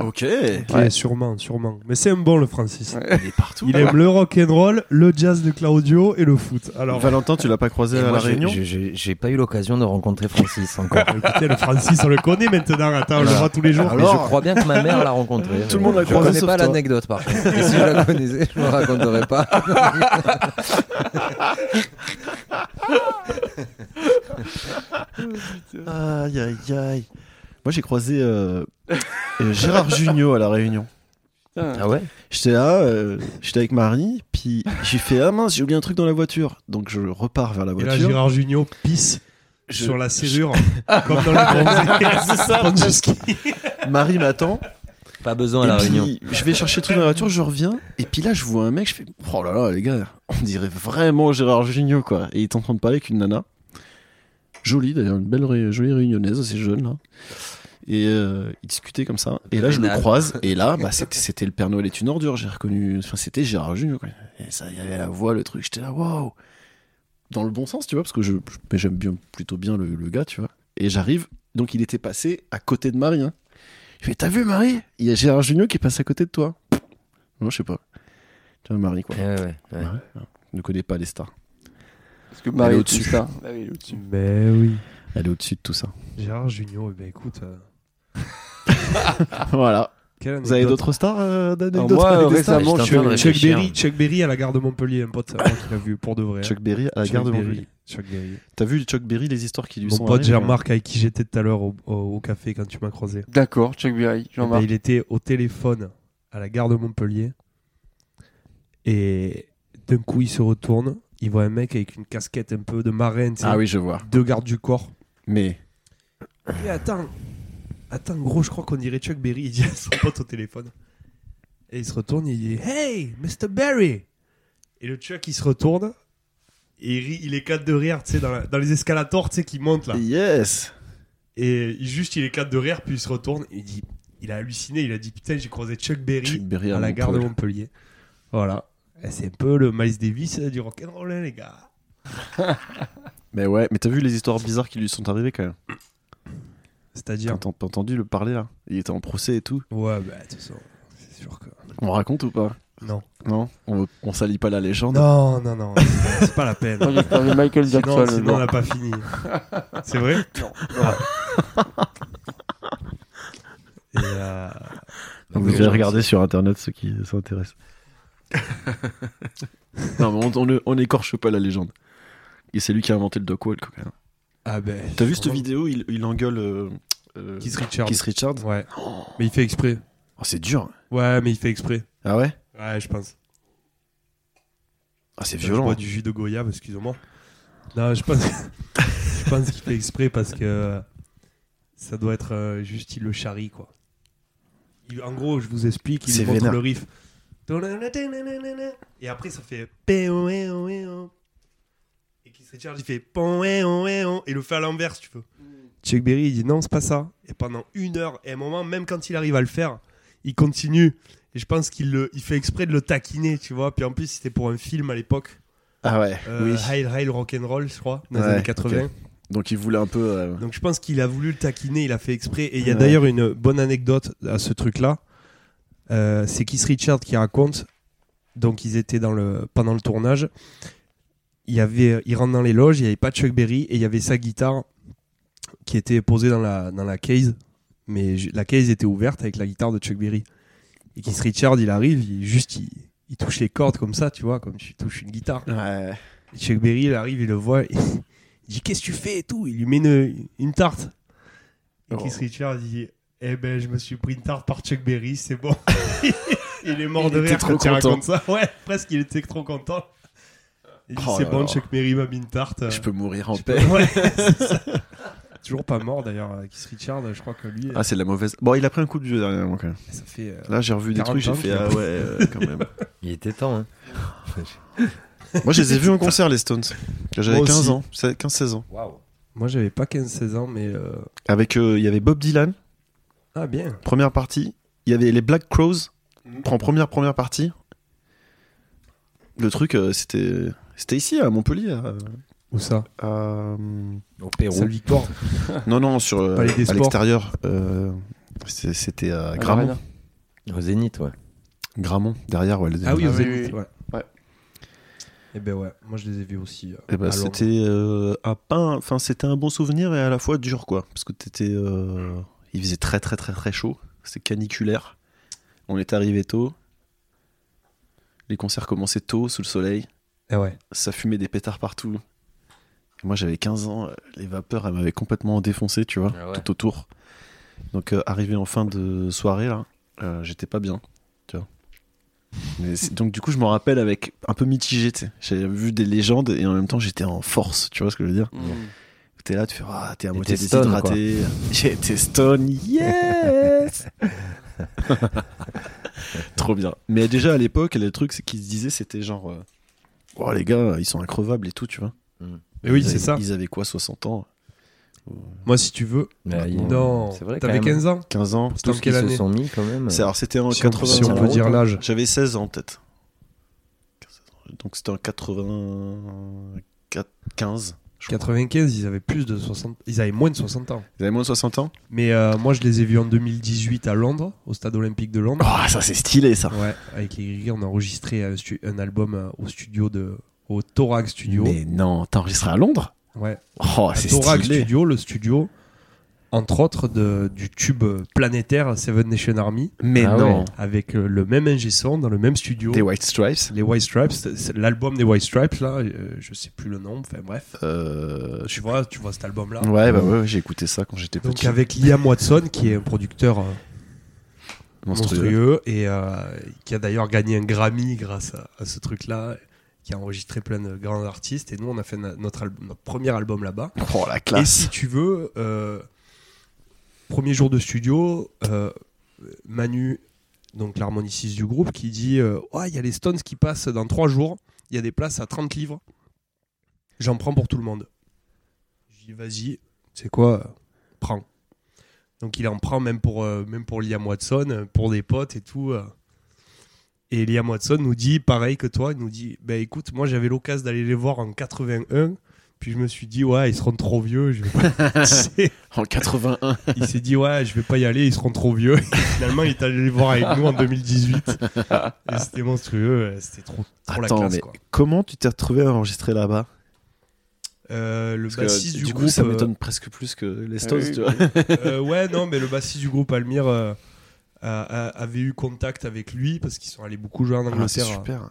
B: Ok.
A: Ouais, sûrement, sûrement. Mais c'est un bon le Francis.
C: Ouais.
B: Il est partout.
A: Il aime le rock and roll, le jazz de Claudio et le foot. Alors,
B: Valentin, tu l'as pas croisé
D: Et
B: euh, à
D: moi,
B: la
D: j'ai-
B: réunion
D: j'ai- J'ai j'ai pas eu l'occasion de rencontrer Francis
B: (laughs)
D: encore.
A: écoutez, le Francis, on le connaît maintenant. Attends, on le
D: Voilà.
A: voit tous les jours.
D: Mais je crois bien que ma mère l'a rencontré.
B: (laughs) Tout le
D: mais
B: monde l'a
D: Je
B: croisé,
D: connais
B: sauf
D: pas
B: toi.
D: l'anecdote par contre. Et si je la connaissais, je ne raconterais pas.
B: Aïe aïe aïe. Moi j'ai croisé euh, euh, Gérard Junior à la réunion.
C: Putain.
D: Ah ouais
B: J'étais là, euh, j'étais avec Marie, puis j'ai fait ah mince j'ai oublié un truc dans la voiture. Donc je repars vers la
A: Et là,
B: voiture.
A: Gérard Junior pisse
B: Je-
A: sur la serrure, comme dans le bronzé.
B: Marie m'attend.
D: Pas besoin à la
B: Et puis,
D: réunion.
B: Je vais chercher tout dans la voiture, je reviens, et puis là je vois un mec, je fais Oh là là, les gars, on dirait vraiment Gérard Jugnot quoi. Et il est en train de parler avec une nana. Jolie d'ailleurs, une belle ré- jolie réunionnaise, assez jeune là. Et euh, il discutait comme ça. Et là je le
D: Rénal.
B: croise, et là bah, c'était, c'était le Père Noël est une ordure, j'ai reconnu. Enfin c'était Gérard Jugnot quoi. Et ça, il y avait la voix, le truc, j'étais là, waouh Dans le bon sens, tu vois, parce que je, mais j'aime bien, plutôt bien le, le gars, tu vois. Et j'arrive, donc il était passé à côté de Marie, hein. Je fais, t'as vu Marie Il y a Gérard Junior qui passe à côté de toi. Non, je sais pas. Tu vois, Marie,
A: Eh,
B: quoi.
D: Ouais, ouais, ouais.
B: Ouais. Ne connais pas les stars.
C: Parce que Marie
B: au-dessus.
C: est Bah oui, elle est au-dessus.
A: Mais oui.
B: Elle est au-dessus de tout ça.
A: Gérard Junior, eh ben écoute, euh,
B: (laughs) voilà.
A: Quelle
B: Vous avez
A: anecdote
B: d'autres stars euh,
C: Alors
B: d'anecdotes
C: Ah, moi,
B: avec des stars
C: récemment,
D: Putain,
C: je
D: plein de
C: suis.
D: réflexions.
A: Chuck
D: réfléchir.
A: Berry, Chuck Berry à la gare de Montpellier, un pote, c'est moi qui l'a vu pour de vrai.
B: Chuck Berry à la
A: Chuck
B: gare de
A: Berry,
B: Montpellier.
A: Chuck Berry.
B: T'as vu Chuck Berry, les histoires qui lui
A: Mon
B: sont
A: pote
B: arrivées
A: Jean-Marc avec qui j'étais tout à l'heure au, au- au café quand tu m'as croisé.
C: D'accord, Chuck Berry,
A: Eh ben,
C: Jean-Marc.
A: il était au téléphone à la gare de Montpellier. Et d'un coup, il se retourne. Il voit un mec avec une casquette un peu de marin, tu sais,
B: Ah oui, je vois.
A: deux gardes du corps.
B: Mais
A: Mais Eh, attends, attends, gros, je crois qu'on dirait Chuck Berry. Il dit à son pote au téléphone. Et il se retourne, il dit Hey, Mr. Berry Et le Chuck, il se retourne. Et il, rit, il éclate de rire, tu sais, dans, la- dans les escalators, tu sais, qui montent là.
B: yes
A: Et il- juste, il éclate de rire, puis il se retourne. et il dit Il a halluciné, il a dit Putain, j'ai croisé Chuck Berry
B: Chuck Berry
A: à la gare de
B: Montpellier.
A: Montpellier. Voilà. Et C'est un peu le Miles Davis euh, du rock'n'roll, hein, les gars.
B: Mais ouais, mais t'as vu les histoires bizarres qui lui sont arrivées quand même.
A: C'est-à-dire.
B: T'as t'as entendu le parler là Il était en procès et tout.
A: Ouais, bah, de toute façon, c'est sûr que.
B: On raconte ou pas
A: Non.
B: Non On, on salit pas la légende
A: Non, non, non, (laughs) c'est c'est pas la peine.
E: Moi, j'ai parlé de Michael Jackson.
A: Sinon,
C: euh,
B: bah,
A: sinon, on n'a pas fini. C'est vrai Et, euh,
B: Vous allez regarder sur internet ceux qui s'intéressent. (laughs) non, mais on, on, ne- on n'écorche pas la légende. Et c'est lui qui a inventé le duck walk. quand même.
A: Ah ben.
B: T'as vu cette vidéo Il, il engueule euh, euh,
A: Kiss Richard.
B: Keith Richards
A: Ouais. Mais il fait exprès.
B: Oh, C'est dur.
A: Ouais, mais il fait exprès.
B: Ah ouais
A: Ouais, je pense.
B: Ah, C'est
A: Je
B: violent.
A: bois du jus de goyave, excusez-moi. Non, je pense, (laughs) je pense qu'il fait exprès parce que ça doit être euh, juste il le charrie quoi. Il- en gros, je vous explique, il
B: C'est
A: lui montre
B: vénère.
A: le riff. Et après ça fait P-O-E-O-E-O. et Keith Richards il fait P-O-E-O-E-O. et le fait à l'envers si tu veux. Chuck Berry il dit non c'est pas ça et pendant une heure et à un moment même quand il arrive à le faire il continue et je pense qu'il le il fait exprès de le taquiner tu vois puis en plus c'était pour un film à l'époque
B: Ah ouais,
A: euh,
B: oui.
A: Hail Hail Rock'n'Roll, je crois, dans
B: Ouais,
A: les années 80.
B: Donc il voulait un peu. euh,
A: Donc je pense qu'il a voulu le taquiner, il a fait exprès. Et il y a
B: Ouais.
A: d'ailleurs une bonne anecdote à ce truc-là. Euh, c'est Keith Richard qui raconte. Donc ils étaient dans le, pendant le tournage. Il, y avait, euh, il rentre dans les loges, il n'y avait pas de Chuck Berry et il y avait sa guitare qui était posée dans la, dans la case. Mais ju- la case était ouverte avec la guitare de Chuck Berry. Et Keith Richard, il arrive, il, juste il, il touche les cordes comme ça, tu vois, comme tu touches une guitare.
B: Ouais.
A: Et Chuck Berry, il arrive, il le voit, il (laughs) dit Qu'est-ce que tu fais et tout Il lui met une, une tarte. Et Keith
B: Oh.
A: Richards dit Eh ben, je me suis pris une tarte par Chuck Berry, c'est bon.
B: (laughs)
A: il est mort
B: Il
A: de
B: était
A: rire
B: trop
A: quand il
B: content.
A: raconte ça. Ouais, presque, il était trop content. Il dit
B: Oh
A: C'est
B: là
A: bon,
B: là.
A: Chuck Berry m'a mis une tarte.
B: Je Euh, peux mourir en
A: Je
B: paix. (laughs)
A: Ouais, c'est ça. Toujours pas mort d'ailleurs, euh, Keith Richards, je crois que lui,
B: Ah, c'est de la mauvaise. Bon, il a pris un coup de vieux dernièrement quand même.
A: euh, ça fait. euh,
B: Là, j'ai revu des
A: 40
B: trucs, j'ai
A: ans
B: fait
A: qu'il a
B: ah ouais,
A: pris.
B: euh, quand même.
G: Il était temps, hein.
B: Moi, je les ai vus en concert, les Stones. Quand j'avais
A: Moi aussi.
B: 15 ans, 15-16 ans.
A: Moi j'avais pas 15-16 ans, mais. euh,
B: Avec, euh, il y avait Bob Dylan,
A: Ah bien.
B: première partie. Il y avait les Black Crows, en première, première partie. Le truc, euh, c'était. C'était ici, à Montpellier. à-
A: Où ça
B: à-
D: Au Pérou.
A: Salle Victoire.
B: Non, non, sur, euh,
A: Palais des
B: à
A: Sports.
B: l'extérieur. euh, c'est- C'était à Gramont.
C: Arena.
G: Au Zénith, ouais.
B: Gramont, derrière, ouais. le-
A: Ah oui,
C: Ah
A: aux
C: oui,
A: Zénith,
C: oui.
A: ouais.
C: Ouais.
A: Et ben ouais, moi je les ai vus aussi. euh,
B: Eh ben,
A: à Londres.
B: c'était euh, un pain, enfin c'était un bon souvenir et à la fois dur quoi, parce que t'étais, euh, il faisait très très très très chaud, c'est caniculaire, on est arrivé tôt, les concerts commençaient tôt sous le soleil,
A: Eh ouais.
B: ça fumait des pétards partout. Et moi j'avais 15 ans, euh, les vapeurs elles m'avaient complètement défoncé, tu vois,
D: Ah ouais.
B: tout autour. Donc euh, arrivé en fin de soirée là, euh, j'étais pas bien, tu vois. Mais c'est- donc du coup je m'en rappelle avec un peu mitigé, tu sais. J'avais vu des légendes et en même temps j'étais en force, tu vois ce que je veux dire.
C: Mm.
B: T'es là, tu fais, ah, t'es à
G: Et
B: moitié
G: t'es stone,
B: (laughs) déshydraté. J'étais stone, yes (laughs) Trop bien. Mais déjà, à l'époque, le truc c'est qu'ils se disaient, c'était genre, euh, oh les gars, ils sont increvables et tout, tu vois.
A: Mais Eh oui,
B: Ils
A: c'est
B: avaient-
A: ça.
B: Ils avaient quoi, 60 ans
A: Moi, si tu veux.
D: Ah,
G: Mais ils-
A: non.
G: C'est vrai, quand
A: T'avais
G: même.
A: 15 ans
B: 15 ans
A: C'était
G: Tout
A: en
G: ce qu'ils
A: quelle
G: se
A: année
G: sont mis, quand même.
B: C'est- Alors, c'était en
A: si on,
B: 80.
A: si on peut dire l'âge.
B: J'avais 16 ans, peut-être. Donc, c'était en 95.
A: 95, ils avaient plus de 60. Ils avaient moins de 60 ans.
B: Ils avaient moins de 60 ans
A: Mais euh, moi, je les ai vus en 2018 à Londres, au Stade Olympique de Londres.
B: Oh, ça, c'est stylé, ça.
A: Ouais, avec les Grigri, on a enregistré un, stu- un album euh, au studio de. Au Thorax Studio.
B: Mais non, t'as enregistré à Londres
A: Ouais.
B: Oh,
A: À
B: c'est
A: Thorax
B: stylé.
A: Studio, le studio. entre autres de- du tube euh, planétaire Seven Nation Army,
B: Mais
D: Ah
B: non.
D: ouais.
A: avec euh, le même ingé son dans le même studio.
B: Des White Stripes.
A: Les White Stripes, c'est- c'est l'album des White Stripes, là, euh, je sais plus le nom, enfin bref.
B: Euh, je-
A: Tu vois, tu vois cet album-là.
B: Ouais, bah ouais, ouais, j'ai écouté ça quand j'étais
A: Donc
B: petit.
A: avec Liam Watson, qui est un producteur euh, monstrueux,
B: Monstrueux.
A: et euh, qui a d'ailleurs gagné un Grammy grâce à, à ce truc-là, qui a enregistré plein de grands artistes. Et nous, on a fait na- notre, al- notre premier album là-bas.
B: (laughs) Oh la
A: Et
B: classe.
A: si tu veux, euh, premier jour de studio, euh, Manu, donc l'harmoniciste du groupe, qui dit euh, Ouais, il y a les Stones qui passent dans trois jours, il y a des places à 30 livres, j'en prends pour tout le monde. Je dis Vas-y, c'est quoi euh, Prends. Donc il en prend même pour, euh, même pour Liam Watson, euh, pour des potes et tout. euh. Et Liam Watson nous dit, pareil que toi, il nous dit Bah écoute, moi j'avais l'occasion d'aller les voir en 81. Puis je me suis dit, ouais, ils seront trop vieux. Je vais pas- C'est- (laughs)
B: En 81.
A: il s'est dit, ouais, je vais pas y aller, ils seront trop vieux. Et finalement, il est allé les voir avec nous en 2018. Et c'était monstrueux, ouais, c'était trop, trop la
B: Attends,
A: classe.
B: mais-
A: quoi.
B: Comment tu t'es retrouvé à enregistrer là-bas
A: Euh, le
B: Parce que,
A: bassiste du,
B: du coup,
A: groupe.
B: ça
A: euh, Ah
B: m'étonne presque plus que les Stones,
C: oui,
B: tu vois.
A: euh, ouais, non, mais le bassiste du groupe Almir euh, a- a- avait eu contact avec lui parce qu'ils sont allés beaucoup jouer en
B: Ah, c'est
A: Angleterre.
B: super.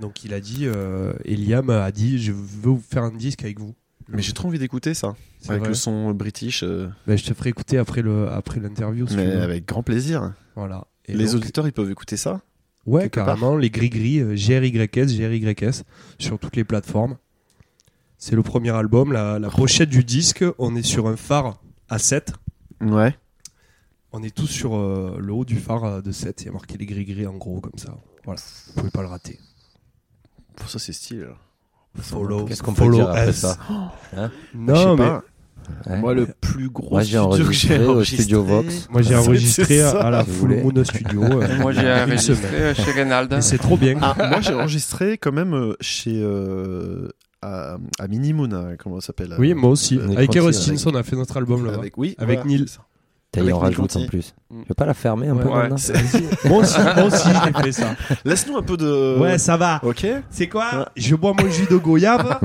A: Donc il a dit, euh, et Liam a dit, je veux vous faire un disque avec vous.
B: Mais j'ai trop envie d'écouter ça.
A: C'est
B: Avec
A: vrai.
B: le son british. euh,
A: Ben, je te ferai écouter après le après l'interview. si tu
B: mais
A: veux.
B: avec grand plaisir.
A: Voilà. Et
B: les
A: donc-
B: auditeurs, ils peuvent écouter ça
A: Ouais,
B: quelque
A: carrément, les gris-gris, euh, GRYS, GRYS, sur toutes les plateformes. C'est le premier album, la, la pochette du disque, on est sur un phare à 7.
B: Ouais.
A: On est tous sur euh, le haut du phare euh, de 7, il y a marqué les gris-gris en gros comme ça. Voilà, vous pouvez pas le rater.
B: Pour ça, c'est stylé.
A: Follow,
D: Qu'est-ce qu'on peut
A: follow
D: dire après
A: us.
D: ça
B: Je sais
A: Non, mais
B: pas.
D: Ouais.
B: Moi, le plus gros
D: Moi, j'ai
B: studio que
D: enregistré
B: j'ai
D: au
B: enregistré
D: Studio Vox. (laughs)
A: moi j'ai
B: C'est- c'est
A: enregistré
B: ça.
A: à la
D: Vous
A: Full
D: voulez
A: Moon Studio. euh,
C: (laughs) Moi, j'ai
A: une
C: enregistré
A: semaine.
C: euh, chez Reynald.
A: Et c'est trop bien.
B: Ah, moi, j'ai enregistré quand même euh, chez. euh, à, à Minimoon, hein, comment ça s'appelle
A: Oui,
B: euh,
A: moi aussi.
B: euh,
A: Avec
B: Necrotis,
A: Eros Stinson, on a fait notre album là-bas.
B: Avec, oui,
A: hein. Avec
B: voilà,
A: Neil.
B: c'est ça.
D: T'as eu
B: Avec
D: en rajoute en
B: Nicotti.
D: plus. Je peux pas la fermer un
A: Ouais.
D: peu
C: Ouais.
D: maintenant
A: Moi aussi, moi aussi j'ai fait ça. (laughs)
B: Laisse-nous un peu de.
A: Ouais, ça va.
B: Ok.
A: C'est quoi
B: Euh, Ouais.
A: Je bois mon jus de goyave.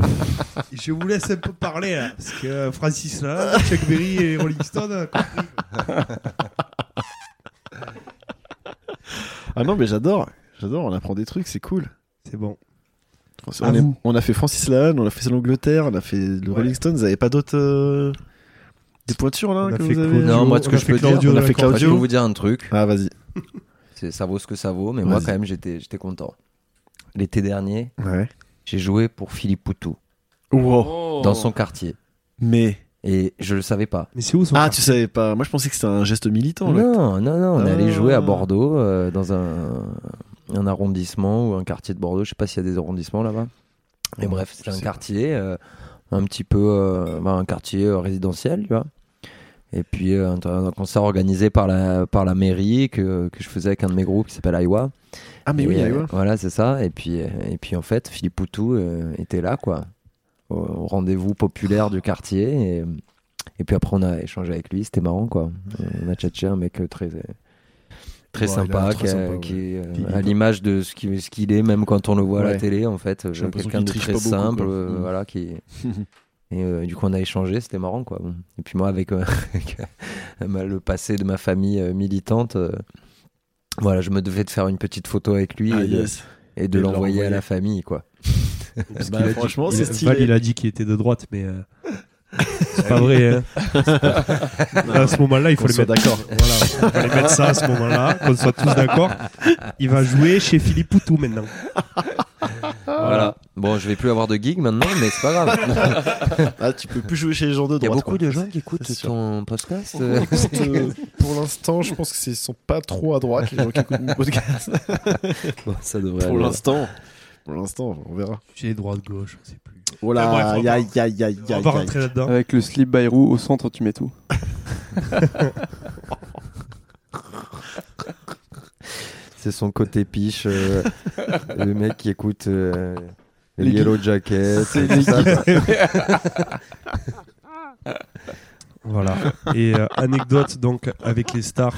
A: je vous laisse un peu parler là, parce que euh, Francis là, Chuck Berry et Rolling Stone. euh, quoi.
B: Ah non, mais j'adore. J'adore, on apprend des trucs, c'est cool.
A: C'est bon.
B: On,
A: À
B: est-
A: vous.
B: on a fait Francis Lalanne, on a fait l'Angleterre, on a fait le Rolling Stones, vous avez pas d'autres. euh, des pointures là
A: On a
B: que
A: fait
B: vous avez
A: Claudio.
D: Non, moi, ce
A: On
D: que
A: a
D: je
A: fait
D: peux dire,
A: Claudio
B: on a
A: de la
B: fait
A: Corte.
D: Moi, Je peux
B: Claudio.
D: vous dire un truc.
B: Ah, vas-y.
D: C'est- Ça vaut ce que ça vaut, mais moi,
B: Vas-y.
D: quand même, j'étais j'étais content. L'été dernier,
B: Ouais.
D: j'ai joué pour Philippe Poutou
B: Wow.
C: Oh.
D: dans son quartier.
B: Mais.
D: Et je le savais pas.
A: Mais c'est où son
B: Ah,
A: frère
B: tu savais pas. Moi, je pensais que c'était un geste militant. là.
D: Non, non, non, on est allé
B: Oh, Ah.
D: jouer à Bordeaux, euh, dans un, un arrondissement ou un quartier de Bordeaux, je sais pas s'il y a des arrondissements là-bas. Mais
B: Ouais,
D: bref,
B: je
D: c'est un
B: sais pas.
D: quartier, euh, un petit peu, euh, bah, un quartier euh, résidentiel, tu vois. Et puis euh, un, un concert organisé par la, par la mairie que, que je faisais avec un de mes groupes qui s'appelle Aiwa.
B: Ah, mais
D: Et,
B: oui,
D: euh,
B: ah, ouais.
D: Voilà, c'est ça. Et puis, euh, et puis en fait, Philippe Poutou euh, était là, quoi, au, au rendez-vous populaire du quartier. Et, euh, et puis après, on a échangé avec lui, c'était marrant, quoi. Euh, On a tchatché un mec euh, très. euh, Très
B: Ouais, il a
D: sympa,
B: l'air très
D: qui, a-
B: sympa, ouais.
D: qui est euh,
B: Puis il-
D: à l'image de ce qu'il ce qu'il est, même quand on le voit à
B: Ouais.
D: la télé, en fait. euh,
B: J'ai l'impression
D: Quelqu'un
B: qu'il
D: de
B: triche
D: très
B: pas beaucoup,
D: simple,
B: quoi.
D: euh,
B: Mm. (laughs)
D: voilà, qui. Et euh, du coup, on a échangé, c'était marrant, quoi. Et puis moi, avec, euh, (laughs) avec, euh, ma- le passé de ma famille euh, militante, euh, voilà, je me devais de faire une petite photo avec lui
B: Ah,
D: et, de-
B: yes.
D: et de
B: de
D: l'envoyer à
B: l'envoyer.
D: la famille, quoi.
A: Parce
B: bah,
A: qu'il a dit-
B: franchement,
A: il a-
B: c'est stylé.
A: Val, il a dit qu'il était de droite, mais euh, c'est pas vrai. hein.
B: (laughs)
A: à ce moment-là, il faut
B: Qu'on
A: les
B: soit
A: mettre
B: d'accord.
A: Voilà, il faut les mettre ça à ce moment-là, qu'on soit tous d'accord. Il va jouer chez Philippe Poutou maintenant.
D: Voilà. Bon, je vais plus avoir de gig maintenant, mais c'est pas (laughs) grave.
B: (laughs) Ah, tu peux plus jouer chez les gens de droite.
D: Il y a
B: quoi.
D: beaucoup de gens qui écoutent
B: C'est
D: (laughs)
B: sûr.
D: ton podcast. euh,
B: Écoute, euh, pour l'instant, je pense que ce sont pas trop à droite les gens qui écoutent mon podcast.
D: (laughs) bon, ça devrait
B: pour
D: aller.
B: l'instant, pour l'instant, on verra.
A: Chez les droites gauche, je sais plus.
B: Oh
H: Ah, bref,
B: là,
H: on
B: aïe,
H: va-
B: aïe, aïe, aïe,
A: On
B: aïe,
A: va
B: aïe.
A: rentrer là-dedans.
C: Avec le slip Bayrou au centre, tu mets tout.
D: (laughs) C'est son côté piche, (laughs) euh, le mec qui écoute euh, les,
C: Les
D: Yellow Jackets.
C: C'est
D: tout ça, quoi.
A: Voilà. Et euh, anecdote donc avec les stars.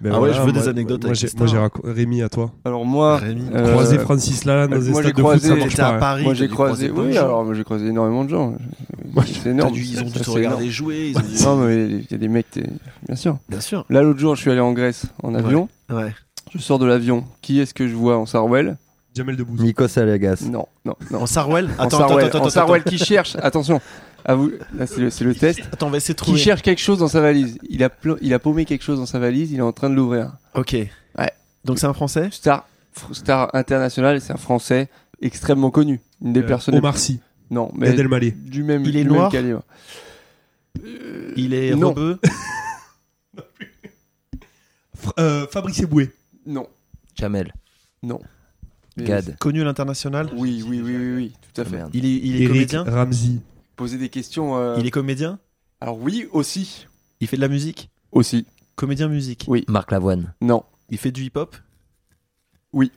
A: Ben
B: Ah ouais, je veux des
A: moi-
B: anecdotes
A: Moi,
B: avec
A: j'ai-
B: des
A: moi, j'ai
B: stars.
A: raconté Rémi à toi.
C: Alors moi,
B: Rémi,
C: Euh,
A: Croiser Francis Lalanne dans un
C: moi,
A: stade
C: j'ai
A: de foot,
C: croisé-
A: ça
B: t'étais
A: marche
B: à
A: pas. hein.
B: Paris.
C: moi
B: t'as
C: j'ai
B: dû
C: croisé,
B: croiser plein de
C: oui,
B: gens.
C: alors moi, j'ai croisé énormément de gens. C'est
B: T'as
C: énorme.
B: dû- ils ont dû
C: Ça,
B: te
C: c'est
B: regarder
C: énorme.
B: jouer. Ils ont dû...
C: Non mais il y a des mecs, t'es- bien sûr.
B: Bien sûr.
C: Là l'autre jour, je suis allé en Grèce en avion.
B: Ouais.
C: Je sors de l'avion. Qui est-ce que je vois en Sarwell
A: Jamel Debbouze.
D: Nikos Aliagas.
C: Non, non, non.
B: En Sarwell
C: En
B: Attends, attends,
C: Sarwell,
B: attends,
C: en
B: attends,
C: Sarwell qui cherche. Attention. À vous, là c'est le, c'est le test.
B: attends. Attends, on va essayer de
C: Qui
B: trouver.
C: cherche quelque chose dans sa valise Il a, plo- il a paumé quelque chose dans sa valise. Il est en train de l'ouvrir.
B: Ok. Ouais. Donc c'est un français
C: Star, fr- star international. C'est un Français extrêmement connu. Une des
A: Euh,
C: personnes.
A: Omar Sy,
C: Non, mais
A: Gad Elmaleh.
C: du même.
B: Il est
C: du même
B: noir
C: calibre.
B: Il est
C: non.
B: (laughs) rebeu
A: Fr- euh, Fabrice Eboué.
C: Non.
D: Jamel.
C: Mais-
D: Gad.
B: connu à l'international
C: Oui, oui, oui, oui, oui, tout à fait.
D: Merde.
B: Il est, il est
A: Eric
B: comédien
A: Ramsey.
C: Poser des questions. euh,
B: Il est comédien
C: Alors oui, aussi.
B: Il fait de la musique
C: Aussi.
B: Comédien musique
C: Oui.
D: Marc Lavoine.
C: Non.
B: Il fait du hip-hop
C: Oui.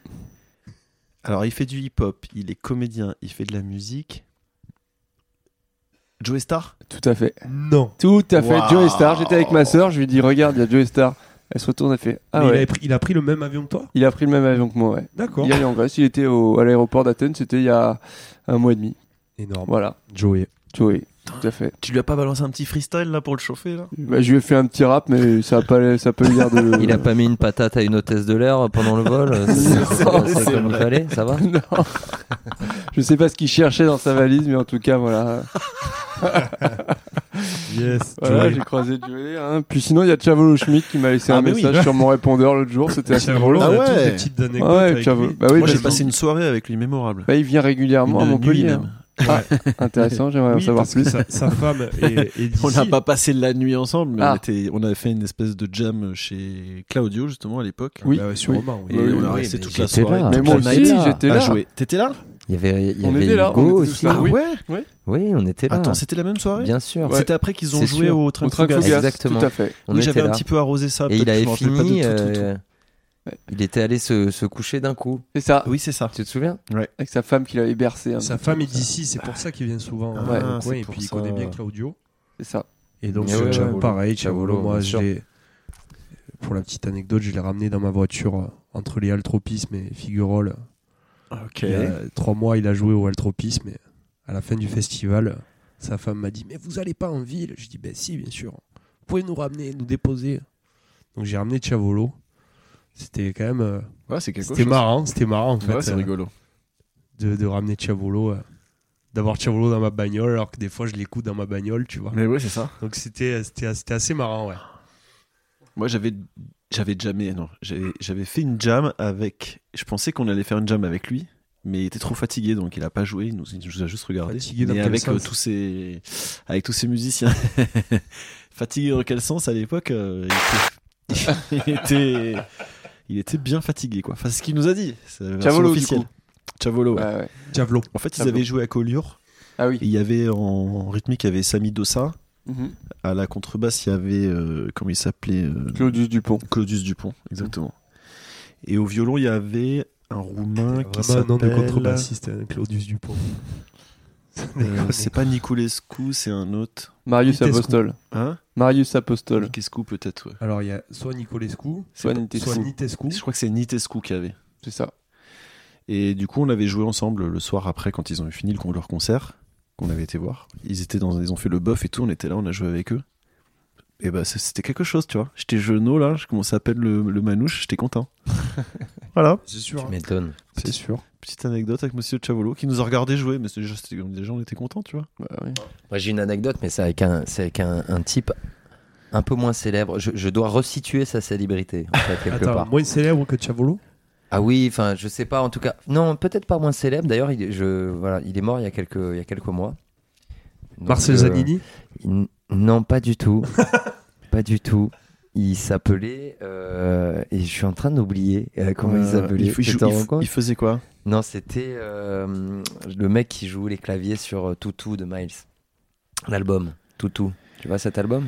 B: Alors il fait du hip-hop, il est comédien, il fait de la musique. Joey Star
C: Tout à fait.
A: Non.
C: Tout à fait.
B: Waouh.
C: Joe Star. J'étais avec ma sœur. Je lui dis, regarde, il y a Joe Star. Elle se retourne. Elle fait, ah
A: Mais il,
C: ouais.
A: a pris, il a pris le même avion que toi
C: Il a pris le même avion que moi. Ouais.
A: D'accord.
C: Il est allé en Grèce. Il était au- à l'aéroport d'Athènes. C'était il y a un mois et demi.
A: Énorme.
C: Voilà.
A: Joey.
C: Joey. Tout à fait.
B: Tu lui as pas balancé un petit freestyle là pour le chauffer là
C: Bah, je lui ai fait un petit rap, mais ça a pas, ça peut l'air de.
D: Il a pas mis une patate à une hôtesse de l'air pendant le vol. (laughs) euh,
C: Non,
D: C'est c'est passé
C: c'est
D: comme il fallait, ça va
C: non. (laughs) Je sais pas ce qu'il cherchait dans sa valise, mais en tout cas, voilà.
A: Yes.
C: Voilà,
A: Joey.
C: j'ai croisé Joey. hein. Puis sinon, il y a Chavolo Schmidt qui m'a laissé
B: Ah,
C: un
B: mais oui.
C: message sur mon répondeur l'autre jour. C'était assez drôle.
A: on a
B: Ah
A: tous
B: ouais.
A: des petites
C: Ouais,
A: anecdotes. avec
C: Chavo-
A: lui.
C: Bah oui,
B: Moi j'ai
C: parce-
B: passé une soirée avec lui mémorable.
C: bah, il vient régulièrement à
B: Une nuit,
C: Montpellier. hein. Ah,
B: même.
C: Intéressant, j'aimerais en
A: Oui,
C: savoir
A: parce que
C: plus.
A: Sa,
B: (laughs)
A: sa femme est, est d'ici.
B: On n'a pas passé la nuit ensemble, mais
C: Ah.
B: on, était- on avait fait une espèce de jam chez Claudio justement à l'époque.
C: Oui,
A: Bah ouais, sur
C: oui.
A: Romain, oui.
B: Et
C: Oui,
B: on a
D: oui,
B: resté
D: mais
B: toute la
D: j'étais
B: soirée.
D: là.
C: Mais
B: toute
C: moi
B: la
C: aussi,
B: night
C: j'étais
B: à
C: là.
B: jouer. T'étais là
D: Il y avait, Ah, il y
C: On
D: avait
C: était là,
D: Hugo
C: on était tous
D: aussi.
C: là. Ah Oui.
B: ouais
D: Oui, on était là.
B: Attends, c'était la même soirée
D: Bien sûr.
C: Ouais.
B: C'était après qu'ils ont
D: C'est
B: joué
D: sûr.
B: au
C: Au
B: train
C: train
B: de
C: Fougas,
D: Exactement.
C: Tout à fait.
D: On
B: Oui,
D: était
B: j'avais un
D: là.
B: petit peu arrosé ça.
D: Et
B: Ah, peut-être
D: il
B: que je
D: avait
B: me rappelle pas
D: fini.
B: de tout, tout, tout.
D: euh,
C: Ouais.
D: Il était allé se, se coucher d'un coup.
C: C'est ça,
B: Ah Oui, c'est ça.
D: Tu te souviens
C: avec sa femme qui l'avait bercé. hein.
A: Sa femme est d'ici, c'est pour ça qu'il vient souvent.
B: Ah,
A: euh, au
B: c'est
A: coin, et
B: pour
A: puis il
B: ça.
A: connaît bien Claudio.
C: C'est ça.
A: Et donc,
D: Mais ouais,
A: euh,
D: Chavolo.
A: pareil, Chavolo,
D: Chavolo,
A: moi,
D: bien
A: je
D: sûr.
A: l'ai- Pour la petite anecdote, je l'ai ramené dans ma voiture euh, entre les Altropismes et Figuerolles.
B: Ok.
A: Il y a trois mois, il a joué au Altropisme. Et à la fin du festival, euh, sa femme m'a dit Mais vous allez pas en ville Je dis Ben si, bien sûr. Vous pouvez nous ramener, nous déposer. Donc, j'ai ramené Chavolo. C'était quand même. euh,
B: Ouais, c'est quelque
A: C'était marrant, c'était marrant en fait.
B: Ouais, c'est
A: euh,
B: rigolo.
A: de, de ramener Chavolo, euh, d'avoir Chavolo dans ma bagnole, alors que des fois je l'écoute dans ma bagnole, tu vois.
B: Mais ouais, c'est ça.
A: Donc c'était euh, c'était c'était assez marrant, ouais.
B: Moi, j'avais j'avais jamais non, j'avais j'avais fait une jam avec je pensais qu'on allait faire une jam avec lui, mais il était trop fatigué donc il a pas joué, il nous, il nous a juste regardé.
A: Fatigué dans
B: Mais
A: quel
B: avec
A: sens
B: euh, tous ces avec tous ces musiciens. (laughs) fatigué dans quel sens à l'époque euh, il, était... (laughs) il était il était bien fatigué quoi. Enfin, c'est ce qu'il nous a dit. c'est la version
C: Chavolo, du
B: officielle.
C: coup.
B: Chavolo. ouais.
C: Ouais, ouais.
A: Chavolo.
B: En fait, ils
C: Chavolo.
B: avaient joué à Collioure.
C: Ah
B: et
C: oui.
B: Il y avait en, en rythmique, il y avait Samy Dossa.
C: Mhm.
B: À la contrebasse, il y avait euh, comment il s'appelait euh,
C: Claudius Dupont.
B: Claudius Dupont, exactement. Et au violon, il y avait un roumain qui
A: Vraiment un nom de
B: s'appelle-
A: contrebassiste, hein, Claudius Dupont.
B: Euh,
A: (laughs)
B: c'est pas Niculescu, c'est un autre.
C: Marius
A: Vitescu.
C: Apostol.
B: Hein
C: Marius Apostol.
B: Niculescu peut-être. ouais.
A: Alors il y a soit Nicolescu,
C: Soit
A: soit
C: Nitescu.
A: Nitescu.
B: Je crois que c'est Nitescu qui avait.
C: C'est ça.
B: Et du coup, on avait joué ensemble le soir après quand ils ont eu fini le con- leur concert qu'on avait été voir. Ils étaient dans, ils ont fait le bœuf et tout. On était là, on a joué avec eux. Et bah c'est- c'était quelque chose, tu vois. J'étais genou là, je commençais à peine le, le manouche, j'étais content. voilà.
A: C'est sûr.
D: Tu m'étonnes.
B: C'est
A: sûr.
B: Petite anecdote avec Monsieur Chavolo qui nous a regardé jouer, mais c'est juste, déjà on était contents, tu vois.
C: Bah oui.
D: Moi, j'ai une anecdote, mais c'est avec un, c'est avec un, un type un peu moins célèbre. Je, je dois resituer sa célébrité, en fait, quelque
A: Attends,
D: part.
A: moins célèbre que Chavolo
D: Ah oui, enfin, je sais pas, en tout cas. Non, peut-être pas moins célèbre. D'ailleurs, il, est- je, voilà, il est mort il y a quelques, il y a quelques mois. Donc,
A: Marcel
D: euh,
A: Zanini
D: il- Non, pas du tout. (laughs) pas du tout. Il s'appelait. euh, et je suis en train d'oublier euh, comment il
B: Euh,
D: s'appelait.
B: il,
D: Tu
B: il-
D: t'en
B: il-
D: rends compte
B: il faisait quoi
D: Non, c'était euh, le mec qui joue les claviers sur euh, Toutou de Miles. L'album, Toutou. Tu vois cet album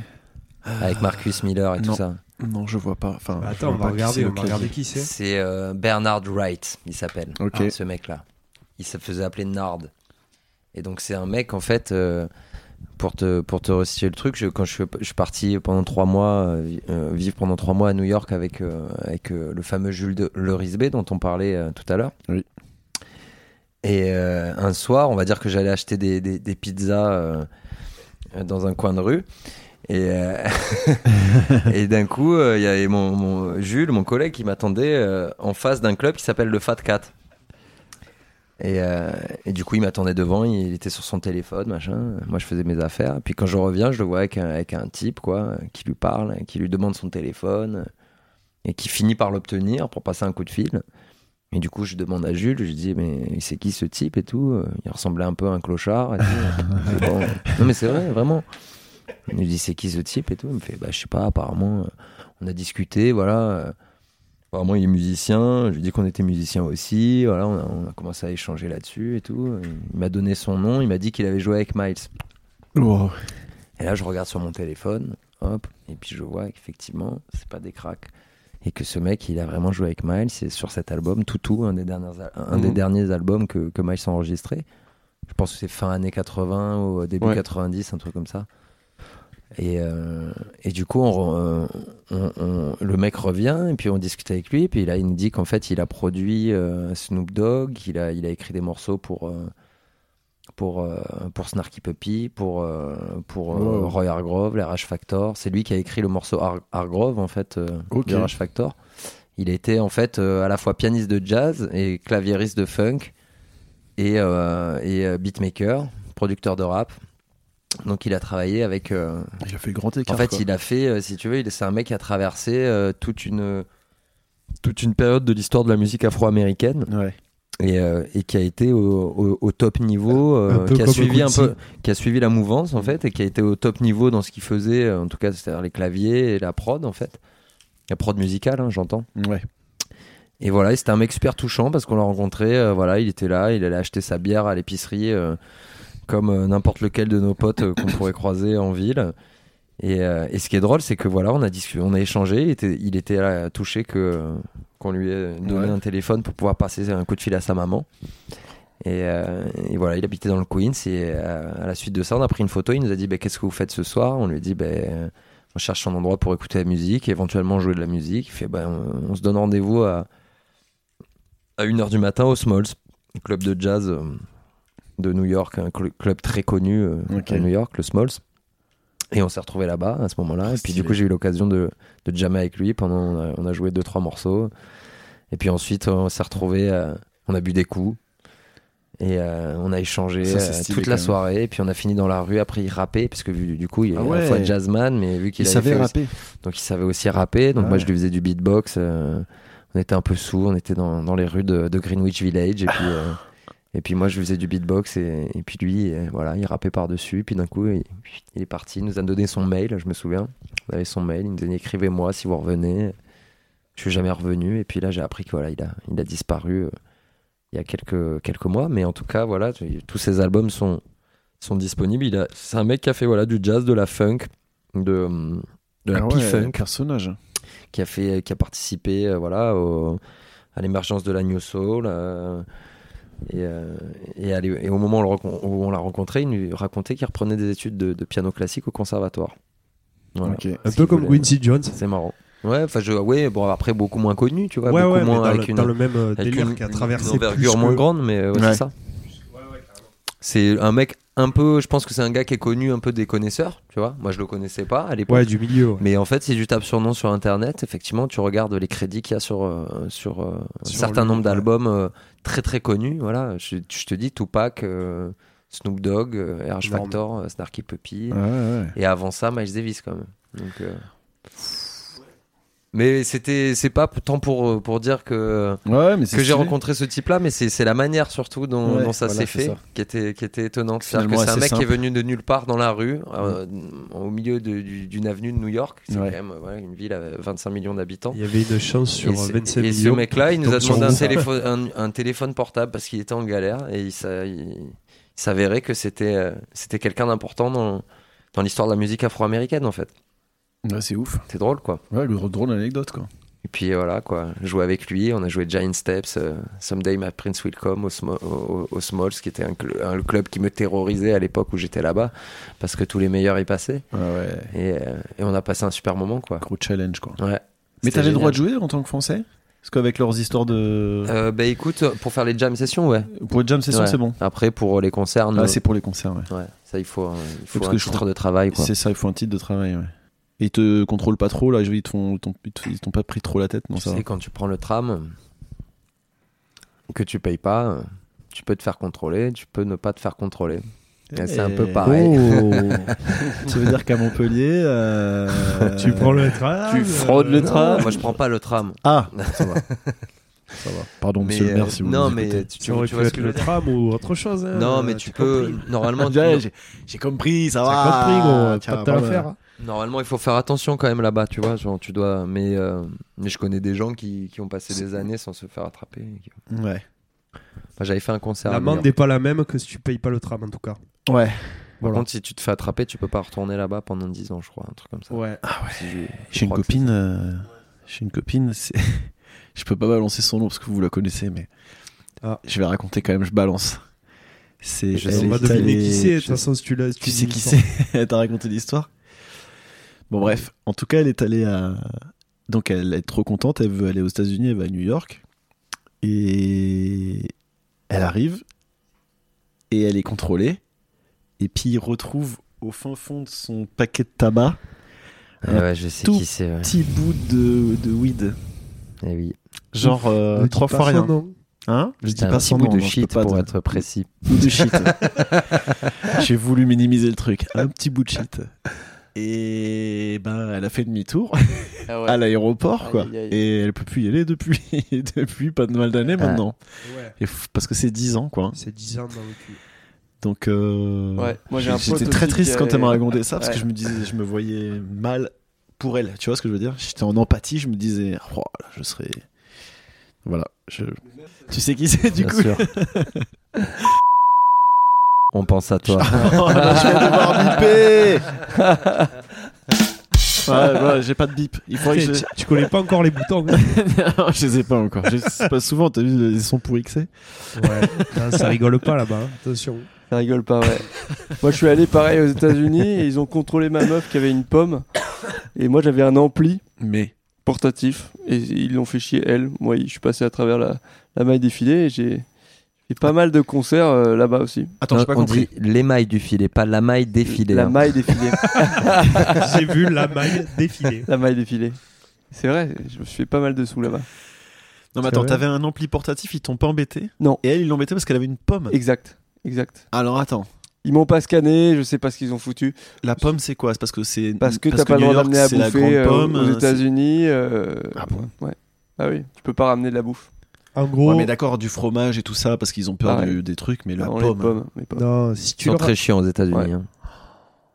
D: Avec Marcus Miller et
B: non.
D: tout ça.
B: Non, je vois pas. Enfin, je
A: Attends, on
B: vois
A: va
B: pas qui c'est
A: regarder,
B: le
A: on va
B: clavier.
A: regarder qui c'est.
D: C'est euh, Bernard Wright, il s'appelle, Ah,
B: Ok.
D: ce mec-là. Il se faisait appeler Nard. Et donc c'est un mec, en fait, euh, pour te, pour te restituer le truc, je, quand je, suis- je suis parti pendant trois mois, euh, vi- euh, vivre pendant trois mois à New York avec, euh, avec euh, le fameux Jules de- Le Risbé dont on parlait euh, tout à l'heure.
B: Oui.
D: Et euh, un soir, on va dire que j'allais acheter des, des- des pizzas euh, euh, dans un coin de rue. Et, euh, (laughs) et d'un coup, euh, il y avait mon, mon- Jules, mon collègue, qui m'attendait euh, en face d'un club qui s'appelle le Fat Cat. Et, euh, et du coup, il m'attendait devant, il était sur son téléphone, machin. Moi, je faisais mes affaires. Puis quand je reviens, je le vois avec un, avec un type, quoi, euh, qui lui parle, qui lui demande son téléphone, euh, et qui finit par l'obtenir pour passer un coup de fil. Et du coup, je demande à Jules, je lui dis, mais c'est qui ce type et tout Euh, Il ressemblait un peu à un clochard. et tout. Je dis, Bon. Non, mais c'est vrai, vraiment. Il me dit, c'est qui ce type et tout Il me fait, bah, je sais pas, apparemment, euh, on a discuté, voilà. euh, Apparemment, il est musicien. Je lui ai dit qu'on était musicien aussi. Voilà, on a, on a commencé à échanger là-dessus et tout. Il m'a donné son nom. Il m'a dit qu'il avait joué avec Miles.
B: Wow.
D: Et là, je regarde sur mon téléphone. Hop. Et puis, je vois qu'effectivement, c'est pas des cracks. Et que ce mec, il a vraiment joué avec Miles. Et sur cet album, Toutou, un des, dernières al- un des
C: Mhm.
D: derniers albums que, que Miles a enregistré. Je pense que c'est fin années 80 ou euh, début
C: Ouais.
D: 90, un truc comme ça. Et, euh, et du coup, on re- euh, on- on- le mec revient et puis on discute avec lui. Puis là, il nous dit qu'en fait, il a produit euh, Snoop Dogg, il a, il a écrit des morceaux pour, euh, pour, euh, pour Snarky Puppy, pour, euh, pour euh,
B: Wow.
D: Roy Hargrove, la Rush Factor. C'est lui qui a écrit le morceau Har- Hargrove, en fait, euh,
B: Ok.
D: de Rush Factor. Il était en fait euh, à la fois pianiste de jazz et claviériste de funk et, euh, et euh, beatmaker, producteur de rap. Donc il a travaillé avec, euh,
B: Il a fait grand écart.
D: en fait,
B: quoi.
D: il a fait, euh, si tu veux, il- c'est un mec qui a traversé euh, toute une toute une période de l'histoire de la musique afro-américaine
B: Ouais.
D: et, euh, et qui a été au, au- au top niveau, euh,
F: Un peu
D: qui a
F: comme
D: suivi un
F: Quincy.
D: peu, qui a suivi la mouvance en fait et qui a été au top niveau dans ce qu'il faisait, euh, en tout cas, c'est-à-dire les claviers et la prod en fait, la prod musicale, hein, j'entends.
B: Ouais.
D: Et voilà, et c'était un mec super touchant parce qu'on l'a rencontré. euh, voilà, il était là, il allait acheter sa bière à l'épicerie, euh, comme euh, n'importe lequel de nos potes euh, qu'on pourrait croiser en ville. Et, euh, et ce qui est drôle, c'est que voilà, on a discuté, on a échangé. Il était, il était euh, touché que euh, qu'on lui ait donné
B: Ouais.
D: un téléphone pour pouvoir passer un coup de fil à sa maman. Et, euh, et voilà, il habitait dans le Queens. Et euh, à la suite de ça, on a pris une photo. Il nous a dit bah, Qu'est-ce que vous faites ce soir On lui a dit bah, euh, On cherche un endroit pour écouter la musique, éventuellement jouer de la musique. Il fait bah, on, on se donne rendez-vous à, à 1h du matin au Smalls, club de jazz euh, de New York, un cl- club très connu euh,
B: Ok.
D: à New York, le Smalls. Et on s'est retrouvé là-bas à ce moment-là. Et puis du
B: Ah, Stylé.
D: coup, j'ai eu l'occasion de, de jammer avec lui. Pendant, on a, on a joué deux trois morceaux. Et puis ensuite, on s'est retrouvé, on a bu des coups. Et euh, on a échangé
B: Ça, c'est
D: euh,
B: stylé
D: toute
B: quand
D: la
B: même.
D: soirée. Et puis on a fini dans la rue. Après, il rappait, parce que vu- du coup, il est
B: Ah
D: à
B: ouais.
D: la fois jazzman, mais vu qu'il
B: Il
D: avait
B: savait
D: fait aussi-
B: rapper.
D: donc il savait aussi rapper. Donc
B: Ah
D: moi
B: ouais.
D: je lui faisais du beatbox. euh, on était un peu sous, on était dans, dans les rues de, de Greenwich Village. Et puis,
B: (laughs)
D: euh, et puis moi je lui faisais du beatbox et, et puis lui, euh, voilà, il rappait par-dessus. Puis d'un coup il, il est parti, il nous a donné son mail, je me souviens. On avait son mail, il nous a dit écrivez-moi si vous revenez. Je suis jamais revenu. Et puis là j'ai appris que voilà, il a, il a disparu euh, il y a quelques, quelques mois. Mais en tout cas, voilà, tu- tous ses albums sont, sont disponibles. Il a- C'est un mec qui a fait voilà, du jazz, de la funk, de, hum, de la
B: Ah ouais,
D: P-funk
B: personnage.
D: qui a fait qui a participé euh, voilà au- à l'émergence de la New Soul euh, et, euh, et, à l'é- et au moment où on le recon- où on l'a rencontré il nous racontait qu'il reprenait des études de, de piano classique au conservatoire Voilà.
B: Ok.
F: Un
D: Ce qu'il
F: peu comme
D: voulait.
F: Quincy Jones.
D: c'est marrant ouais enfin je ouais bon après beaucoup moins connu tu vois
F: Ouais, ouais,
D: beaucoup
F: mais
D: moins
F: dans,
D: avec
F: le,
D: une
F: dans le même euh,
D: avec
F: délire
D: une-
F: qui a
D: une-
F: traversé.
D: une envergure
F: plus
D: moins
F: que-
D: grande mais euh, ouais,
B: Ouais.
D: c'est ça c'est un mec un peu je pense que c'est un gars qui est connu un peu des connaisseurs tu vois moi je le connaissais pas à l'époque
F: Ouais, du milieu. ouais.
D: mais en fait, si tu tapes son nom sur Internet, effectivement, tu regardes les crédits qu'il y a sur, euh, sur, euh, un
F: Sur
D: certain
F: lui,
D: nombre
F: ouais.
D: d'albums euh, très très connus. Voilà, je, je te dis Tupac, euh, Snoop Dogg, euh, Herge
F: Énorme.
D: Factor, euh, Snarky Puppy,
B: Ouais, ouais.
D: et avant ça, Miles Davis quand même. Donc, euh, Mais c'était, c'est pas tant pour, pour dire que,
B: Ouais, mais c'est
D: que j'ai
B: stylé.
D: rencontré ce type-là, mais c'est c'est la manière surtout dont,
B: Ouais,
D: dont ça
B: voilà,
D: s'est
B: c'est
D: fait
B: ça.
D: qui était, qui était étonnante. C'est-à-dire que
B: Finalement,
D: c'est
B: assez
D: un mec qui est
B: simple.
D: venu de nulle part dans la rue, euh, au milieu de- du- d'une avenue de New York. C'est
B: Ouais.
D: quand même euh, voilà, une ville à 25 millions d'habitants.
F: Il y avait une chance sur
B: euh,
D: et, c'est-
F: 27
D: et ce
F: millions.
D: mec-là, il nous
F: tombe
D: a demandé
F: sur
D: un
F: vous.
D: téléphone, un, un téléphone portable parce qu'il était en galère et il, s'a- il- il s'avérait que c'était euh, c'était quelqu'un d'important dans, dans l'histoire de la musique afro-américaine en fait.
B: Ouais, c'est ouf.
D: C'est drôle quoi.
B: Ouais, le drôle d'anecdote, quoi.
D: Et puis euh, voilà, quoi. Jouer avec lui, on a joué Giant Steps, euh, Someday My Prince Will Come au, Smo- au- au Smalls, qui était un, cl- un club qui me terrorisait à l'époque où j'étais là-bas, parce que tous les meilleurs y passaient.
B: Ah ouais.
D: Et, euh, et on a passé un super moment, quoi.
B: Gros challenge, quoi.
D: Ouais.
B: Mais
D: C'était
B: t'avais le droit de
D: génial.
B: jouer en tant que Français Parce qu'avec leurs histoires de.
D: Euh, Bah écoute, pour faire les jam sessions, ouais.
B: Pour les jam sessions,
D: Ouais.
B: c'est bon.
D: Après, pour euh, les concerts, non.
B: Ah, c'est pour les concerts, ouais.
D: Ouais, ça, il faut, euh, il faut
B: Parce
D: un
B: que je
D: titre
B: crois-
D: de travail, quoi.
B: C'est ça, il faut un titre de travail, ouais. Et ils te contrôlent pas trop, là, ils t'ont ils t'ont- ils t'ont- ils t'ont pas pris trop la tête, non,
D: Tu
B: ça va.
D: sais, quand tu prends le tram, que tu payes pas, euh, tu peux te faire contrôler, tu peux ne pas te faire contrôler. Et C'est un peu pareil.
B: Oh. (laughs) Tu veux dire qu'à Montpellier. (laughs) euh,
F: Tu prends le
A: Ah,
F: train.
C: Tu
F: euh,
C: fraudes le train.
D: Moi, je prends pas le tram.
B: Ah Ça va. Ça va. Pardon, (laughs) monsieur le
D: euh,
B: maire, si vous
D: non,
B: nous
D: mais
B: écoutez.
D: tu,
F: Tu
D: tu,
F: aurais pu
D: tu vois ce
F: être
D: que je veux
F: le
D: dire
F: tram ou autre chose. hein,
D: Non,
F: euh,
D: mais tu
F: t'as
D: peux.
F: compris.
B: (laughs)
D: Normalement,
B: Ouais, j'ai- J'ai compris, ça
F: T'as compris, gros.
B: Tiens,
F: Pas de ta
B: pardon.
F: affaire.
D: Normalement, il faut faire attention quand même là-bas, tu vois. Genre, tu dois. Mais, euh, mais je connais des gens qui, qui ont passé des années sans se faire attraper. Moi,
B: Ouais.
D: J'avais fait un concert. à New
F: L'amende
D: York.
F: n'est pas la même que si tu payes pas le tram, en tout cas.
B: Ouais.
D: Par
F: Voilà.
D: contre, si tu te fais attraper, tu peux pas retourner là-bas pendant 10 ans, je crois, un truc comme ça.
F: Ouais.
D: Si je- je
B: J'ai une
D: crois que
B: copine. euh, J'ai une copine. c'est- (laughs) Je peux pas balancer son nom parce que vous la connaissez, mais
F: Ah.
B: je vais raconter quand même. Je balance. C'est.
D: Je
B: elle
D: sais
F: On va
B: est
F: deviner
B: allée-
F: qui c'est, de toute
B: je-
F: façon, si tu l'as. si
B: Tu sais
F: dis
B: qui
F: ça.
B: c'est (laughs) Elle t'a raconté l'histoire Bon, bref. En tout cas, elle est allée à. Donc, elle est trop contente. Elle veut aller aux États-Unis. Elle va à New York. Et. Elle arrive. Et elle est contrôlée. Et puis, il retrouve au fin fond de son paquet de tabac
D: Ah ouais, je sais
B: Euh, Tout
D: qui c'est. ouais.
B: petit bout de, de weed.
D: Eh oui.
B: Genre euh,
F: Ne dis
B: trois
F: pas
B: fois
F: son
B: rien.
F: nom.
B: Hein je dis
D: C'était un
B: pas
D: petit
B: son
D: bout
B: nom,
D: de
B: non, je peux
D: shit
B: pas
D: pour
B: te-
D: être précis.
B: bout de shit. J'ai voulu minimiser le truc. Un petit bout de shit. Et ben, elle a fait demi-tour
C: Ah ouais.
B: à l'aéroport,
C: Aïe,
B: quoi.
C: aïe, aïe.
B: Et elle peut plus y aller depuis, (laughs) depuis pas de mal d'années
D: Ah.
B: maintenant.
F: Ouais.
B: Et f- parce que c'est 10 ans, quoi.
F: C'est 10 ans dans le cul.
B: Donc, euh,
C: Ouais, moi, j'ai un pote
B: j'étais très
C: aussi
B: triste
C: qui
B: quand elle m'a
C: avait-
B: raconté ça parce que
C: Ouais.
B: je me disais, je me voyais mal pour elle. Tu vois ce que je veux dire J'étais en empathie, je me disais, oh, là, je serais. Voilà. Je... Tu sais qui c'est du
D: Bien
B: coup (laughs)
D: sûr. On pense
C: (laughs)
D: à toi.
B: Oh,
C: Ah, bah,
B: là, je vais devoir biper Ouais,
C: (laughs)
B: voilà, j'ai pas de bip. Il faudrait que
F: Tu,
B: je.
F: tu connais pas encore les boutons. hein.
B: (laughs) Non, je les ai pas encore. Je sais pas souvent, t'as vu les sons pourris que c'est
F: Ouais. Non, ça rigole pas là-bas. hein. Attention.
C: Ça rigole pas, ouais. (laughs) moi, je suis allé pareil aux États-Unis et ils ont contrôlé ma meuf qui avait une pomme. Et moi, j'avais un ampli
B: Mais.
C: portatif et ils l'ont fait chier, elle. Moi, je suis passé à travers la, la maille des filets et j'ai fait pas mal de concerts euh, là-bas aussi.
B: Attends, j'ai pas
D: on
B: compris.
D: dit l'émail du filet, pas la maille des filets.
C: La
D: hein.
C: maille des filets. (laughs)
F: J'ai vu la maille défiler.
C: la maille des filets. C'est vrai, je me suis fait pas mal de sous là-bas.
B: Non, mais
F: C'est
B: attends,
F: vrai.
B: t'avais un ampli portatif, ils t'ont pas embêté
C: Non.
B: Et elle, ils l'embêtaient parce qu'elle avait une pomme.
C: Exact, exact.
B: Alors attends.
C: Ils m'ont pas scanné, je sais pas ce qu'ils ont foutu.
B: La pomme, c'est quoi C'est parce que c'est
C: Parce que t'as pas le
B: New
C: droit
B: York,
C: d'amener à
B: c'est la
C: bouffer
B: grande
C: euh,
B: pomme,
C: aux
B: euh, c'est-
C: États-Unis. euh,
B: Ah bon
C: Ah oui, tu peux pas ramener de la bouffe.
F: En
B: Ouais,
F: gros,
B: mais d'accord, du fromage et tout ça parce qu'ils ont peur
C: Ah ouais.
B: du- des trucs, mais la
C: Avant
B: pomme.
C: Les pommes, les pommes.
F: non, si
D: Ils
F: tu
D: sont
F: leur,
D: très chiants aux États-Unis.
C: Ouais.
D: hein.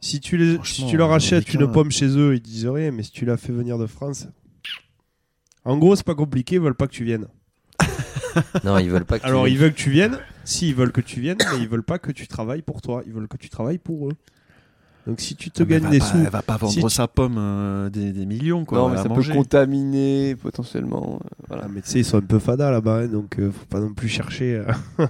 F: si tu les,
B: Franchement,
F: si tu leur
B: les
F: achètes
B: Américains,
F: une pomme chez eux, ils disent rien. Mais si tu la fais venir de France, en gros, c'est pas compliqué. Ils veulent pas que tu viennes.
D: Non, ils veulent pas que tu-
F: Alors, ils veulent que tu viennes. Si, ils veulent que tu viennes, mais ils veulent pas que tu travailles pour toi. Ils veulent que tu travailles pour eux. Donc, si tu te
B: Ah, mais elle
F: gagnes
B: va
F: des
B: pas-
F: sous,
B: Elle va pas vendre
F: Si tu-
B: sa pomme euh, des, des millions, quoi.
C: non,
B: à
C: mais ça
B: manger.
C: peut contaminer potentiellement. euh, Voilà.
F: Ah, mais tu sais, ils sont un peu fada là-bas, hein, donc euh, faut pas non plus chercher. euh.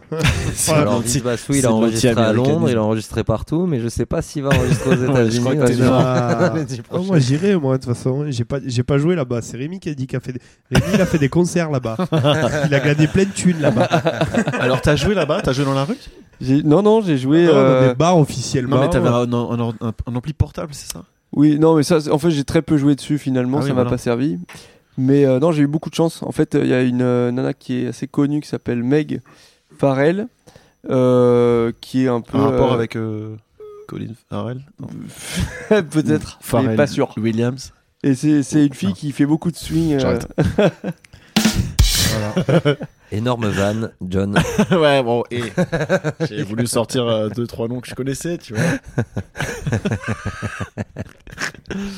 B: C'est
F: Ouais,
D: Alors,
B: gentil.
D: Vince Vassou, il
B: c'est
D: a
B: de
D: enregistré à
B: l'anti-américanisme.
D: Londres, il a enregistré partout, mais je sais pas s'il
B: (laughs)
D: va enregistrer aux
B: Ouais, je
D: États-Unis.
B: crois que
D: ouais,
B: t'es
D: je-
B: déjà-
F: Ah,
D: Lundi prochain.
F: moi j'irai moi de toute façon j'ai pas j'ai pas joué là-bas c'est Rémi qui a dit qu'il a fait des... Rémi, il a fait des concerts là-bas il a gagné plein de thunes là-bas
B: Alors, t'as joué là-bas T'as joué dans la rue Bah,
C: J'ai- Non, non, j'ai joué.
F: Non, dans
C: euh,
F: des bars officiellement
B: Non, Ah mais t'avais un, un, un- un ampli portable, c'est ça
C: Oui, non, mais ça, c'est- en fait, j'ai très peu joué dessus finalement,
B: Ah
C: ça
B: oui,
C: m'a
B: voilà.
C: pas servi. Mais euh, non, j'ai eu beaucoup de chance. En fait, il y a une euh, nana qui est assez connue qui s'appelle Meg Farrell, euh, qui est un peu.
B: Un rapport
C: euh,
B: avec euh, Colin Farrell Non.
C: euh, (laughs) Peut-être, mais
B: Farrell
C: pas sûr.
B: Williams (laughs)
C: Et c'est c'est une fille qui fait beaucoup de swing. euh,
B: J'arrête.
D: (laughs) Énorme van, John.
B: Ouais, bon, et.
C: (laughs)
B: J'ai voulu sortir euh, deux, trois noms que je connaissais, tu
C: (laughs)
B: vois.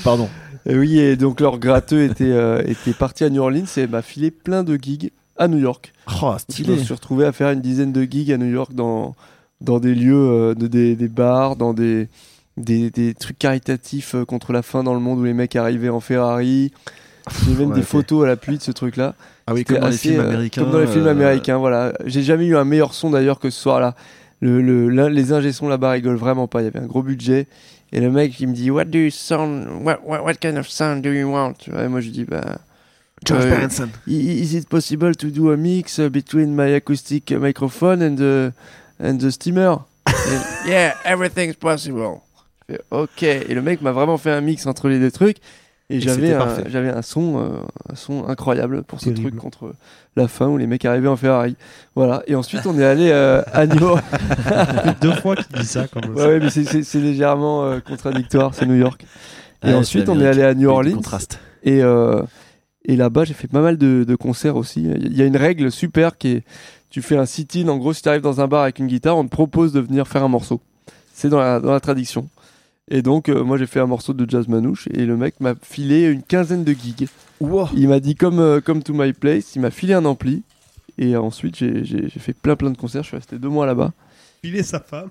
B: Pardon.
C: Et oui, et donc leur gratteux était, euh, était parti à New Orleans et m'a filé plein de gigs à New York.
B: Oh,
C: Je me suis retrouvé à faire une dizaine de gigs à New York dans, dans des lieux, euh, de, des, des bars, dans des, des, des trucs caritatifs euh, contre la faim dans le monde où les mecs arrivaient en Ferrari. J'ai même
D: Ouais,
C: des
D: ok.
C: photos à l'appui de ce truc-là.
B: Ah oui,
C: C'était
B: comme dans les
C: assez,
B: films
C: euh,
B: américains.
C: Comme dans les films
B: euh,
C: américains, voilà. J'ai jamais eu un meilleur son d'ailleurs que ce soir-là. Le, le- l'un- les ingé sons là-bas rigolent vraiment pas. Il y avait un gros budget. Et le mec, il me dit What do you sound What, what, what kind of sound do you want Tu vois, Et moi, je lui dis Bah.
B: George
C: euh,
B: Berenson.
C: I- Is it possible to do a mix uh, between my acoustic uh, microphone and the, and the steamer? And, (laughs) yeah, everything's possible. Je fais, ok. Et le mec m'a vraiment fait un mix entre les deux trucs. Et, j'avais
B: c'était
C: un,
B: parfait.
C: j'avais un son, euh, un son incroyable pour ce
F: Terrible.
C: truc contre la fin où les mecs arrivaient en Ferrari. Voilà. Et ensuite, on est allé euh, à New York.
F: Deux fois qu'il dit ça, comme
C: (laughs) Ouais,
F: ça.
C: ouais, mais c'est- c'est c'est légèrement euh, contradictoire, c'est New York. Et
B: Ouais,
C: ensuite,
B: c'est
C: on est allé à Ah, New
B: Pays du
C: Orleans.
B: Contraste.
C: Et, euh, et là-bas, j'ai fait pas mal de, de concerts aussi. Il y a une règle super qui est tu fais un sit-in. En gros, si tu arrives dans un bar avec une guitare, on te propose de venir faire un morceau. C'est dans la, dans la tradition. Et donc, euh, moi, j'ai fait un morceau de jazz manouche et le mec m'a filé une quinzaine de gigs. Il m'a dit, comme, euh, comme To My Place, il m'a filé un ampli. Et ensuite, j'ai j'ai- j'ai fait plein plein de concerts. Je suis resté deux mois là-bas.
F: Il est sa femme.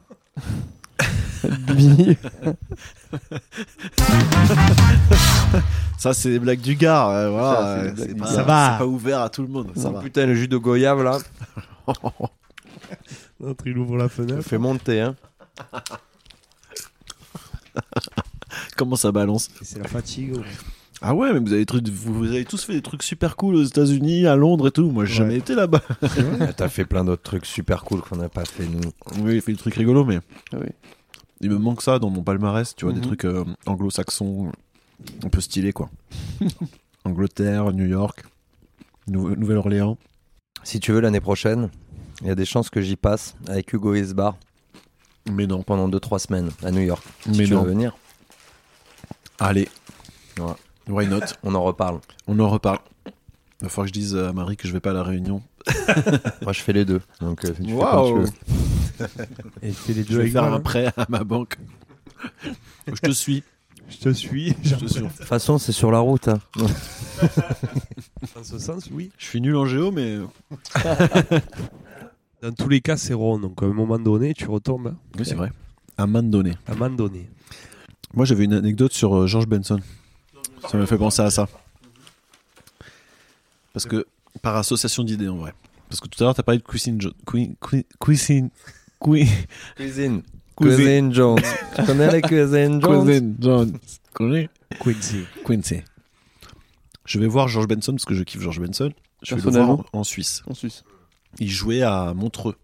B: Ça, c'est des blagues du gars. euh,
C: Ça, c'est
B: voilà,
C: des
B: euh,
C: blagues
B: c'est
C: du
B: pas,
C: gars.
F: Ça va.
B: c'est pas ouvert à tout le monde. Ça
D: Oh,
B: va.
G: Putain, le jus de goyave là,
F: L'autre, il ouvre la
G: me
F: fenêtre.
G: fait monter. Hein.
B: Comment ça balance
F: C'est la fatigue. ouais.
B: Ah ouais, mais vous avez, trucs- vous avez tous fait des trucs super cool aux États-Unis, à Londres et tout. Moi, j'ai
F: Ouais.
B: jamais été là-bas.
D: Ah, T'as fait plein d'autres trucs super cool qu'on n'a pas fait nous.
B: (laughs) Oui, il fait des trucs rigolos, mais
C: Ah oui.
B: il me manque ça dans mon palmarès. Tu vois,
C: Mhm.
B: des trucs euh, anglo-saxons, euh, un peu stylés, (laughs) quoi. Angleterre, New York, Nou- Nouvelle-Orléans.
D: Si tu veux, l'année prochaine, il y a des chances que j'y passe avec Hugo Isbar
B: Mais non,
D: pendant 2-3 semaines à New York. Si
B: mais
D: tu
B: non.
D: veux venir,
B: Allez.
D: Ouais.
B: Why not
D: on en reparle.
B: On en reparle. Il va falloir que je dise à Marie que je vais pas à la réunion.
D: Moi, je fais les deux. Donc, euh, tu fais
B: Waouh.
D: comme tu veux.
F: Et t'es les
B: Je
F: deux
B: vais
F: avec
B: faire
F: moi, hein.
B: un
F: là.
B: prêt à ma banque. (laughs) je te suis.
F: Je te suis. (laughs)
B: Je te suis.
D: De toute façon, c'est sur la route. hein.
F: Dans ce sens, oui.
B: Je suis nul en géo, mais
F: Dans tous les cas, c'est rond. Donc, à un moment donné, tu retombes. hein.
B: oui, c'est vrai. À main donnée.
F: À un moment donné.
B: Moi, j'avais une anecdote sur euh, George Benson. Ça m'a fait penser à ça. Parce que, par association d'idées, en vrai. Parce que tout à l'heure, t'as parlé de Cuisine Jo- Cui- Cui- Cuisine. Cui-
D: (laughs) Cuisine.
B: Cuisine.
D: Cuisine Jones. (laughs) tu connais la Cuisine Jones
B: Cuisine Jones. Cuisine.
F: Quincy.
B: Quincy. Je vais voir George Benson parce que je kiffe George Benson. Je vais le
C: Personnellement.
B: voir en, en Suisse.
C: En Suisse.
B: Il jouait à Montreux.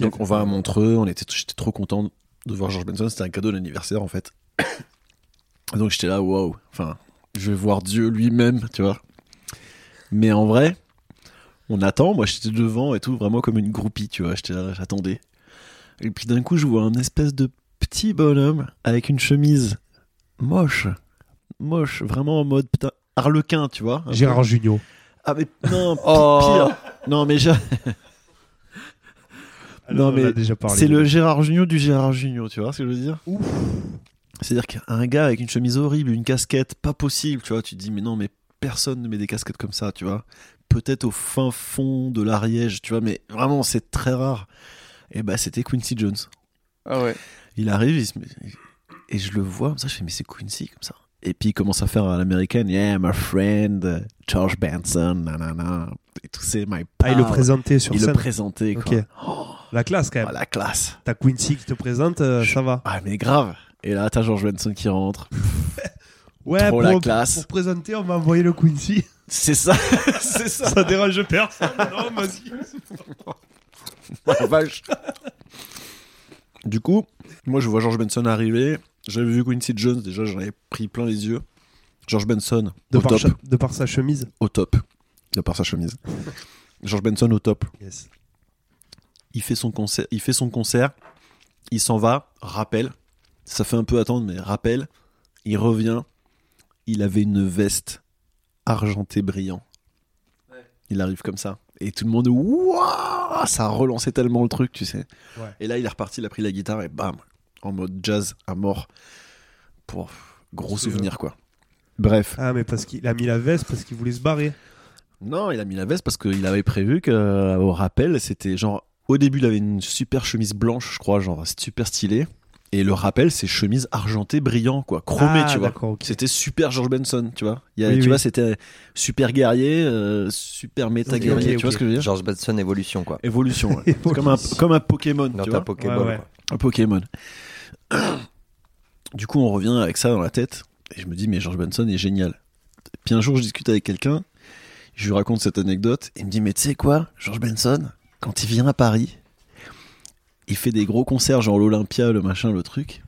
B: Donc on va à Montreux, on était, j'étais trop content de voir George Benson, c'était un cadeau d'anniversaire en fait. (coughs) Et Donc j'étais là, waouh, enfin, je vais voir Dieu lui-même, tu vois. Mais en vrai, on attend, moi j'étais devant et tout, vraiment comme une groupie, tu vois, j'étais là, j'attendais. Et puis d'un coup, je vois un espèce de petit bonhomme avec une chemise moche, moche, vraiment en mode putain, harlequin, tu vois. un peu.
F: Gérard Junior.
B: Ah mais (laughs) non, pi-
D: Oh.
B: pire. Non mais j'ai-
F: Ah,
B: Non, mais
F: déjà parlé.
B: c'est le Gérard Junior du Gérard Junior, tu vois ce que je veux dire
F: Ouf.
B: C'est-à-dire qu'un gars avec une chemise horrible, une casquette, pas possible, tu vois, tu te dis mais non mais personne ne met des casquettes comme ça, tu vois. Peut-être au fin fond de l'Ariège, tu vois, mais vraiment c'est très rare. Et bah c'était Quincy Jones.
C: Ah ouais.
B: Il arrive, il se met- et je le vois comme ça, je fais mais c'est Quincy comme ça. Et puis il commence à faire à l'américaine, yeah my friend George Benson, nanana, et tout c'est my
F: Ah, il le
B: pal.
F: présentait sur
B: Il le
F: scène.
B: présentait quoi.
F: Ok. La classe, quand
B: Oh,
F: même.
B: la classe.
F: T'as Quincy qui te présente, euh, ça va.
B: Ah mais grave. Et là t'as George Benson qui rentre. (laughs)
F: Ouais,
B: Trop
F: pour,
B: la classe.
F: pour présenter, on m'a envoyé le Quincy.
B: C'est ça, (laughs) c'est ça.
F: Ça dérange
B: (laughs)
F: personne. Non, vas-y.
B: Du coup, moi je vois George Benson arriver. J'avais vu Quincy Jones déjà, j'en avais pris plein les yeux. George Benson
F: De
B: au
F: par,
B: top,
F: cha- de par sa chemise.
B: au top, de par sa chemise. (laughs) George Benson au top.
F: Yes.
B: Il fait son concert, il fait son concert, il s'en va, rappel. Ça fait un peu attendre, mais rappel. Il revient. Il avait une veste argentée brillant. Il arrive comme ça. Et tout le monde, Wouah ça a relancé tellement le truc, tu sais.
F: Ouais.
B: Et là, il est reparti, il a pris la guitare et bam, en mode jazz à mort. Pour gros
F: C'est euh,
B: souvenir, quoi. Bref.
F: Ah, mais parce qu'il a mis la veste parce qu'il voulait se barrer.
B: Non, il a mis la veste parce qu'il avait prévu euh, qu'au rappel, c'était genre. Au début, il avait une super chemise blanche, je crois, genre super stylée. Et le rappel, c'est chemise argentée brillant, quoi, chromée,
A: Ah,
B: tu vois.
A: d'accord, ok.
B: C'était super George Benson, tu vois. Il y a-
A: Oui,
B: tu
A: oui.
B: vois, c'était super guerrier, euh, super méta
A: Ok,
B: guerrier,
A: ok,
B: tu vois
A: ok.
B: ce que je veux dire
D: George Batson évolution quoi.
B: Évolution,
A: (laughs)
B: ouais. C'est comme, un, comme un Pokémon,
D: Dans
B: tu
D: ta
B: vois.
D: Pokéball.
A: Ouais, ouais.
D: quoi.
B: Un Pokémon. (coughs) Du coup, on revient avec ça dans la tête. Et je me dis, mais George Benson est génial. Puis un jour, je discute avec quelqu'un. Je lui raconte cette anecdote. Il me dit, mais tu sais quoi, George Benson, quand il vient à Paris, il fait des gros concerts, genre l'Olympia, le machin, le truc.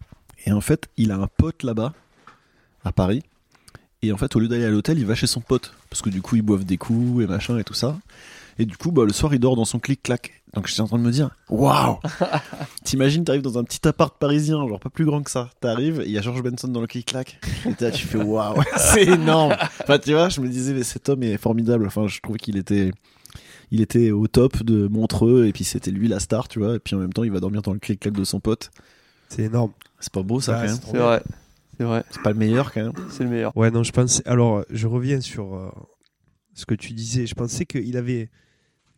B: Et en fait, il a un pote là-bas, à Paris. Et en fait, au lieu d'aller à l'hôtel, il va chez son pote. Parce que du coup, ils boivent des coups et machin et tout ça. Et du coup, bah, le soir, il dort dans son clic-clac. Donc j'étais en train de me dire, waouh T'imagines, t'arrives dans un petit appart parisien, genre pas plus grand que ça. T'arrives, il y a George Benson dans le clic-clac. Et t'es là, tu
A: (laughs)
B: fais waouh, c'est énorme. Enfin, tu vois, je me disais, mais cet homme est formidable. Enfin, je trouvais qu'il était, il était au top de Montreux. Et puis c'était lui la star, tu vois. Et puis en même temps, il va dormir dans le clic-clac de son pote.
A: C'est énorme.
B: C'est pas beau ça,
A: Ouais,
B: quand même.
A: c'est trop
C: C'est
A: bien.
C: vrai. C'est vrai.
B: C'est pas le meilleur, quand même.
C: C'est le meilleur.
A: Ouais, non, je pense. Alors, je reviens sur euh, ce que tu disais. Je pensais qu'il avait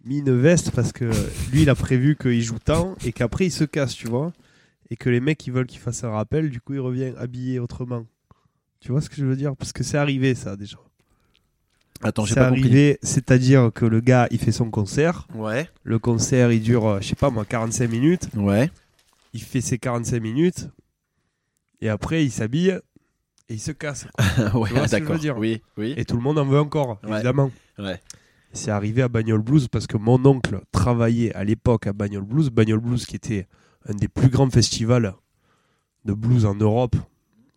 A: mis une veste parce que lui, il a prévu qu'il joue tant et qu'après, il se casse, tu vois. Et que les mecs, ils veulent qu'il fasse un rappel. Du coup, il revient habillé autrement. Tu vois ce que je veux dire Parce que c'est arrivé, ça, déjà.
B: Attends, j'ai
A: C'est
B: pas compris.
A: arrivé, c'est-à-dire que le gars, il fait son concert.
B: Ouais.
A: Le concert, il dure, euh, je sais pas moi, 45 minutes.
B: Ouais.
A: Il fait ses 45 minutes. Et après, il s'habille et il se casse. quoi. vois
B: ouais,
A: ce que je veux
B: d'accord.
A: dire
B: Oui, oui.
A: Et tout le monde en veut encore,
B: Ah, Ouais.
A: évidemment.
B: Ouais.
A: C'est arrivé à Bagnole Blues parce que mon oncle travaillait à l'époque à Bagnole Blues. Bagnole Blues qui était un des plus grands festivals de blues en Europe,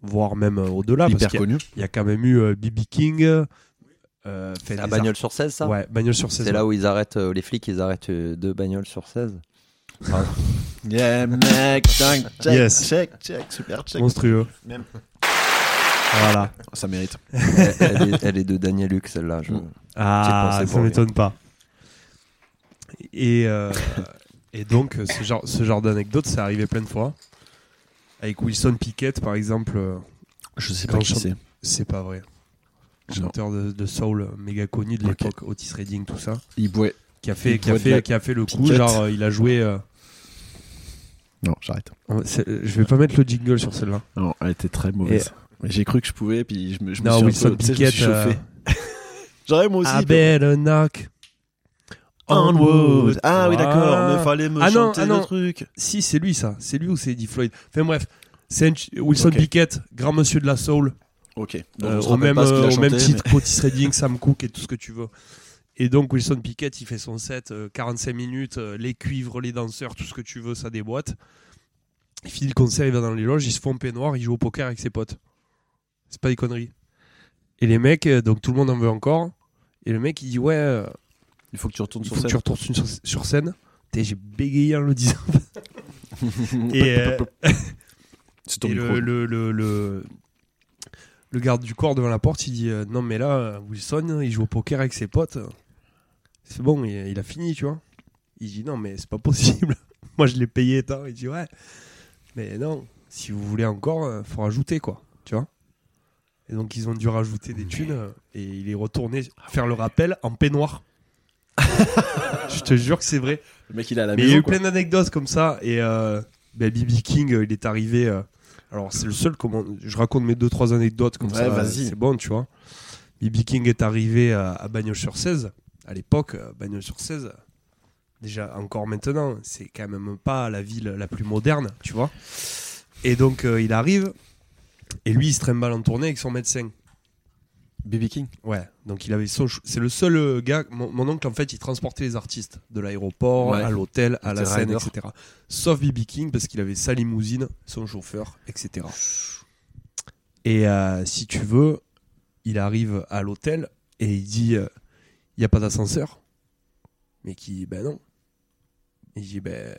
A: voire même euh, au-delà. Parce
B: Hyper
A: qu'il y a- (laughs)
B: connu.
A: il y, a quand même eu euh, B.B. King. euh, euh, fait
D: C'est
B: Ah,
D: à
A: des
D: bagnole sur 16 ça
A: arts- Ouais, Bagnole sur 16.
D: C'est là où ils arrêtent euh, les flics, ils arrêtent euh, deux bagnoles sur (laughs) 16.
B: Yeah, mec, check, check,
A: Yes.
B: check, check, super check.
A: Monstrueux.
B: Même. (laughs)
A: Voilà.
B: Ça mérite.
D: elle, elle est, elle est de Daniel Luc celle-là. je-
A: Ah,
D: pensée
A: ça
D: pour lui.
A: m'étonne pas. Et, euh, et donc, euh, ce genre, ce genre d'anecdote, c'est arrivé plein de fois. Avec Wilson Pickett, par exemple, euh,
B: Je sais
A: Grand
B: pas qui
A: champ-
B: c'est.
A: c'est pas vrai.
B: Non.
A: Chanteur de, de soul euh, méga connu de
B: Ok.
A: l'époque, Otis Redding, tout ça,
B: Il boit.
A: qui a fait,
B: Il
A: qui a
B: boit de
A: fait,
B: la
A: qui a fait le coup.
B: Pickett.
A: Genre, euh, il a joué. euh,
B: Non, j'arrête.
A: on- c'est- euh, je vais pas mettre le jingle sur celle-là.
B: Non, elle était très mauvaise. Mais euh, J'ai cru que je pouvais, puis je me, je me
A: Non,
B: suis un
A: Wilson
B: peu- tu sais, je me suis
A: Pickett, euh, Ah, ben,
B: chauffé. J'aurais moi aussi.
A: I better knock
B: Onward. Ah oui, d'accord,
A: Voilà.
B: mais fallait me
A: Ah non,
B: chanter
A: ah non.
B: le truc.
A: Si, c'est lui ça. C'est lui ou c'est Eddie Floyd Enfin bref, c'est un ch- Wilson
B: Ok.
A: Pickett, grand monsieur de la soul,
B: Ok.
A: euh, au, même, euh, au même titre qu'Otis Redding, Sam Cooke et tout ce que tu veux. Et donc Wilson Pickett, il fait son set, euh, 45 minutes, euh, les cuivres, les danseurs, tout ce que tu veux, ça déboîte. Il finit le concert, il va dans les loges, il se font peignoir, il joue au poker avec ses potes. C'est pas des conneries. Et les mecs, euh, donc tout le monde en veut encore. Et le mec, il dit ouais, euh,
B: Il faut que tu retournes
A: il
B: sur
A: faut que
B: scène.
A: tu retournes sur, sur scène. Putain, J'ai bégayé en le disant.
B: Mm.
A: Et, euh,
B: C'est ton
A: et
B: micro.
A: le, le, le, le- le garde du corps devant la porte, il dit euh, Non, mais là, euh, Wilson, il joue au poker avec ses potes. C'est bon, il, il a fini, tu vois. Il dit Non, mais c'est pas possible. (laughs) Moi, je l'ai payé tant. Il dit Ouais. Mais non, si vous voulez encore, euh, faut rajouter, quoi. Tu vois Et donc, ils ont dû rajouter des thunes. euh, Et il est retourné faire le rappel en
B: (laughs)
A: peignoir. je te jure que c'est vrai.
B: Le mec, il est à la
A: Mais il y a
B: maison.
A: eu
B: quoi.
A: plein d'anecdotes comme ça. Et euh, ben, B.B. King, euh, il est arrivé. euh, alors, c'est le seul. Comment, je raconte mes deux, trois anecdotes comme
B: Ouais,
A: ça.
B: vas-y.
A: C'est bon, tu vois. B.B. King est arrivé à, à Bagnols-sur-16. À l'époque, euh, Bagnols-sur-16, euh, déjà encore maintenant, c'est quand même pas la ville la plus moderne, tu vois. Et donc, euh, il arrive. Et lui, il se trimballe en tournée avec son médecin.
B: BB King.
A: Ouais, donc il avait son. chou- C'est le seul euh, gars. Mon, mon oncle, en fait, il transportait les artistes de l'aéroport
B: Ouais.
A: à l'hôtel, à la
B: C'était
A: scène,
B: rider.
A: etc. Sauf B.B. King parce qu'il avait sa limousine, son chauffeur, etc. Et euh, si tu veux, il arrive à l'hôtel et il dit euh, il n'y a pas d'ascenseur. Mais qui dit ben non. Il dit ben.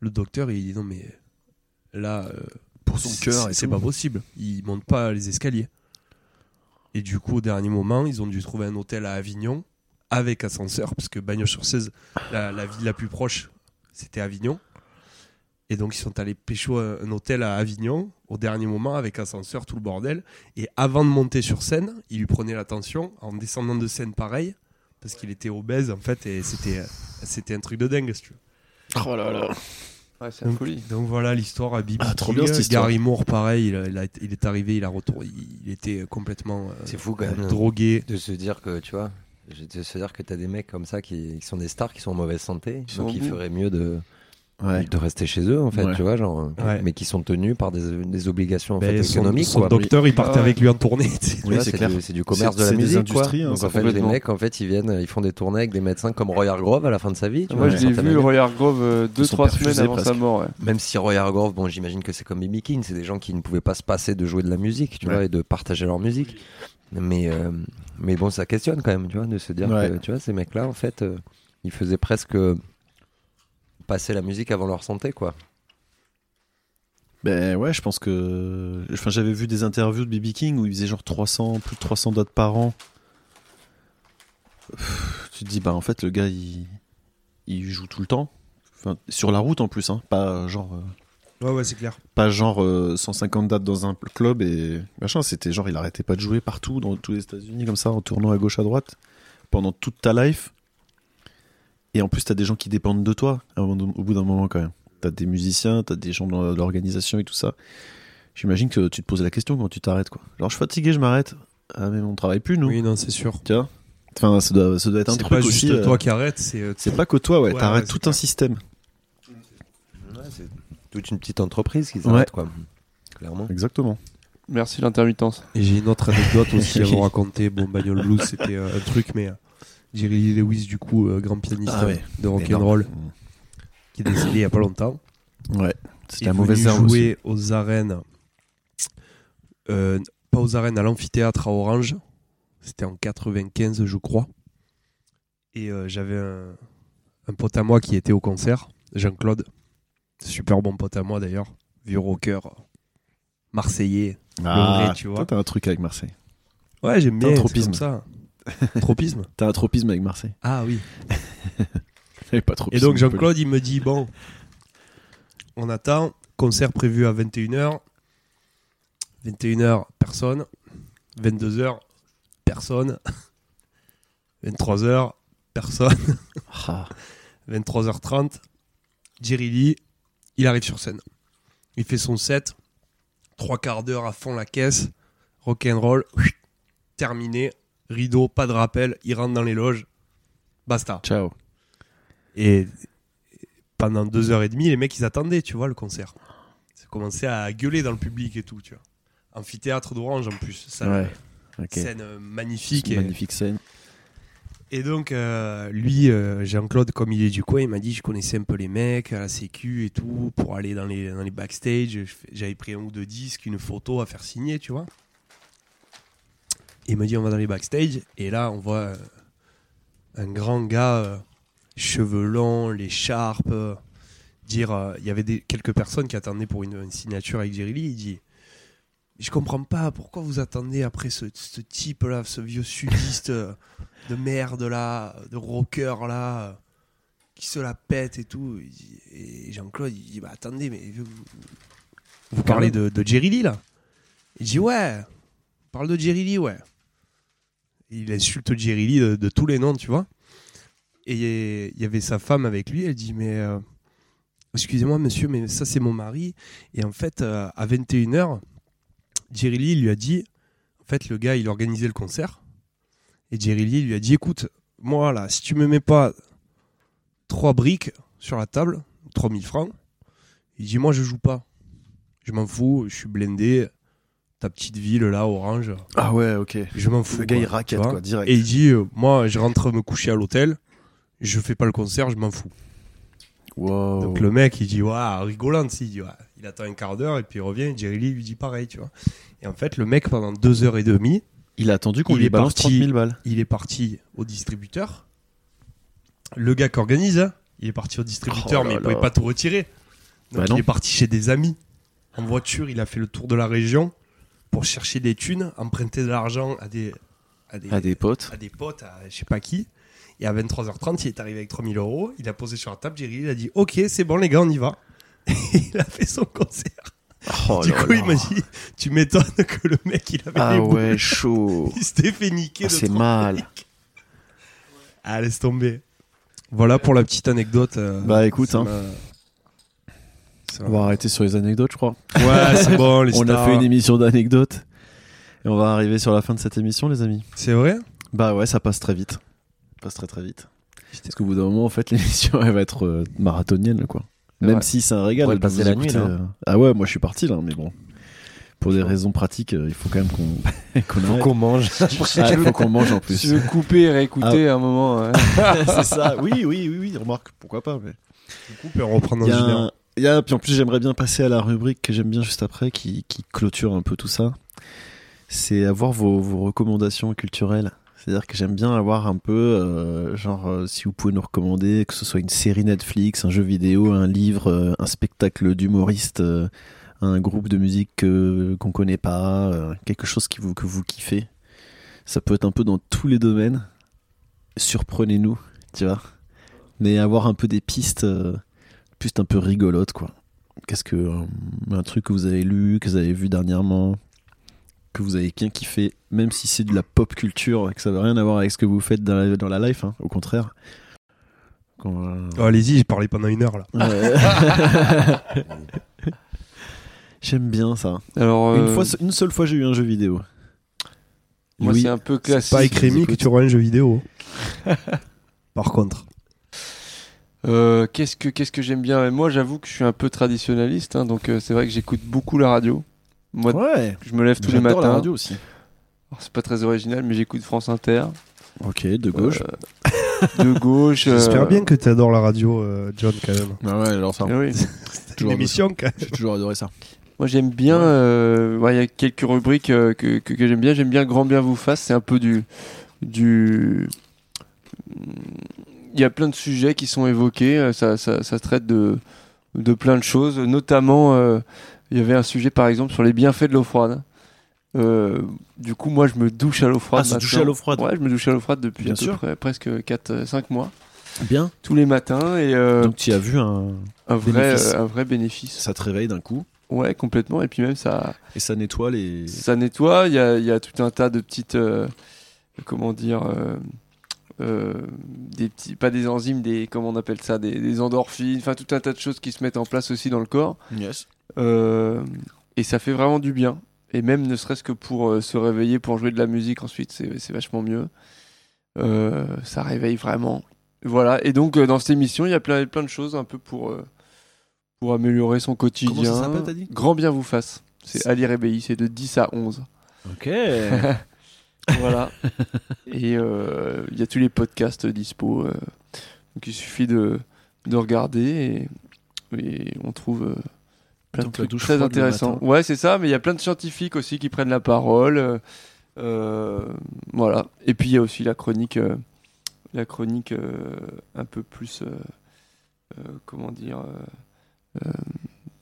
A: Le docteur, il dit non, mais là. euh,
B: Pour son
A: c'est-
B: cœur.
A: c'est-
B: et
A: C'est
B: tout.
A: pas possible. Ils montent pas les escaliers. Et du coup, au dernier moment, ils ont dû trouver un hôtel à Avignon avec ascenseur, parce que Bagnols-sur-Cèze, la, la ville la plus proche, c'était Avignon. Et donc, ils sont allés pécho un, un hôtel à Avignon au dernier moment avec ascenseur, tout le bordel. Et avant de monter sur scène, il lui prenait la tension en descendant de scène pareil, parce qu'il était obèse en fait, et c'était c'était un truc de dingue, si tu veux.
B: Oh là là.
C: Ouais, c'est la
A: Donc,
C: folie.
A: donc voilà l'histoire à Bibi.
B: Ah, trop
A: King.
B: bien, cette histoire.
A: Gary Moore, pareil, il, a- il a- il est arrivé, il a retourné, il était complètement euh,
D: C'est fou quand même.
A: drogué.
D: de se dire que tu vois je- de se dire que t'as des mecs comme ça qui, qui sont des stars qui sont en mauvaise santé
C: Ils sont
D: donc
C: au
D: ils
C: bout.
D: feraient mieux de,
B: Ouais.
D: de rester chez eux en fait
B: Ouais.
D: tu vois genre
A: Ouais.
D: mais qui sont tenus par des, des obligations en
A: Ben,
D: fait,
A: son-
D: économiques
A: son
D: quoi.
A: docteur, il partait
C: Ouais.
A: avec lui en tournée. tu sais.
D: Tu
B: Oui,
D: vois,
B: c'est
D: c'est
B: clair.
D: du, c'est du commerce
B: C'est-
D: de la
B: c'est des
D: musique quoi.
B: industries, hein,
D: donc
B: ça,
D: en fait les
C: complètement.
D: mecs en fait ils viennent ils font des tournées avec des médecins comme Roy Hargrove à la fin de sa vie tu
C: Moi,
D: vois,
C: je l'ai
D: certaines
C: vu,
D: années.
C: Roy Hargrove,
B: Ils sont
C: 2-3 semaines
B: perfusés,
C: avant sa
B: presque.
C: mort. ouais.
D: même si Roy Hargrove bon j'imagine que c'est comme Bibi King c'est des gens qui ne pouvaient pas se passer de jouer de la musique tu
B: Ouais.
D: vois et de partager leur musique mais euh, mais bon ça questionne quand même tu vois de se dire
B: Ouais.
D: que tu vois ces mecs là en fait euh, ils faisaient presque euh, passer la musique avant leur santé quoi
B: Ben ouais, je pense que. Enfin, j'avais vu des interviews de BB King où il faisait genre 300, plus de 300 dates par an. Pff, Tu te dis, bah en fait, le gars, il, il joue tout le temps. Enfin, sur la route en plus, hein. Pas euh, genre, euh,
A: Ouais, ouais, c'est clair.
B: pas genre euh, 150 dates dans un club et machin. C'était genre, il arrêtait pas de jouer partout, dans tous les États-Unis, comme ça, en tournant à gauche, à droite, pendant toute ta life. Et en plus, t'as des gens qui dépendent de toi à un moment- au bout d'un moment quand même. T'as des musiciens, t'as des gens dans l'organisation et tout ça. J'imagine que tu te poses la question quand tu t'arrêtes quoi. Genre je suis fatigué, je m'arrête. Ah mais on travaille plus nous.
A: Oui, non, c'est sûr.
B: Tu vois Enfin ça doit, ça doit être un
A: C'est
B: truc
A: pas juste
B: aussi. euh,
A: toi qui arrêtes, c'est euh,
B: C'est pas que toi, ouais.
A: Ouais,
B: T'arrêtes
A: ouais,
B: tout
A: c'est
B: un système.
D: c'est toute une petite entreprise qu'ils
B: Ouais.
D: arrêtent quoi clairement
B: Exactement.
C: Merci l'intermittence.
A: Et j'ai une autre anecdote aussi à
B: (laughs)
A: vous raconter. Bon, Bagnole Blues, c'était euh, un truc, mais euh, Jerry Lee Lewis, du coup, euh, grand pianiste
B: Ah ouais. Mm.
A: de rock'n'roll, qui est décédé il y a pas longtemps,
B: Ouais. C'était
A: est
B: la mauvaise
A: venu
B: herbe aussi.
A: jouer aux arènes, euh, pas aux arènes, à l'amphithéâtre à Orange. C'était en 95, je crois. Et euh, j'avais un, un pote à moi qui était au concert, Jean-Claude, super bon pote à moi d'ailleurs, vieux rocker, euh, marseillais,
B: Ah,
A: vrai, tu vois.
B: toi, T'as un truc avec Marseille.
A: Ouais, j'aime bien.
B: T'as un
A: c'est
B: tropisme.
A: Comme ça. tropisme.
B: T'as un tropisme avec Marseille.
A: (laughs)
B: (laughs)
A: Ah oui.
B: J'avais pas trop
A: Et donc Jean-Claude, il me dit bon, on attend. Concert prévu à 21h. 21h, personne. 22h, personne. 23h, personne.
B: Ah.
A: 23h30, Jerry Lee, il arrive sur scène. Il fait son set, trois quarts d'heure à fond la caisse, rock'n'roll, terminé, rideau, pas de rappel, il rentre dans les loges, basta.
B: Ciao.
A: Et pendant deux heures et demie, les mecs, ils attendaient, tu vois, le concert. Ça commençait à gueuler dans le public et tout, tu vois. Amphithéâtre d'Orange en plus, ça,
B: Ouais. Ok.
A: scène euh, magnifique. et-
B: Magnifique scène.
A: et donc, euh, lui, euh, Jean-Claude, comme il est du coin, il m'a dit je connaissais un peu les mecs à la Sécu et tout, pour aller dans les, dans les backstage. Je fais- J'avais pris un ou deux disques, une photo à faire signer, tu vois. Et il m'a dit on va dans les backstage. Et là, on voit euh, un grand gars, euh, cheveux longs, l'écharpe, euh, dire euh, il y avait des, quelques personnes qui attendaient pour une, une signature avec Jerry Lee. Il dit. Je comprends pas pourquoi vous attendez après ce, ce type-là, ce vieux sudiste. euh, de merde là, de rocker là, euh, qui se la pète et tout. Il dit- Et Jean-Claude, il dit Bah attendez, mais vous, vous parlez de, de Jerry Lee là Il dit Ouais, on parle de Jerry Lee, ouais. Il insulte Jerry Lee de, de tous les noms, tu vois. Et il y avait sa femme avec lui, elle dit Mais euh, excusez-moi, monsieur, mais ça c'est mon mari. Et en fait, euh, à 21h, Jerry Lee lui a dit En fait, le gars, il organisait le concert. Et Jerry Lee lui a dit écoute, moi là, si tu me mets pas trois briques sur la table, 3000 francs, il dit moi je joue pas. Je m'en fous, je suis blindé. Ta petite ville là, orange,
B: Ah ouais, ok.
A: je m'en fous.
B: Le gars,
A: quoi,
B: il
A: tu
B: raquette,
A: vois.
B: quoi, direct.
A: Et il dit euh, moi je rentre me coucher à l'hôtel, je fais pas le concert, je m'en fous.
B: Wow.
A: Donc le mec, il dit, waouh, rigolante, il dit, Ouais. il attend un quart d'heure et puis il revient, et Jerry Lee lui dit pareil, tu vois. Et en fait, le mec, pendant deux heures et demie,
B: Il a attendu qu'on
A: il
B: lui
A: est
B: balance
A: parti.
B: 30 000 balles.
A: il est parti au distributeur. Le gars qui organise, hein, il est parti au distributeur,
B: Oh là
A: mais il
B: là.
A: pouvait pas tout retirer. Donc
B: Bah
A: il
B: non.
A: est parti chez des amis. En voiture, il a fait le tour de la région pour chercher des thunes, emprunter de l'argent à des, à des,
B: À des potes.
A: à des potes, à je sais pas qui. Et à 23h30, il est arrivé avec 3000 euros. Il a posé sur la table, Jerry, il a dit Ok, c'est bon, les gars, on y va. (laughs) Et il a fait son concert.
B: Oh
A: (laughs) du
B: là
A: coup,
B: là.
A: il m'a dit Tu m'étonnes que le mec, il avait
B: Ah
A: les boules. (laughs)
B: ouais, chaud.
A: Il s'était fait niquer.
B: Ah,
A: de
B: c'est
A: 30
B: mal.
A: Ah, laisse tomber. Voilà pour la petite anecdote. euh,
B: Bah écoute,
A: ça
B: hein,
A: m'a- ça.
B: On va arrêter sur les anecdotes, je crois.
A: Ouais, c'est bon, les
B: (laughs) on
A: stars.
B: a fait une émission d'anecdotes. Et on va arriver sur la fin de cette émission, les amis.
A: C'est vrai
B: Bah ouais, ça passe très vite. Ça passe très très vite. Parce qu'au bout d'un moment, en fait, (laughs) l'émission, elle va être euh, marathonienne, quoi.
D: C'est
B: Même
D: vrai.
B: si c'est un régal.
D: Pourrait
B: de
D: passer
B: vous
D: la nuit,
B: écouter,
D: là.
B: euh, Ah ouais, moi je suis parti, là, mais bon. Pour des raisons pratiques, euh, il faut quand même qu'on
D: (laughs)
B: qu'on arrête.
D: qu'on mange.
B: Ah, il faut qu'on mange en
C: Si
B: plus. Ah.
C: tu
B: (laughs)
C: veux couper et réécouter à un moment. euh,
B: c'est ça. Oui, oui, oui, oui, remarque, pourquoi pas. Mais...
A: Du coup, on peut reprendre
B: Il y
A: en
B: a
A: général.
B: un- il y a- puis en plus, j'aimerais bien passer à la rubrique que j'aime bien juste après, qui, qui clôture un peu tout ça. C'est avoir vos, vos recommandations culturelles. C'est-à-dire que j'aime bien avoir un peu, euh, genre, euh, si vous pouvez nous recommander, que ce soit une série Netflix, un jeu vidéo, un livre, euh, un spectacle d'humoriste, euh, un groupe de musique que- qu'on connaît pas, euh, quelque chose qui vous, que vous kiffez. Ça peut être un peu dans tous les domaines. Surprenez-nous, tu vois. Mais avoir un peu des pistes. euh, plus un peu rigolote quoi. Qu'est-ce que euh, un truc que vous avez lu, que vous avez vu dernièrement, que vous avez bien kiffé, même si c'est de la pop culture, que ça n'a rien à voir avec ce que vous faites dans la, dans la life, hein, au contraire. Quand, (laughs) euh,
A: Oh, Allez-y, j'ai parlé pendant une heure là.
B: ouais. J'aime bien ça.
C: Alors,
B: Une,
C: euh,
B: fois, une seule fois, j'ai eu un jeu vidéo.
C: moi,
B: Oui.
C: c'est un peu classique.
A: Pas écrémi que tu auras un jeu vidéo. Par contre.
C: Euh, qu'est-ce que qu'est-ce que j'aime bien Moi, j'avoue que je suis un peu traditionnaliste, hein, donc euh, c'est vrai que j'écoute beaucoup la radio. Moi,
B: Ouais.
C: je me lève tous les
B: J'adore la
C: matins.
B: radio aussi.
C: Alors, C'est pas très original, mais j'écoute France Inter.
B: Ok, de gauche.
C: Euh,
B: (laughs)
C: de gauche. euh,
A: J'espère bien que tu adores la radio, euh, John, quand même.
B: Ah ouais, alors ça.
C: eh oui.
A: C'est une
B: toujours
A: émission, quand même.
B: J'ai toujours adoré ça.
C: Moi, j'aime bien. euh, ouais, Il y a quelques rubriques euh, que, que, que j'aime bien. J'aime bien Grand Bien Vous Fasse. C'est un peu du. du... Il y a plein de sujets qui sont évoqués. euh, Ça, ça, ça traite de, de plein de choses. Notamment, euh, il y avait un sujet, par exemple, sur les bienfaits de l'eau froide. Euh, du coup, moi, je me douche à l'eau froide.
B: Ah, se
C: maintenant.
B: toucher à l'eau froide.
C: Ouais, je me douche à l'eau froide depuis
B: Bien
C: à peu
B: sûr.
C: près presque 4-5 mois.
B: Bien.
C: Tous les matins. Et euh,
B: Donc tu as vu un.
C: un, vrai,
B: bénéfice.
C: euh, un vrai bénéfice.
B: Ça te réveille d'un coup.
C: Ouais, complètement. Et puis même, ça.
B: Et ça nettoie les.
C: ça nettoie. Il y a, il y a tout un tas de petites, euh, comment dire, euh, euh, des petits, pas des enzymes, des comment on appelle ça, des, des endorphines, enfin tout un tas de choses qui se mettent en place aussi dans le corps. Euh, et ça fait vraiment du bien. Et même ne serait-ce que pour euh, se réveiller, pour jouer de la musique ensuite, c'est c'est vachement mieux. Euh, ça réveille vraiment. Voilà. Et donc euh, dans cette émission, il y a plein, plein de choses un peu pour euh, pour améliorer son quotidien.
B: s'appelle, t'as dit
C: Grand bien vous fasse. C'est Ali Rebéi, c'est de 10 à 11.
B: Ok.
C: (laughs) Voilà. Et euh, il y a tous les podcasts dispo. euh, donc il suffit de, de regarder et, et on trouve euh, plein
B: Donc la
C: de trucs
B: douche
C: très
B: froide le
C: intéressants.
B: matin.
C: Ouais, c'est ça, mais il y a plein de scientifiques aussi qui prennent la parole. euh, euh, voilà. Et puis il y a aussi la chronique, euh, la chronique euh, un peu plus. euh, euh, comment dire. euh, euh,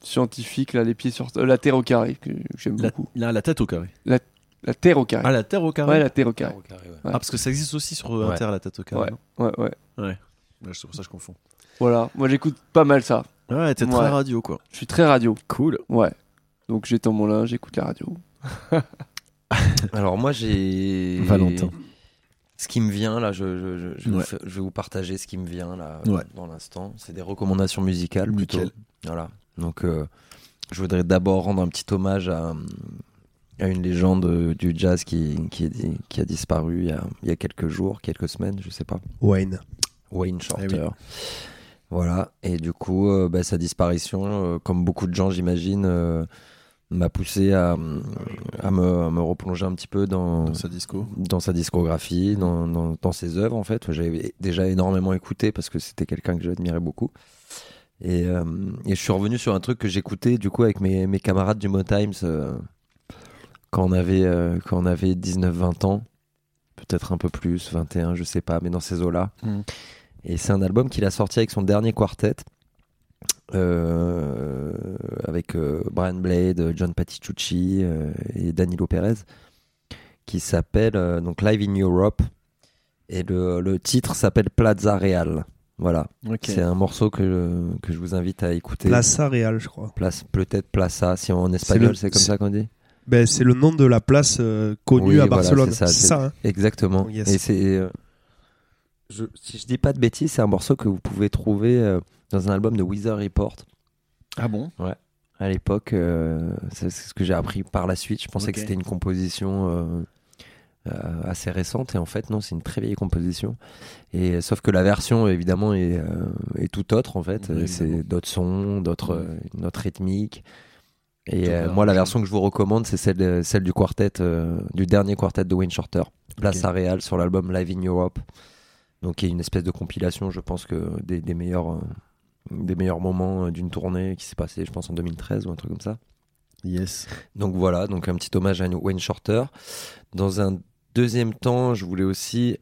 C: scientifique, là, les pieds sur. euh, la terre au carré, que j'aime
B: La,
C: beaucoup.
B: la- la tête au carré.
C: La terre au carré.
B: Ah, la terre au carré
C: ouais, la terre au carré.
B: Ah, parce que ça existe aussi sur
D: Ouais.
B: Inter, la tête au carré. non
C: Ouais, ouais.
B: Ouais, c'est pour ça que je confonds.
C: Voilà, moi j'écoute pas mal ça.
B: Ouais, t'es
C: Ouais.
B: très radio, quoi.
C: Je suis très radio.
B: Cool.
C: Ouais. Donc j'étends mon linge, j'écoute la radio.
D: Alors moi j'ai
B: Valentin.
D: Ce qui me vient là, je, je- je- je vais
B: Ouais.
D: vous fa- je vais vous partager ce qui me vient là
B: Ouais.
D: dans l'instant. C'est des recommandations musicales plutôt.
B: Nickel.
D: Voilà. Donc euh, je voudrais d'abord rendre un petit hommage à, à une légende euh, du jazz qui, qui, est di- qui a disparu il y a, il y a quelques jours, quelques semaines, je sais pas.
A: Wayne.
D: Wayne Shorter.
B: Eh oui.
D: Voilà, et du coup, euh, bah, sa disparition, euh, comme beaucoup de gens, j'imagine, euh, m'a poussé à, à me, à me replonger un petit peu dans,
B: Dans sa disco.
D: dans sa discographie, dans, dans- dans ses œuvres, en fait. J'avais déjà énormément écouté parce que c'était quelqu'un que j'admirais beaucoup. Et, euh, et je suis revenu sur un truc que j'écoutais, du coup, avec mes, mes camarades du Mo Times euh, quand on avait, euh, quand on avait 19-20 ans, peut-être un peu plus, 21, je sais pas, mais dans ces eaux-là.
B: Mm.
D: Et c'est un album qu'il a sorti avec son dernier quartet. euh, avec euh, Brian Blade, John Patitucci euh, et Danilo Perez qui s'appelle euh, donc Live in Europe et le, le titre s'appelle Plaza Real. Voilà,
B: Ok.
D: c'est un morceau que, que je vous invite à écouter.
A: Plaza Real, je crois.
D: Place peut-être Plaza si en espagnol
A: le-
D: c'est comme
A: c'est-
D: ça qu'on dit.
A: Ben, c'est le nom de la place euh, connue
D: Oui,
A: à
D: voilà,
A: Barcelone.
D: c'est ça,
A: c'est
D: c'est-
A: ça. hein.
D: Exactement.
A: Yes.
D: Et c'est euh, je, si je dis pas de bêtises, c'est un morceau que vous pouvez trouver euh, dans un album de Weezer Report
B: Ah bon
D: à l'époque. euh, c'est c'est ce que j'ai appris par la suite. Je pensais
B: Ok.
D: que c'était une composition euh, euh, assez récente. Et en fait, non, c'est une très vieille composition. Et, sauf que la version, évidemment, est, euh, est tout autre, en fait.
B: Oui,
D: Euh, c'est
B: évidemment.
D: d'autres sons, d'autres,
B: Mhm.
D: euh, une autre rythmique. Et
B: Tout
D: euh,
B: est
D: moi, la
B: arrangé.
D: version que je vous recommande, c'est celle, de- celle du quartet, euh, du dernier quartet de Wayne Shorter, Place à Real, sur l'album Live in Europe. Donc, qui est une espèce de compilation, je pense, que des, des meilleurs, euh, des meilleurs moments euh, d'une tournée qui s'est passée, je pense, en 2013 ou un truc comme ça.
B: Yes.
D: Donc voilà, donc un petit hommage à Wayne Shorter. Dans un deuxième temps, je voulais aussi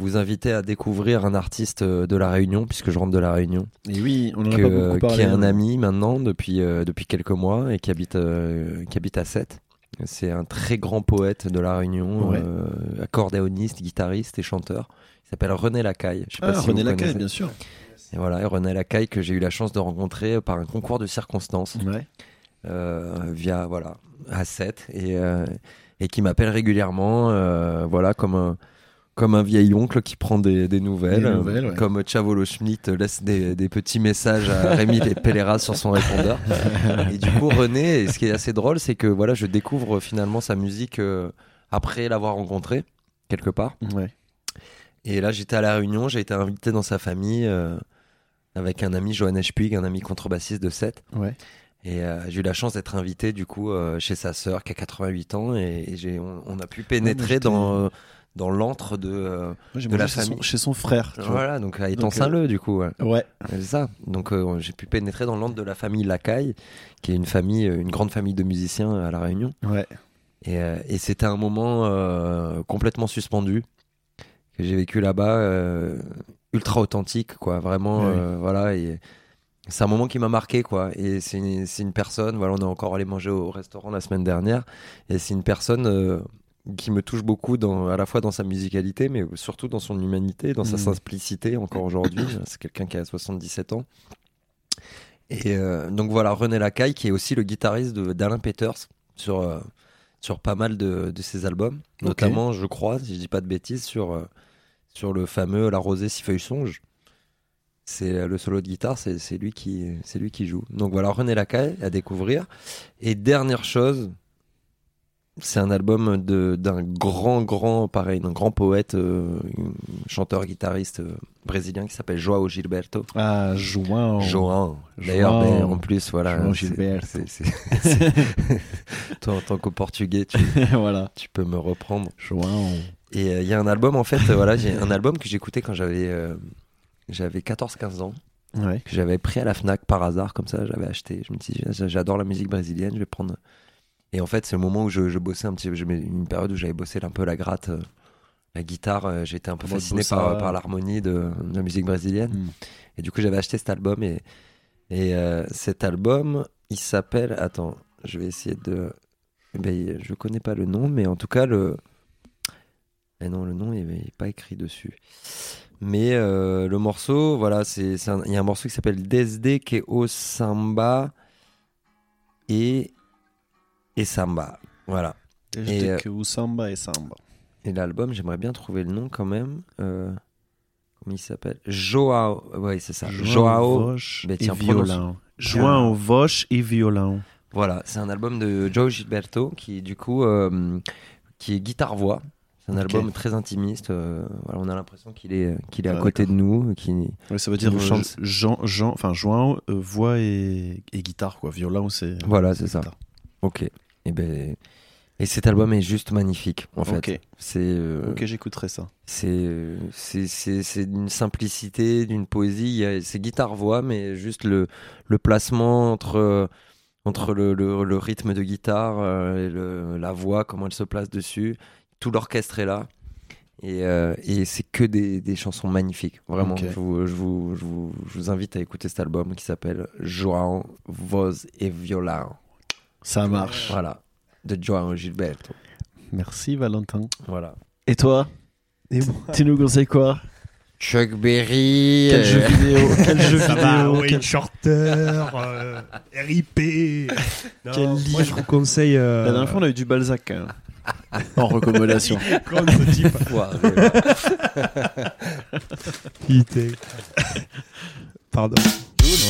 D: vous inviter à découvrir un artiste euh, de la Réunion, puisque je rentre de la Réunion,
B: Et oui, on en a
D: que- euh,
B: pas beaucoup parlé.
D: qui est un
B: hein.
D: ami maintenant depuis, euh, depuis quelques mois et qui habite, euh, qui habite à Sète. C'est un très grand poète de la Réunion,
B: Ouais.
D: euh, accordéoniste, guitariste et chanteur. Il s'appelle René Lacaille. Je sais pas
B: Ah,
D: si
B: René
D: vous
B: Lacaille,
D: connaissez.
B: bien sûr.
D: Et voilà, et René Lacaille que j'ai eu la chance de rencontrer euh, par un concours de circonstances
B: Ouais.
D: euh, via voilà A7 et, euh, et qui m'appelle régulièrement euh, voilà comme un comme un vieil oncle qui prend des, des nouvelles,
B: Des
D: euh,
B: nouvelles, ouais.
D: comme Chavolo Schmitt laisse des, des petits
B: (laughs)
D: messages à Rémi Pellera sur son répondeur. Et du coup, René, et ce qui est assez drôle, c'est que voilà, je découvre finalement sa musique euh, après l'avoir rencontré, quelque part.
B: Ouais.
D: Et là, j'étais à La Réunion, j'ai été invité dans sa famille euh, avec un ami, Johannes Puig, un ami contrebassiste de 7.
B: Ouais.
D: Et euh, j'ai eu la chance d'être invité, du coup, euh, chez sa sœur qui a 88 ans. Et, et j'ai, on, on a pu
B: moi,
D: pénétrer
B: j'étais-
D: dans, euh, dans l'antre de. euh,
B: Moi, j'ai
D: De la
B: mangé chez son,
D: famille.
B: chez son frère. Tu vois.
D: voilà, donc à
B: Donc, euh,
D: Étang-Saint-Leu, du coup. ouais.
B: Ouais.
D: C'est ça. Donc euh, j'ai pu pénétrer dans l'antre de la famille Lacaille, qui est une famille, euh, une grande famille de musiciens à La Réunion.
B: Ouais.
D: Et, euh, et c'était un moment euh, complètement suspendu que j'ai vécu là-bas, euh, ultra authentique, quoi. Vraiment,
B: Ouais.
D: euh, voilà. Et c'est un moment qui m'a marqué, quoi. Et c'est une, c'est une personne, voilà, on est encore allé manger au restaurant la semaine dernière, et c'est une personne euh, qui me touche beaucoup, dans, à la fois dans sa musicalité, mais surtout dans son humanité, dans sa
B: Mhm.
D: simplicité, encore aujourd'hui. C'est quelqu'un qui a 77 ans. Et euh, donc voilà, René Lacaille, qui est aussi le guitariste de- d'Alain Peters sur, euh, sur pas mal de, de ses albums,
B: Ok.
D: notamment, je crois, si je dis pas de bêtises, sur, euh, sur le fameux La Rosée Six Feuilles Songe. C'est euh, le solo de guitare, c'est c'est lui, qui- c'est lui qui joue. Donc voilà, René Lacaille à découvrir. Et dernière chose, c'est un album de- d'un grand, grand, pareil, d'un grand poète, euh, chanteur, guitariste euh, brésilien qui s'appelle Joao Gilberto.
B: Ah, Joao.
D: Johan. D'ailleurs,
B: Johan.
D: ben, en plus, voilà.
B: João
D: c'est-
B: Gilberto.
D: c'est- c'est- c'est- (laughs) Toi, en tant que portugais, tu,
B: (laughs) voilà.
D: tu peux me reprendre.
B: Joao.
D: Et euh, il y a un album, en fait, euh, voilà, j'ai un album que j'écoutais quand j'avais euh, j'avais 14-15 ans,
B: Ouais.
D: que j'avais pris à la Fnac par hasard, comme ça, j'avais acheté. Je me suis dit, j'a- j'adore la musique brésilienne, je vais prendre. euh. Et en fait, c'est le moment où je, je bossais un petit peu, une période où j'avais bossé un peu la gratte, euh, la guitare, euh, j'étais un peu
B: En mode
D: fasciné
B: bossa.
D: par, par l'harmonie de- de la musique brésilienne.
B: Hmm.
D: Et du coup, j'avais acheté cet album. Et, et euh, cet album, il s'appelle. Attends, je vais essayer de. eh Ben, je connais pas le nom, mais en tout cas, le. Eh non, le nom, il n'est pas écrit dessus. Mais euh, le morceau, voilà, c'est c'est un- il y a un morceau qui s'appelle Desde que o samba et, et samba. Voilà.
B: Desde
D: euh,
B: que o samba et samba.
D: Et l'album, j'aimerais bien trouver le nom quand même. Euh, comment il s'appelle Joao. Oui, c'est ça. Joao
B: Vosch
D: Mais
B: et
D: tiens,
B: violon. Joao Vosch et violon.
D: Voilà, c'est un album de Joe Gilberto qui du coup euh, qui est guitare voix. C'est un
B: Ok.
D: album très intimiste. euh, voilà, on a l'impression qu'il est qu'il est à
B: Ah,
D: côté de nous. Qui...
B: Ouais, ça veut
D: Qui
B: dire
D: nous
B: euh,
D: chante.
B: Jean, Jean, enfin Joao euh, voix et, et guitare quoi. Violon c'est.
D: Voilà, c'est ça.
B: guitare.
D: Ok. Et ben et cet album est juste magnifique en fait.
B: Ok,
D: C'est euh,
B: ok, j'écouterai ça.
D: c'est euh, c'est c'est c'est d'une simplicité, d'une poésie. Il y a- C'est guitare voix, mais juste le le placement entre euh, entre le, le, le rythme de guitare euh, et le- la voix, comment elle se place dessus. Tout l'orchestre est là. Et, euh, et c'est que des, des chansons magnifiques. Vraiment,
B: Ok.
D: je, vous, je, vous, je, vous, je vous invite à écouter cet album qui s'appelle João, Voz e et Viola.
B: Ça marche.
D: Voilà, de João Gilberto.
B: Merci Valentin.
D: Voilà.
B: Et toi
F: Et moi,
B: Tu nous conseilles quoi
D: Chuck Berry.
B: Quel (laughs)
D: euh,
B: jeu vidéo Quel jeu
F: ça
B: vidéo
F: va, Wayne
B: quel-
F: Shorter, euh, RIP. Non,
B: Quel
F: moi, je vous conseille. euh,
B: La dernière fois on a eu du Balzac hein. quand même. (laughs) en recommandation.
F: con, ce
A: (laughs)
D: euh,
F: type.
D: foiré, voilà.
F: Putain. Pardon.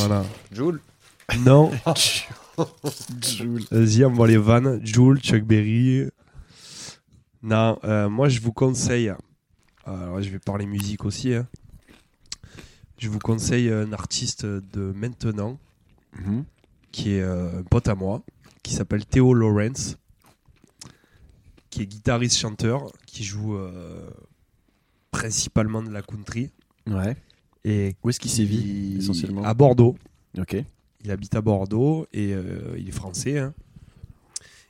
F: Voilà.
D: Jules,
A: Non. Vas-y, on voit les vannes. Jules, Chuck Berry. Non, euh, moi je vous conseille. Alors, je vais parler musique aussi. hein. Je vous conseille un artiste de maintenant
B: Mhm.
A: qui est euh, un pote à moi qui s'appelle Theo Lawrence qui est guitariste chanteur qui joue euh, principalement de la country
B: Ouais.
A: et
B: Où est-ce qu'il sévit essentiellement
A: à Bordeaux
B: Ok.
A: il habite à Bordeaux et euh, il est français. hein.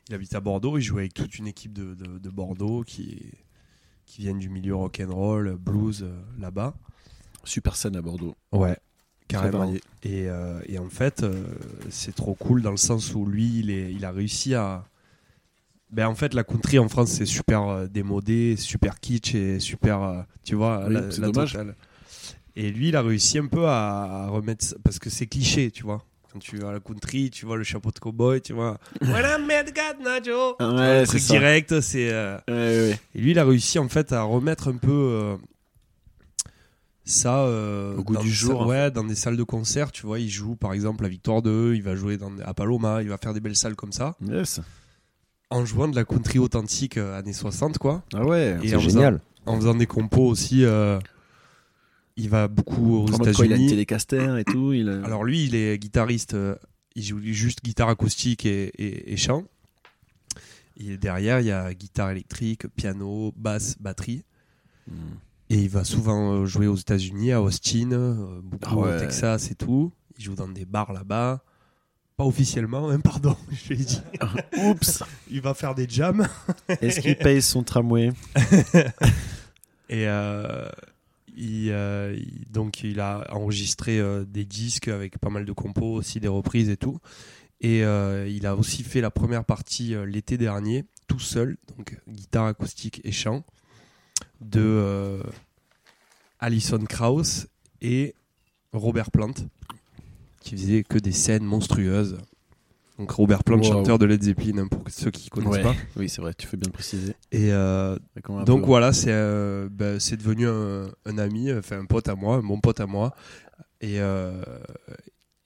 A: Il habite à Bordeaux, il joue avec toute une équipe de, de- de Bordeaux qui, qui viennent du milieu rock'n'roll, blues, euh, là-bas.
B: Super scène à Bordeaux.
A: Ouais,
B: Très
A: carrément.
B: varié.
A: Et, euh, et en fait, euh, c'est trop cool dans le sens où lui, il, est, il a réussi à. Ben en fait, la country en France, c'est super euh, démodé, super kitsch et super. euh, tu vois,
B: Oui,
A: la,
B: c'est
A: la
B: dommage.
A: totale. Et lui, il a réussi un peu à, à remettre. ça- Parce que c'est cliché, tu vois. Quand tu vas à la country, tu vois le chapeau de cowboy, tu
B: (laughs)
A: vois. voilà, Mad God, Najo
B: Ah ouais,
A: Tu vois, le
B: c'est
A: truc
B: ça.
A: direct, c'est. euh,
B: Ouais, ouais.
A: et lui, il a réussi en fait à remettre un peu euh, ça euh,
B: Au goût
A: dans
B: du
A: des
B: jour,
A: salles-
B: en
A: ouais, dans des salles de concert, tu vois, il joue par exemple à Victoire 2, il va jouer dans, à Paloma, il va faire des belles salles comme ça,
B: Yes.
A: en jouant de la country authentique euh, années 60, quoi.
B: Ah ouais.
A: Et
G: C'est
A: en
G: génial.
A: Faisant, en faisant des compos aussi, euh, il va beaucoup aux
B: En mode quoi, il a une
A: États-Unis.
B: télécaster et tout. Il a-
A: Alors lui, il est guitariste, euh, il joue juste guitare acoustique et, et- et chant. Et derrière, il y a guitare électrique, piano, basse, batterie.
B: Hmm.
A: Et il va souvent euh, jouer aux États-Unis, à Austin, euh, beaucoup
B: Ah ouais.
A: au Texas et tout. Il joue dans des bars là-bas. Pas officiellement, hein, (laughs) pardon, je l'ai dit.
B: Oups.
A: Il va faire des jams.
B: (laughs) Est-ce qu'il paye son tramway
A: Et euh, il, euh, il- donc, il a enregistré euh, des disques avec pas mal de compos, aussi des reprises et tout. Et euh, il a aussi fait la première partie euh, l'été dernier, tout seul, donc guitare acoustique et chant, de euh, Alison Krauss et Robert Plant, qui faisait que des scènes monstrueuses. Donc Robert Plant,
B: Wow.
A: chanteur de Led Zeppelin, hein, pour ceux qui connaissent pas.
B: Oui, c'est vrai. Tu fais bien le préciser.
A: Et euh,
B: D'accord, un
A: donc
B: peu.
A: voilà, c'est euh, bah, c'est devenu un, un ami, enfin un pote à moi, un bon pote à moi. Et, euh,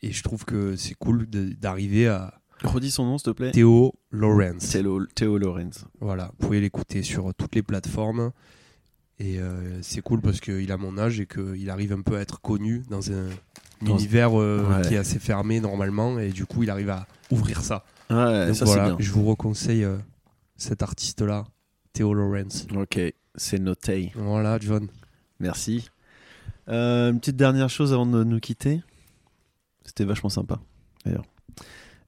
A: et je trouve que c'est cool de- d'arriver à
B: Redis son nom, s'il te plaît.
A: Théo Lawrence.
B: Théo, Théo Lorenz.
A: Voilà, vous pouvez l'écouter sur toutes les plateformes. Et euh, c'est cool parce qu'il a mon âge et qu'il arrive un peu à être connu dans un
B: Dans-
A: univers euh,
B: Ouais.
A: qui est assez fermé normalement. Et du coup, il arrive à ouvrir ça.
B: Ouais,
A: Donc
B: Ah, ça
A: voilà,
B: c'est
A: je vous reconseille euh, cet artiste-là, Théo Lawrence.
B: bien. Ok, c'est noté.
A: Voilà, John.
B: Merci. Euh, une petite dernière chose avant de nous quitter. C'était vachement sympa, d'ailleurs.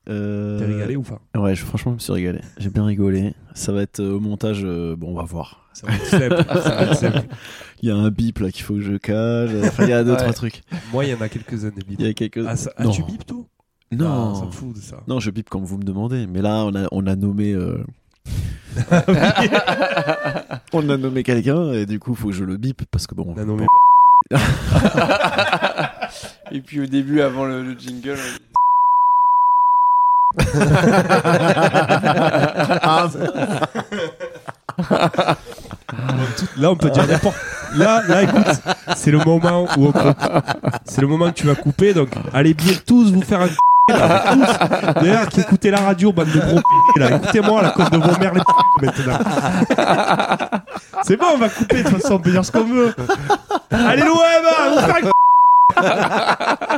B: Euh,
A: T'es régalé ou pas
B: Ouais, je- franchement, je me suis régalé. J'ai bien rigolé. Ça va être euh, au montage. euh, bon, on va voir.
A: Ça va être
B: (laughs)
A: simple, ça va être simple.
B: Il y a un bip là qu'il faut que je cage. Enfin,
A: (laughs)
B: il y a deux,
C: Ouais.
B: trois trucs.
A: Moi, il y en a quelques-uns des bips.
B: Il y a quelques.
A: Ah, ça- ah,
B: Non.
A: tu bipes tout Ah, ça
B: non,
A: me fout de ça.
B: non, je bip quand vous me demandez. Mais là, on a, on a nommé. euh, on a nommé quelqu'un et du coup, faut que je le bip parce
A: (laughs)
B: que bon.
A: Non, non, mais
C: Et puis au début, avant le, le jingle,
B: Ah,
A: là, on peut dire n'importe Là, là, écoute, c'est le moment où on coupe. C'est le moment que tu vas couper. Donc, allez bien tous vous faire un (laughs) là, tous. D'ailleurs, qui écoutez la radio, bande de gros (laughs) p- là. Écoutez-moi, la cause de vos mères, les (laughs) p- maintenant. C'est bon, on va couper. De toute façon, on peut dire ce qu'on veut. Allez, l'OM, hein, vous faire un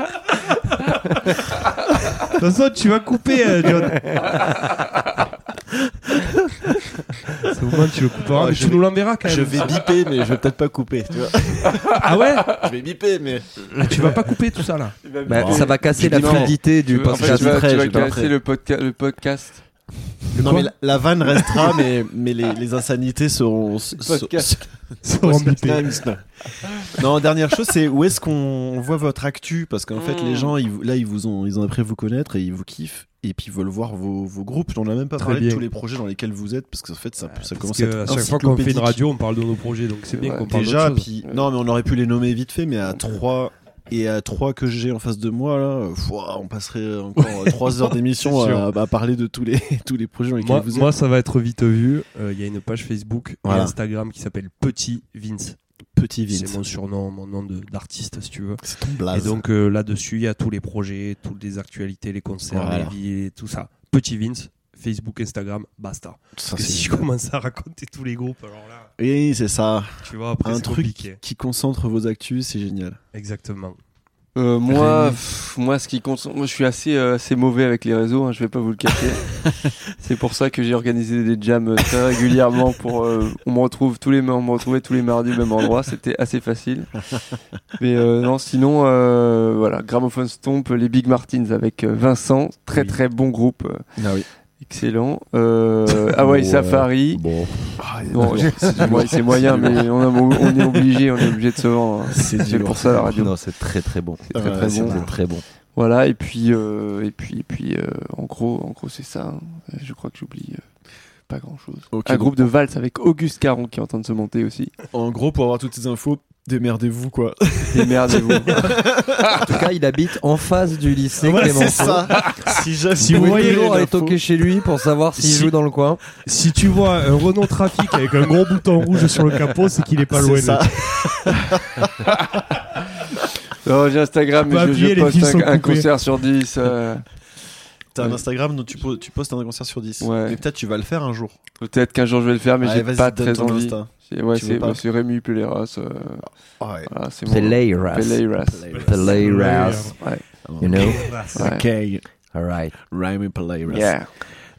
A: (laughs) De toute façon, tu vas couper, euh,
B: (laughs)
A: John. C'est au moins tu le couperas,
B: Ah,
A: mais
B: je
A: tu
B: vais-
A: nous l'enverras quand même.
B: Je vais biper, mais je vais peut-être pas couper. Tu vois.
A: Ah ouais
B: Je vais biper, mais.
A: Là, Ah, tu vas pas couper tout ça là.
C: il va
G: Bah,
B: Bon.
G: ça va casser la
B: Non.
G: fluidité du
C: En fait,
G: podcast.
C: tu vas,
B: après,
C: tu vas
B: je vais après.
C: casser le, podca- le podcast.
B: non,
A: quoi
B: mais la, la vanne restera, mais, mais les, les insanités seront. s-
C: Podcast.
B: s-
A: Sans bipper.
B: (laughs) non, dernière chose, c'est où est-ce qu'on voit votre actu Parce qu'en fait,
C: Mm.
B: les gens, ils, vous- là, ils, vous ont, ils ont appris à vous connaître et ils vous kiffent. Et puis, ils veulent voir vos, vos groupes. On n'a même pas
A: Très
B: parlé de
A: bien.
B: tous les projets dans lesquels vous êtes, parce qu'en fait, ça, ça
A: Parce
B: commence à
A: que
B: être.
A: à chaque fois qu'on fait une
B: encyclopédique.
A: radio, on parle de nos projets, donc c'est bien
C: Ouais.
A: qu'on parle
B: Déjà,
A: d'autre chose.
B: puis non, mais on aurait pu les nommer vite fait, mais à 3 et à 3 que j'ai en face de moi là, euh, ouah, on passerait
A: (laughs)
B: encore 3 heures d'émission
A: C'est sûr.
B: à, à parler de tous les (laughs) tous les projets dans lesquels
A: Moi,
B: vous êtes.
A: moi, ça va être vite vu. Euh, Il y a une page Facebook
B: Voilà.
A: et Instagram qui s'appelle Petit Vince.
B: Petit Vince. Ah,
A: C'est mon surnom, mon nom de- d'artiste, si tu veux.
B: C'est ton
A: Et
B: blaze.
A: donc euh, là-dessus, il y a tous les projets, toutes les actualités, les concerts,
B: Voilà.
A: les villes, tout ça. Petit Vince, Facebook, Instagram, basta. Parce
B: Ça,
A: que
B: Ah, c'est-
A: si je commence à raconter tous les groupes, alors là,
B: Oui, c'est ça.
A: tu vois, après,
B: Un
A: c'est
B: truc
A: compliqué.
B: qui concentre vos actus, c'est génial.
A: Exactement.
C: Euh, moi, pff, moi, ce qui compte, moi, je suis assez, euh, assez mauvais avec les réseaux. hein, je vais pas vous
B: (laughs)
C: le cacher. c'est pour ça que j'ai organisé des jams euh, très régulièrement. Pour, euh, on me retrouve tous les, on me retrouvait tous les mardis au même endroit. C'était assez facile. Mais euh, non, sinon, euh, voilà, Gramophone Stomp, les Big Martins avec euh, Vincent, très
A: Oui.
C: très bon groupe, euh,
B: Ah oui.
C: excellent. Euh, Hawaii
D: Ouais.
C: Safari.
D: Bon,
B: Ah,
C: Bon, c'est mo- c'est moyen, mais on, a- on est obligé, on est obligé de se vendre. hein.
B: C'est
C: (laughs)
B: du
C: C'est
B: lourd.
C: pour ça la radio.
D: non, c'est très très bon.
C: C'est très très
B: Ouais,
C: bon.
D: C'est très bon.
C: Voilà, et puis, euh, et puis, et puis euh, en gros, en gros c'est ça. hein. Euh, Je crois que j'oublie euh, pas grand chose.
B: Ok,
C: Un
B: donc,
C: groupe de valse avec Auguste Caron qui est en train de se monter aussi.
B: En gros, pour avoir toutes ces infos, démerdez-vous
C: (laughs)
B: quoi.
C: Démerdez-vous.
B: (laughs)
D: En tout cas, il habite en face du lycée Clémenceau.
B: si jamais
D: Si vous voyez toujours aller
B: l'info-
D: toquer chez lui pour savoir s'il
A: Si-
D: joue dans le coin.
A: Si tu vois un Renault Trafic avec un gros bouton rouge sur le capot, c'est qu'il est pas
B: C'est
A: loin.
B: ça.
C: Non, Oh, J'ai Instagram,
A: Tu peux
C: mais je, je
A: appuyer, les fils
C: poste
A: sont
C: un, un
A: coupés.
C: concert sur 10. euh,
B: T'as un Instagram dont tu, po- tu postes un concert sur 10.
C: Ouais.
B: Mais peut-être tu vas le faire un jour.
C: Peut-être qu'un jour je vais le faire, mais
B: Allez,
C: j'ai
B: vas-y,
C: pas
B: donne
C: très
B: ton
C: envie.
B: Insta.
C: C'est ouais,
B: Tu veux
C: c'est-
B: pas
C: ouais, c'est Rémi Peleras. euh,
B: Ouais.
C: voilà, c'est mon-
D: Peleiras.
C: Peleiras.
D: Peleiras.
C: Ouais.
D: You know?
C: Ouais.
B: Ok,
D: Alright.
B: Rhyme Players.
C: Yeah.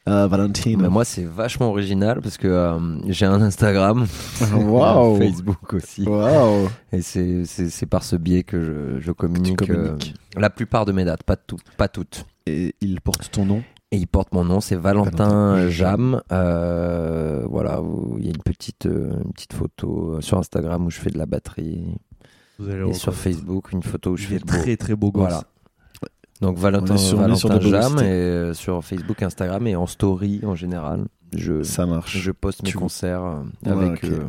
B: Euh, Valentine.
D: Mais
C: (laughs)
D: Bah, moi, c'est vachement original parce que euh, j'ai un Instagram,
B: Waouh.
D: un Facebook aussi.
B: Waouh.
D: Et c'est- c'est c'est par ce biais que je, je communique
B: Tu communiques.
D: euh, la plupart de mes dates, pas, tout, pas toutes.
B: Et il porte ton nom.
D: Et il porte mon nom, c'est
B: Valentin
D: Valentin Jam. Euh, voilà, où il y a une petite, euh, une petite photo euh, sur Instagram où je fais de la batterie.
A: Vous allez
D: Et sur
B: euh,
D: Facebook, une photo où je
A: Il
D: fais
A: est
D: le beau.
A: très très beau gosse.
D: Voilà. Donc Valentin,
B: On est sur- on est sur
D: Valentin
B: de la
D: Jam
B: publicité.
D: et euh, sur Facebook, Instagram et en story en général. Je,
B: Ça marche.
D: je poste mes
B: tu-
D: concerts euh,
B: Ouais,
D: avec,
B: ok.
D: euh,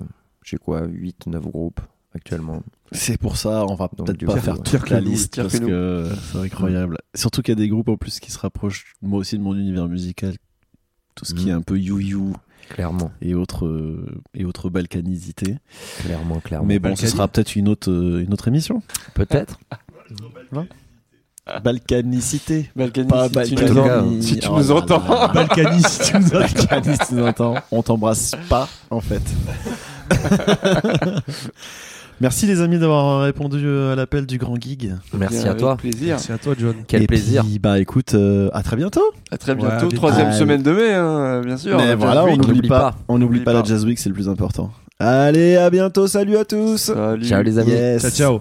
D: j'ai quoi, 8-9 groupes actuellement.
B: C'est pour ça, on va
D: Donc,
B: peut-être
D: du
B: pas
D: coup,
B: faire
D: ouais.
B: toute
C: Pire
B: la
C: que nous,
B: liste
C: pire
B: parce
C: que nous.
B: que c'est incroyable. Surtout qu'il y a des groupes en plus qui se rapprochent, moi aussi, de mon univers musical. Tout ce qui
D: Mm.
B: est un peu you-you
D: Clairement,
B: et autres, euh, et autres balkanisités.
D: clairement, clairement.
B: Mais bon, ce
A: Balkany.
B: sera peut-être une autre, euh, une autre émission. (laughs)
D: Peut-être.
B: Balkanicité.
C: Balkany,
B: Pas
C: Ah. si tu nous
D: Balkany.
C: en-
B: balkani.
C: si tu
B: Oh
C: nous
B: là
C: entends.
B: là.
A: Balkaniste, tu nous as-
B: Balkany, si tu nous entends. On t'embrasse pas, en
C: (laughs)
B: fait. Merci les amis d'avoir répondu euh, à l'appel du grand gig.
D: Merci
C: Bien,
D: à toi.
C: avec plaisir.
A: Merci à toi, John.
D: Quel
B: Et
D: plaisir.
B: puis, bah écoute, euh, à très bientôt.
C: À très
A: Ouais,
C: bientôt.
A: avec-
C: Troisième
B: Ah,
C: semaine de mai, hein, bien sûr.
B: Mais
C: Jazz
B: voilà, on
C: Week.
B: n'oublie
D: n'oublie
B: pas,
D: pas.
B: on n'oublie
C: N'oublie
B: pas la
C: pas.
B: Jazz Week, c'est le plus important. Allez, à bientôt, salut à tous.
C: Salut.
D: Ciao les amis.
B: Yes. (laughs)
A: Ciao, ciao.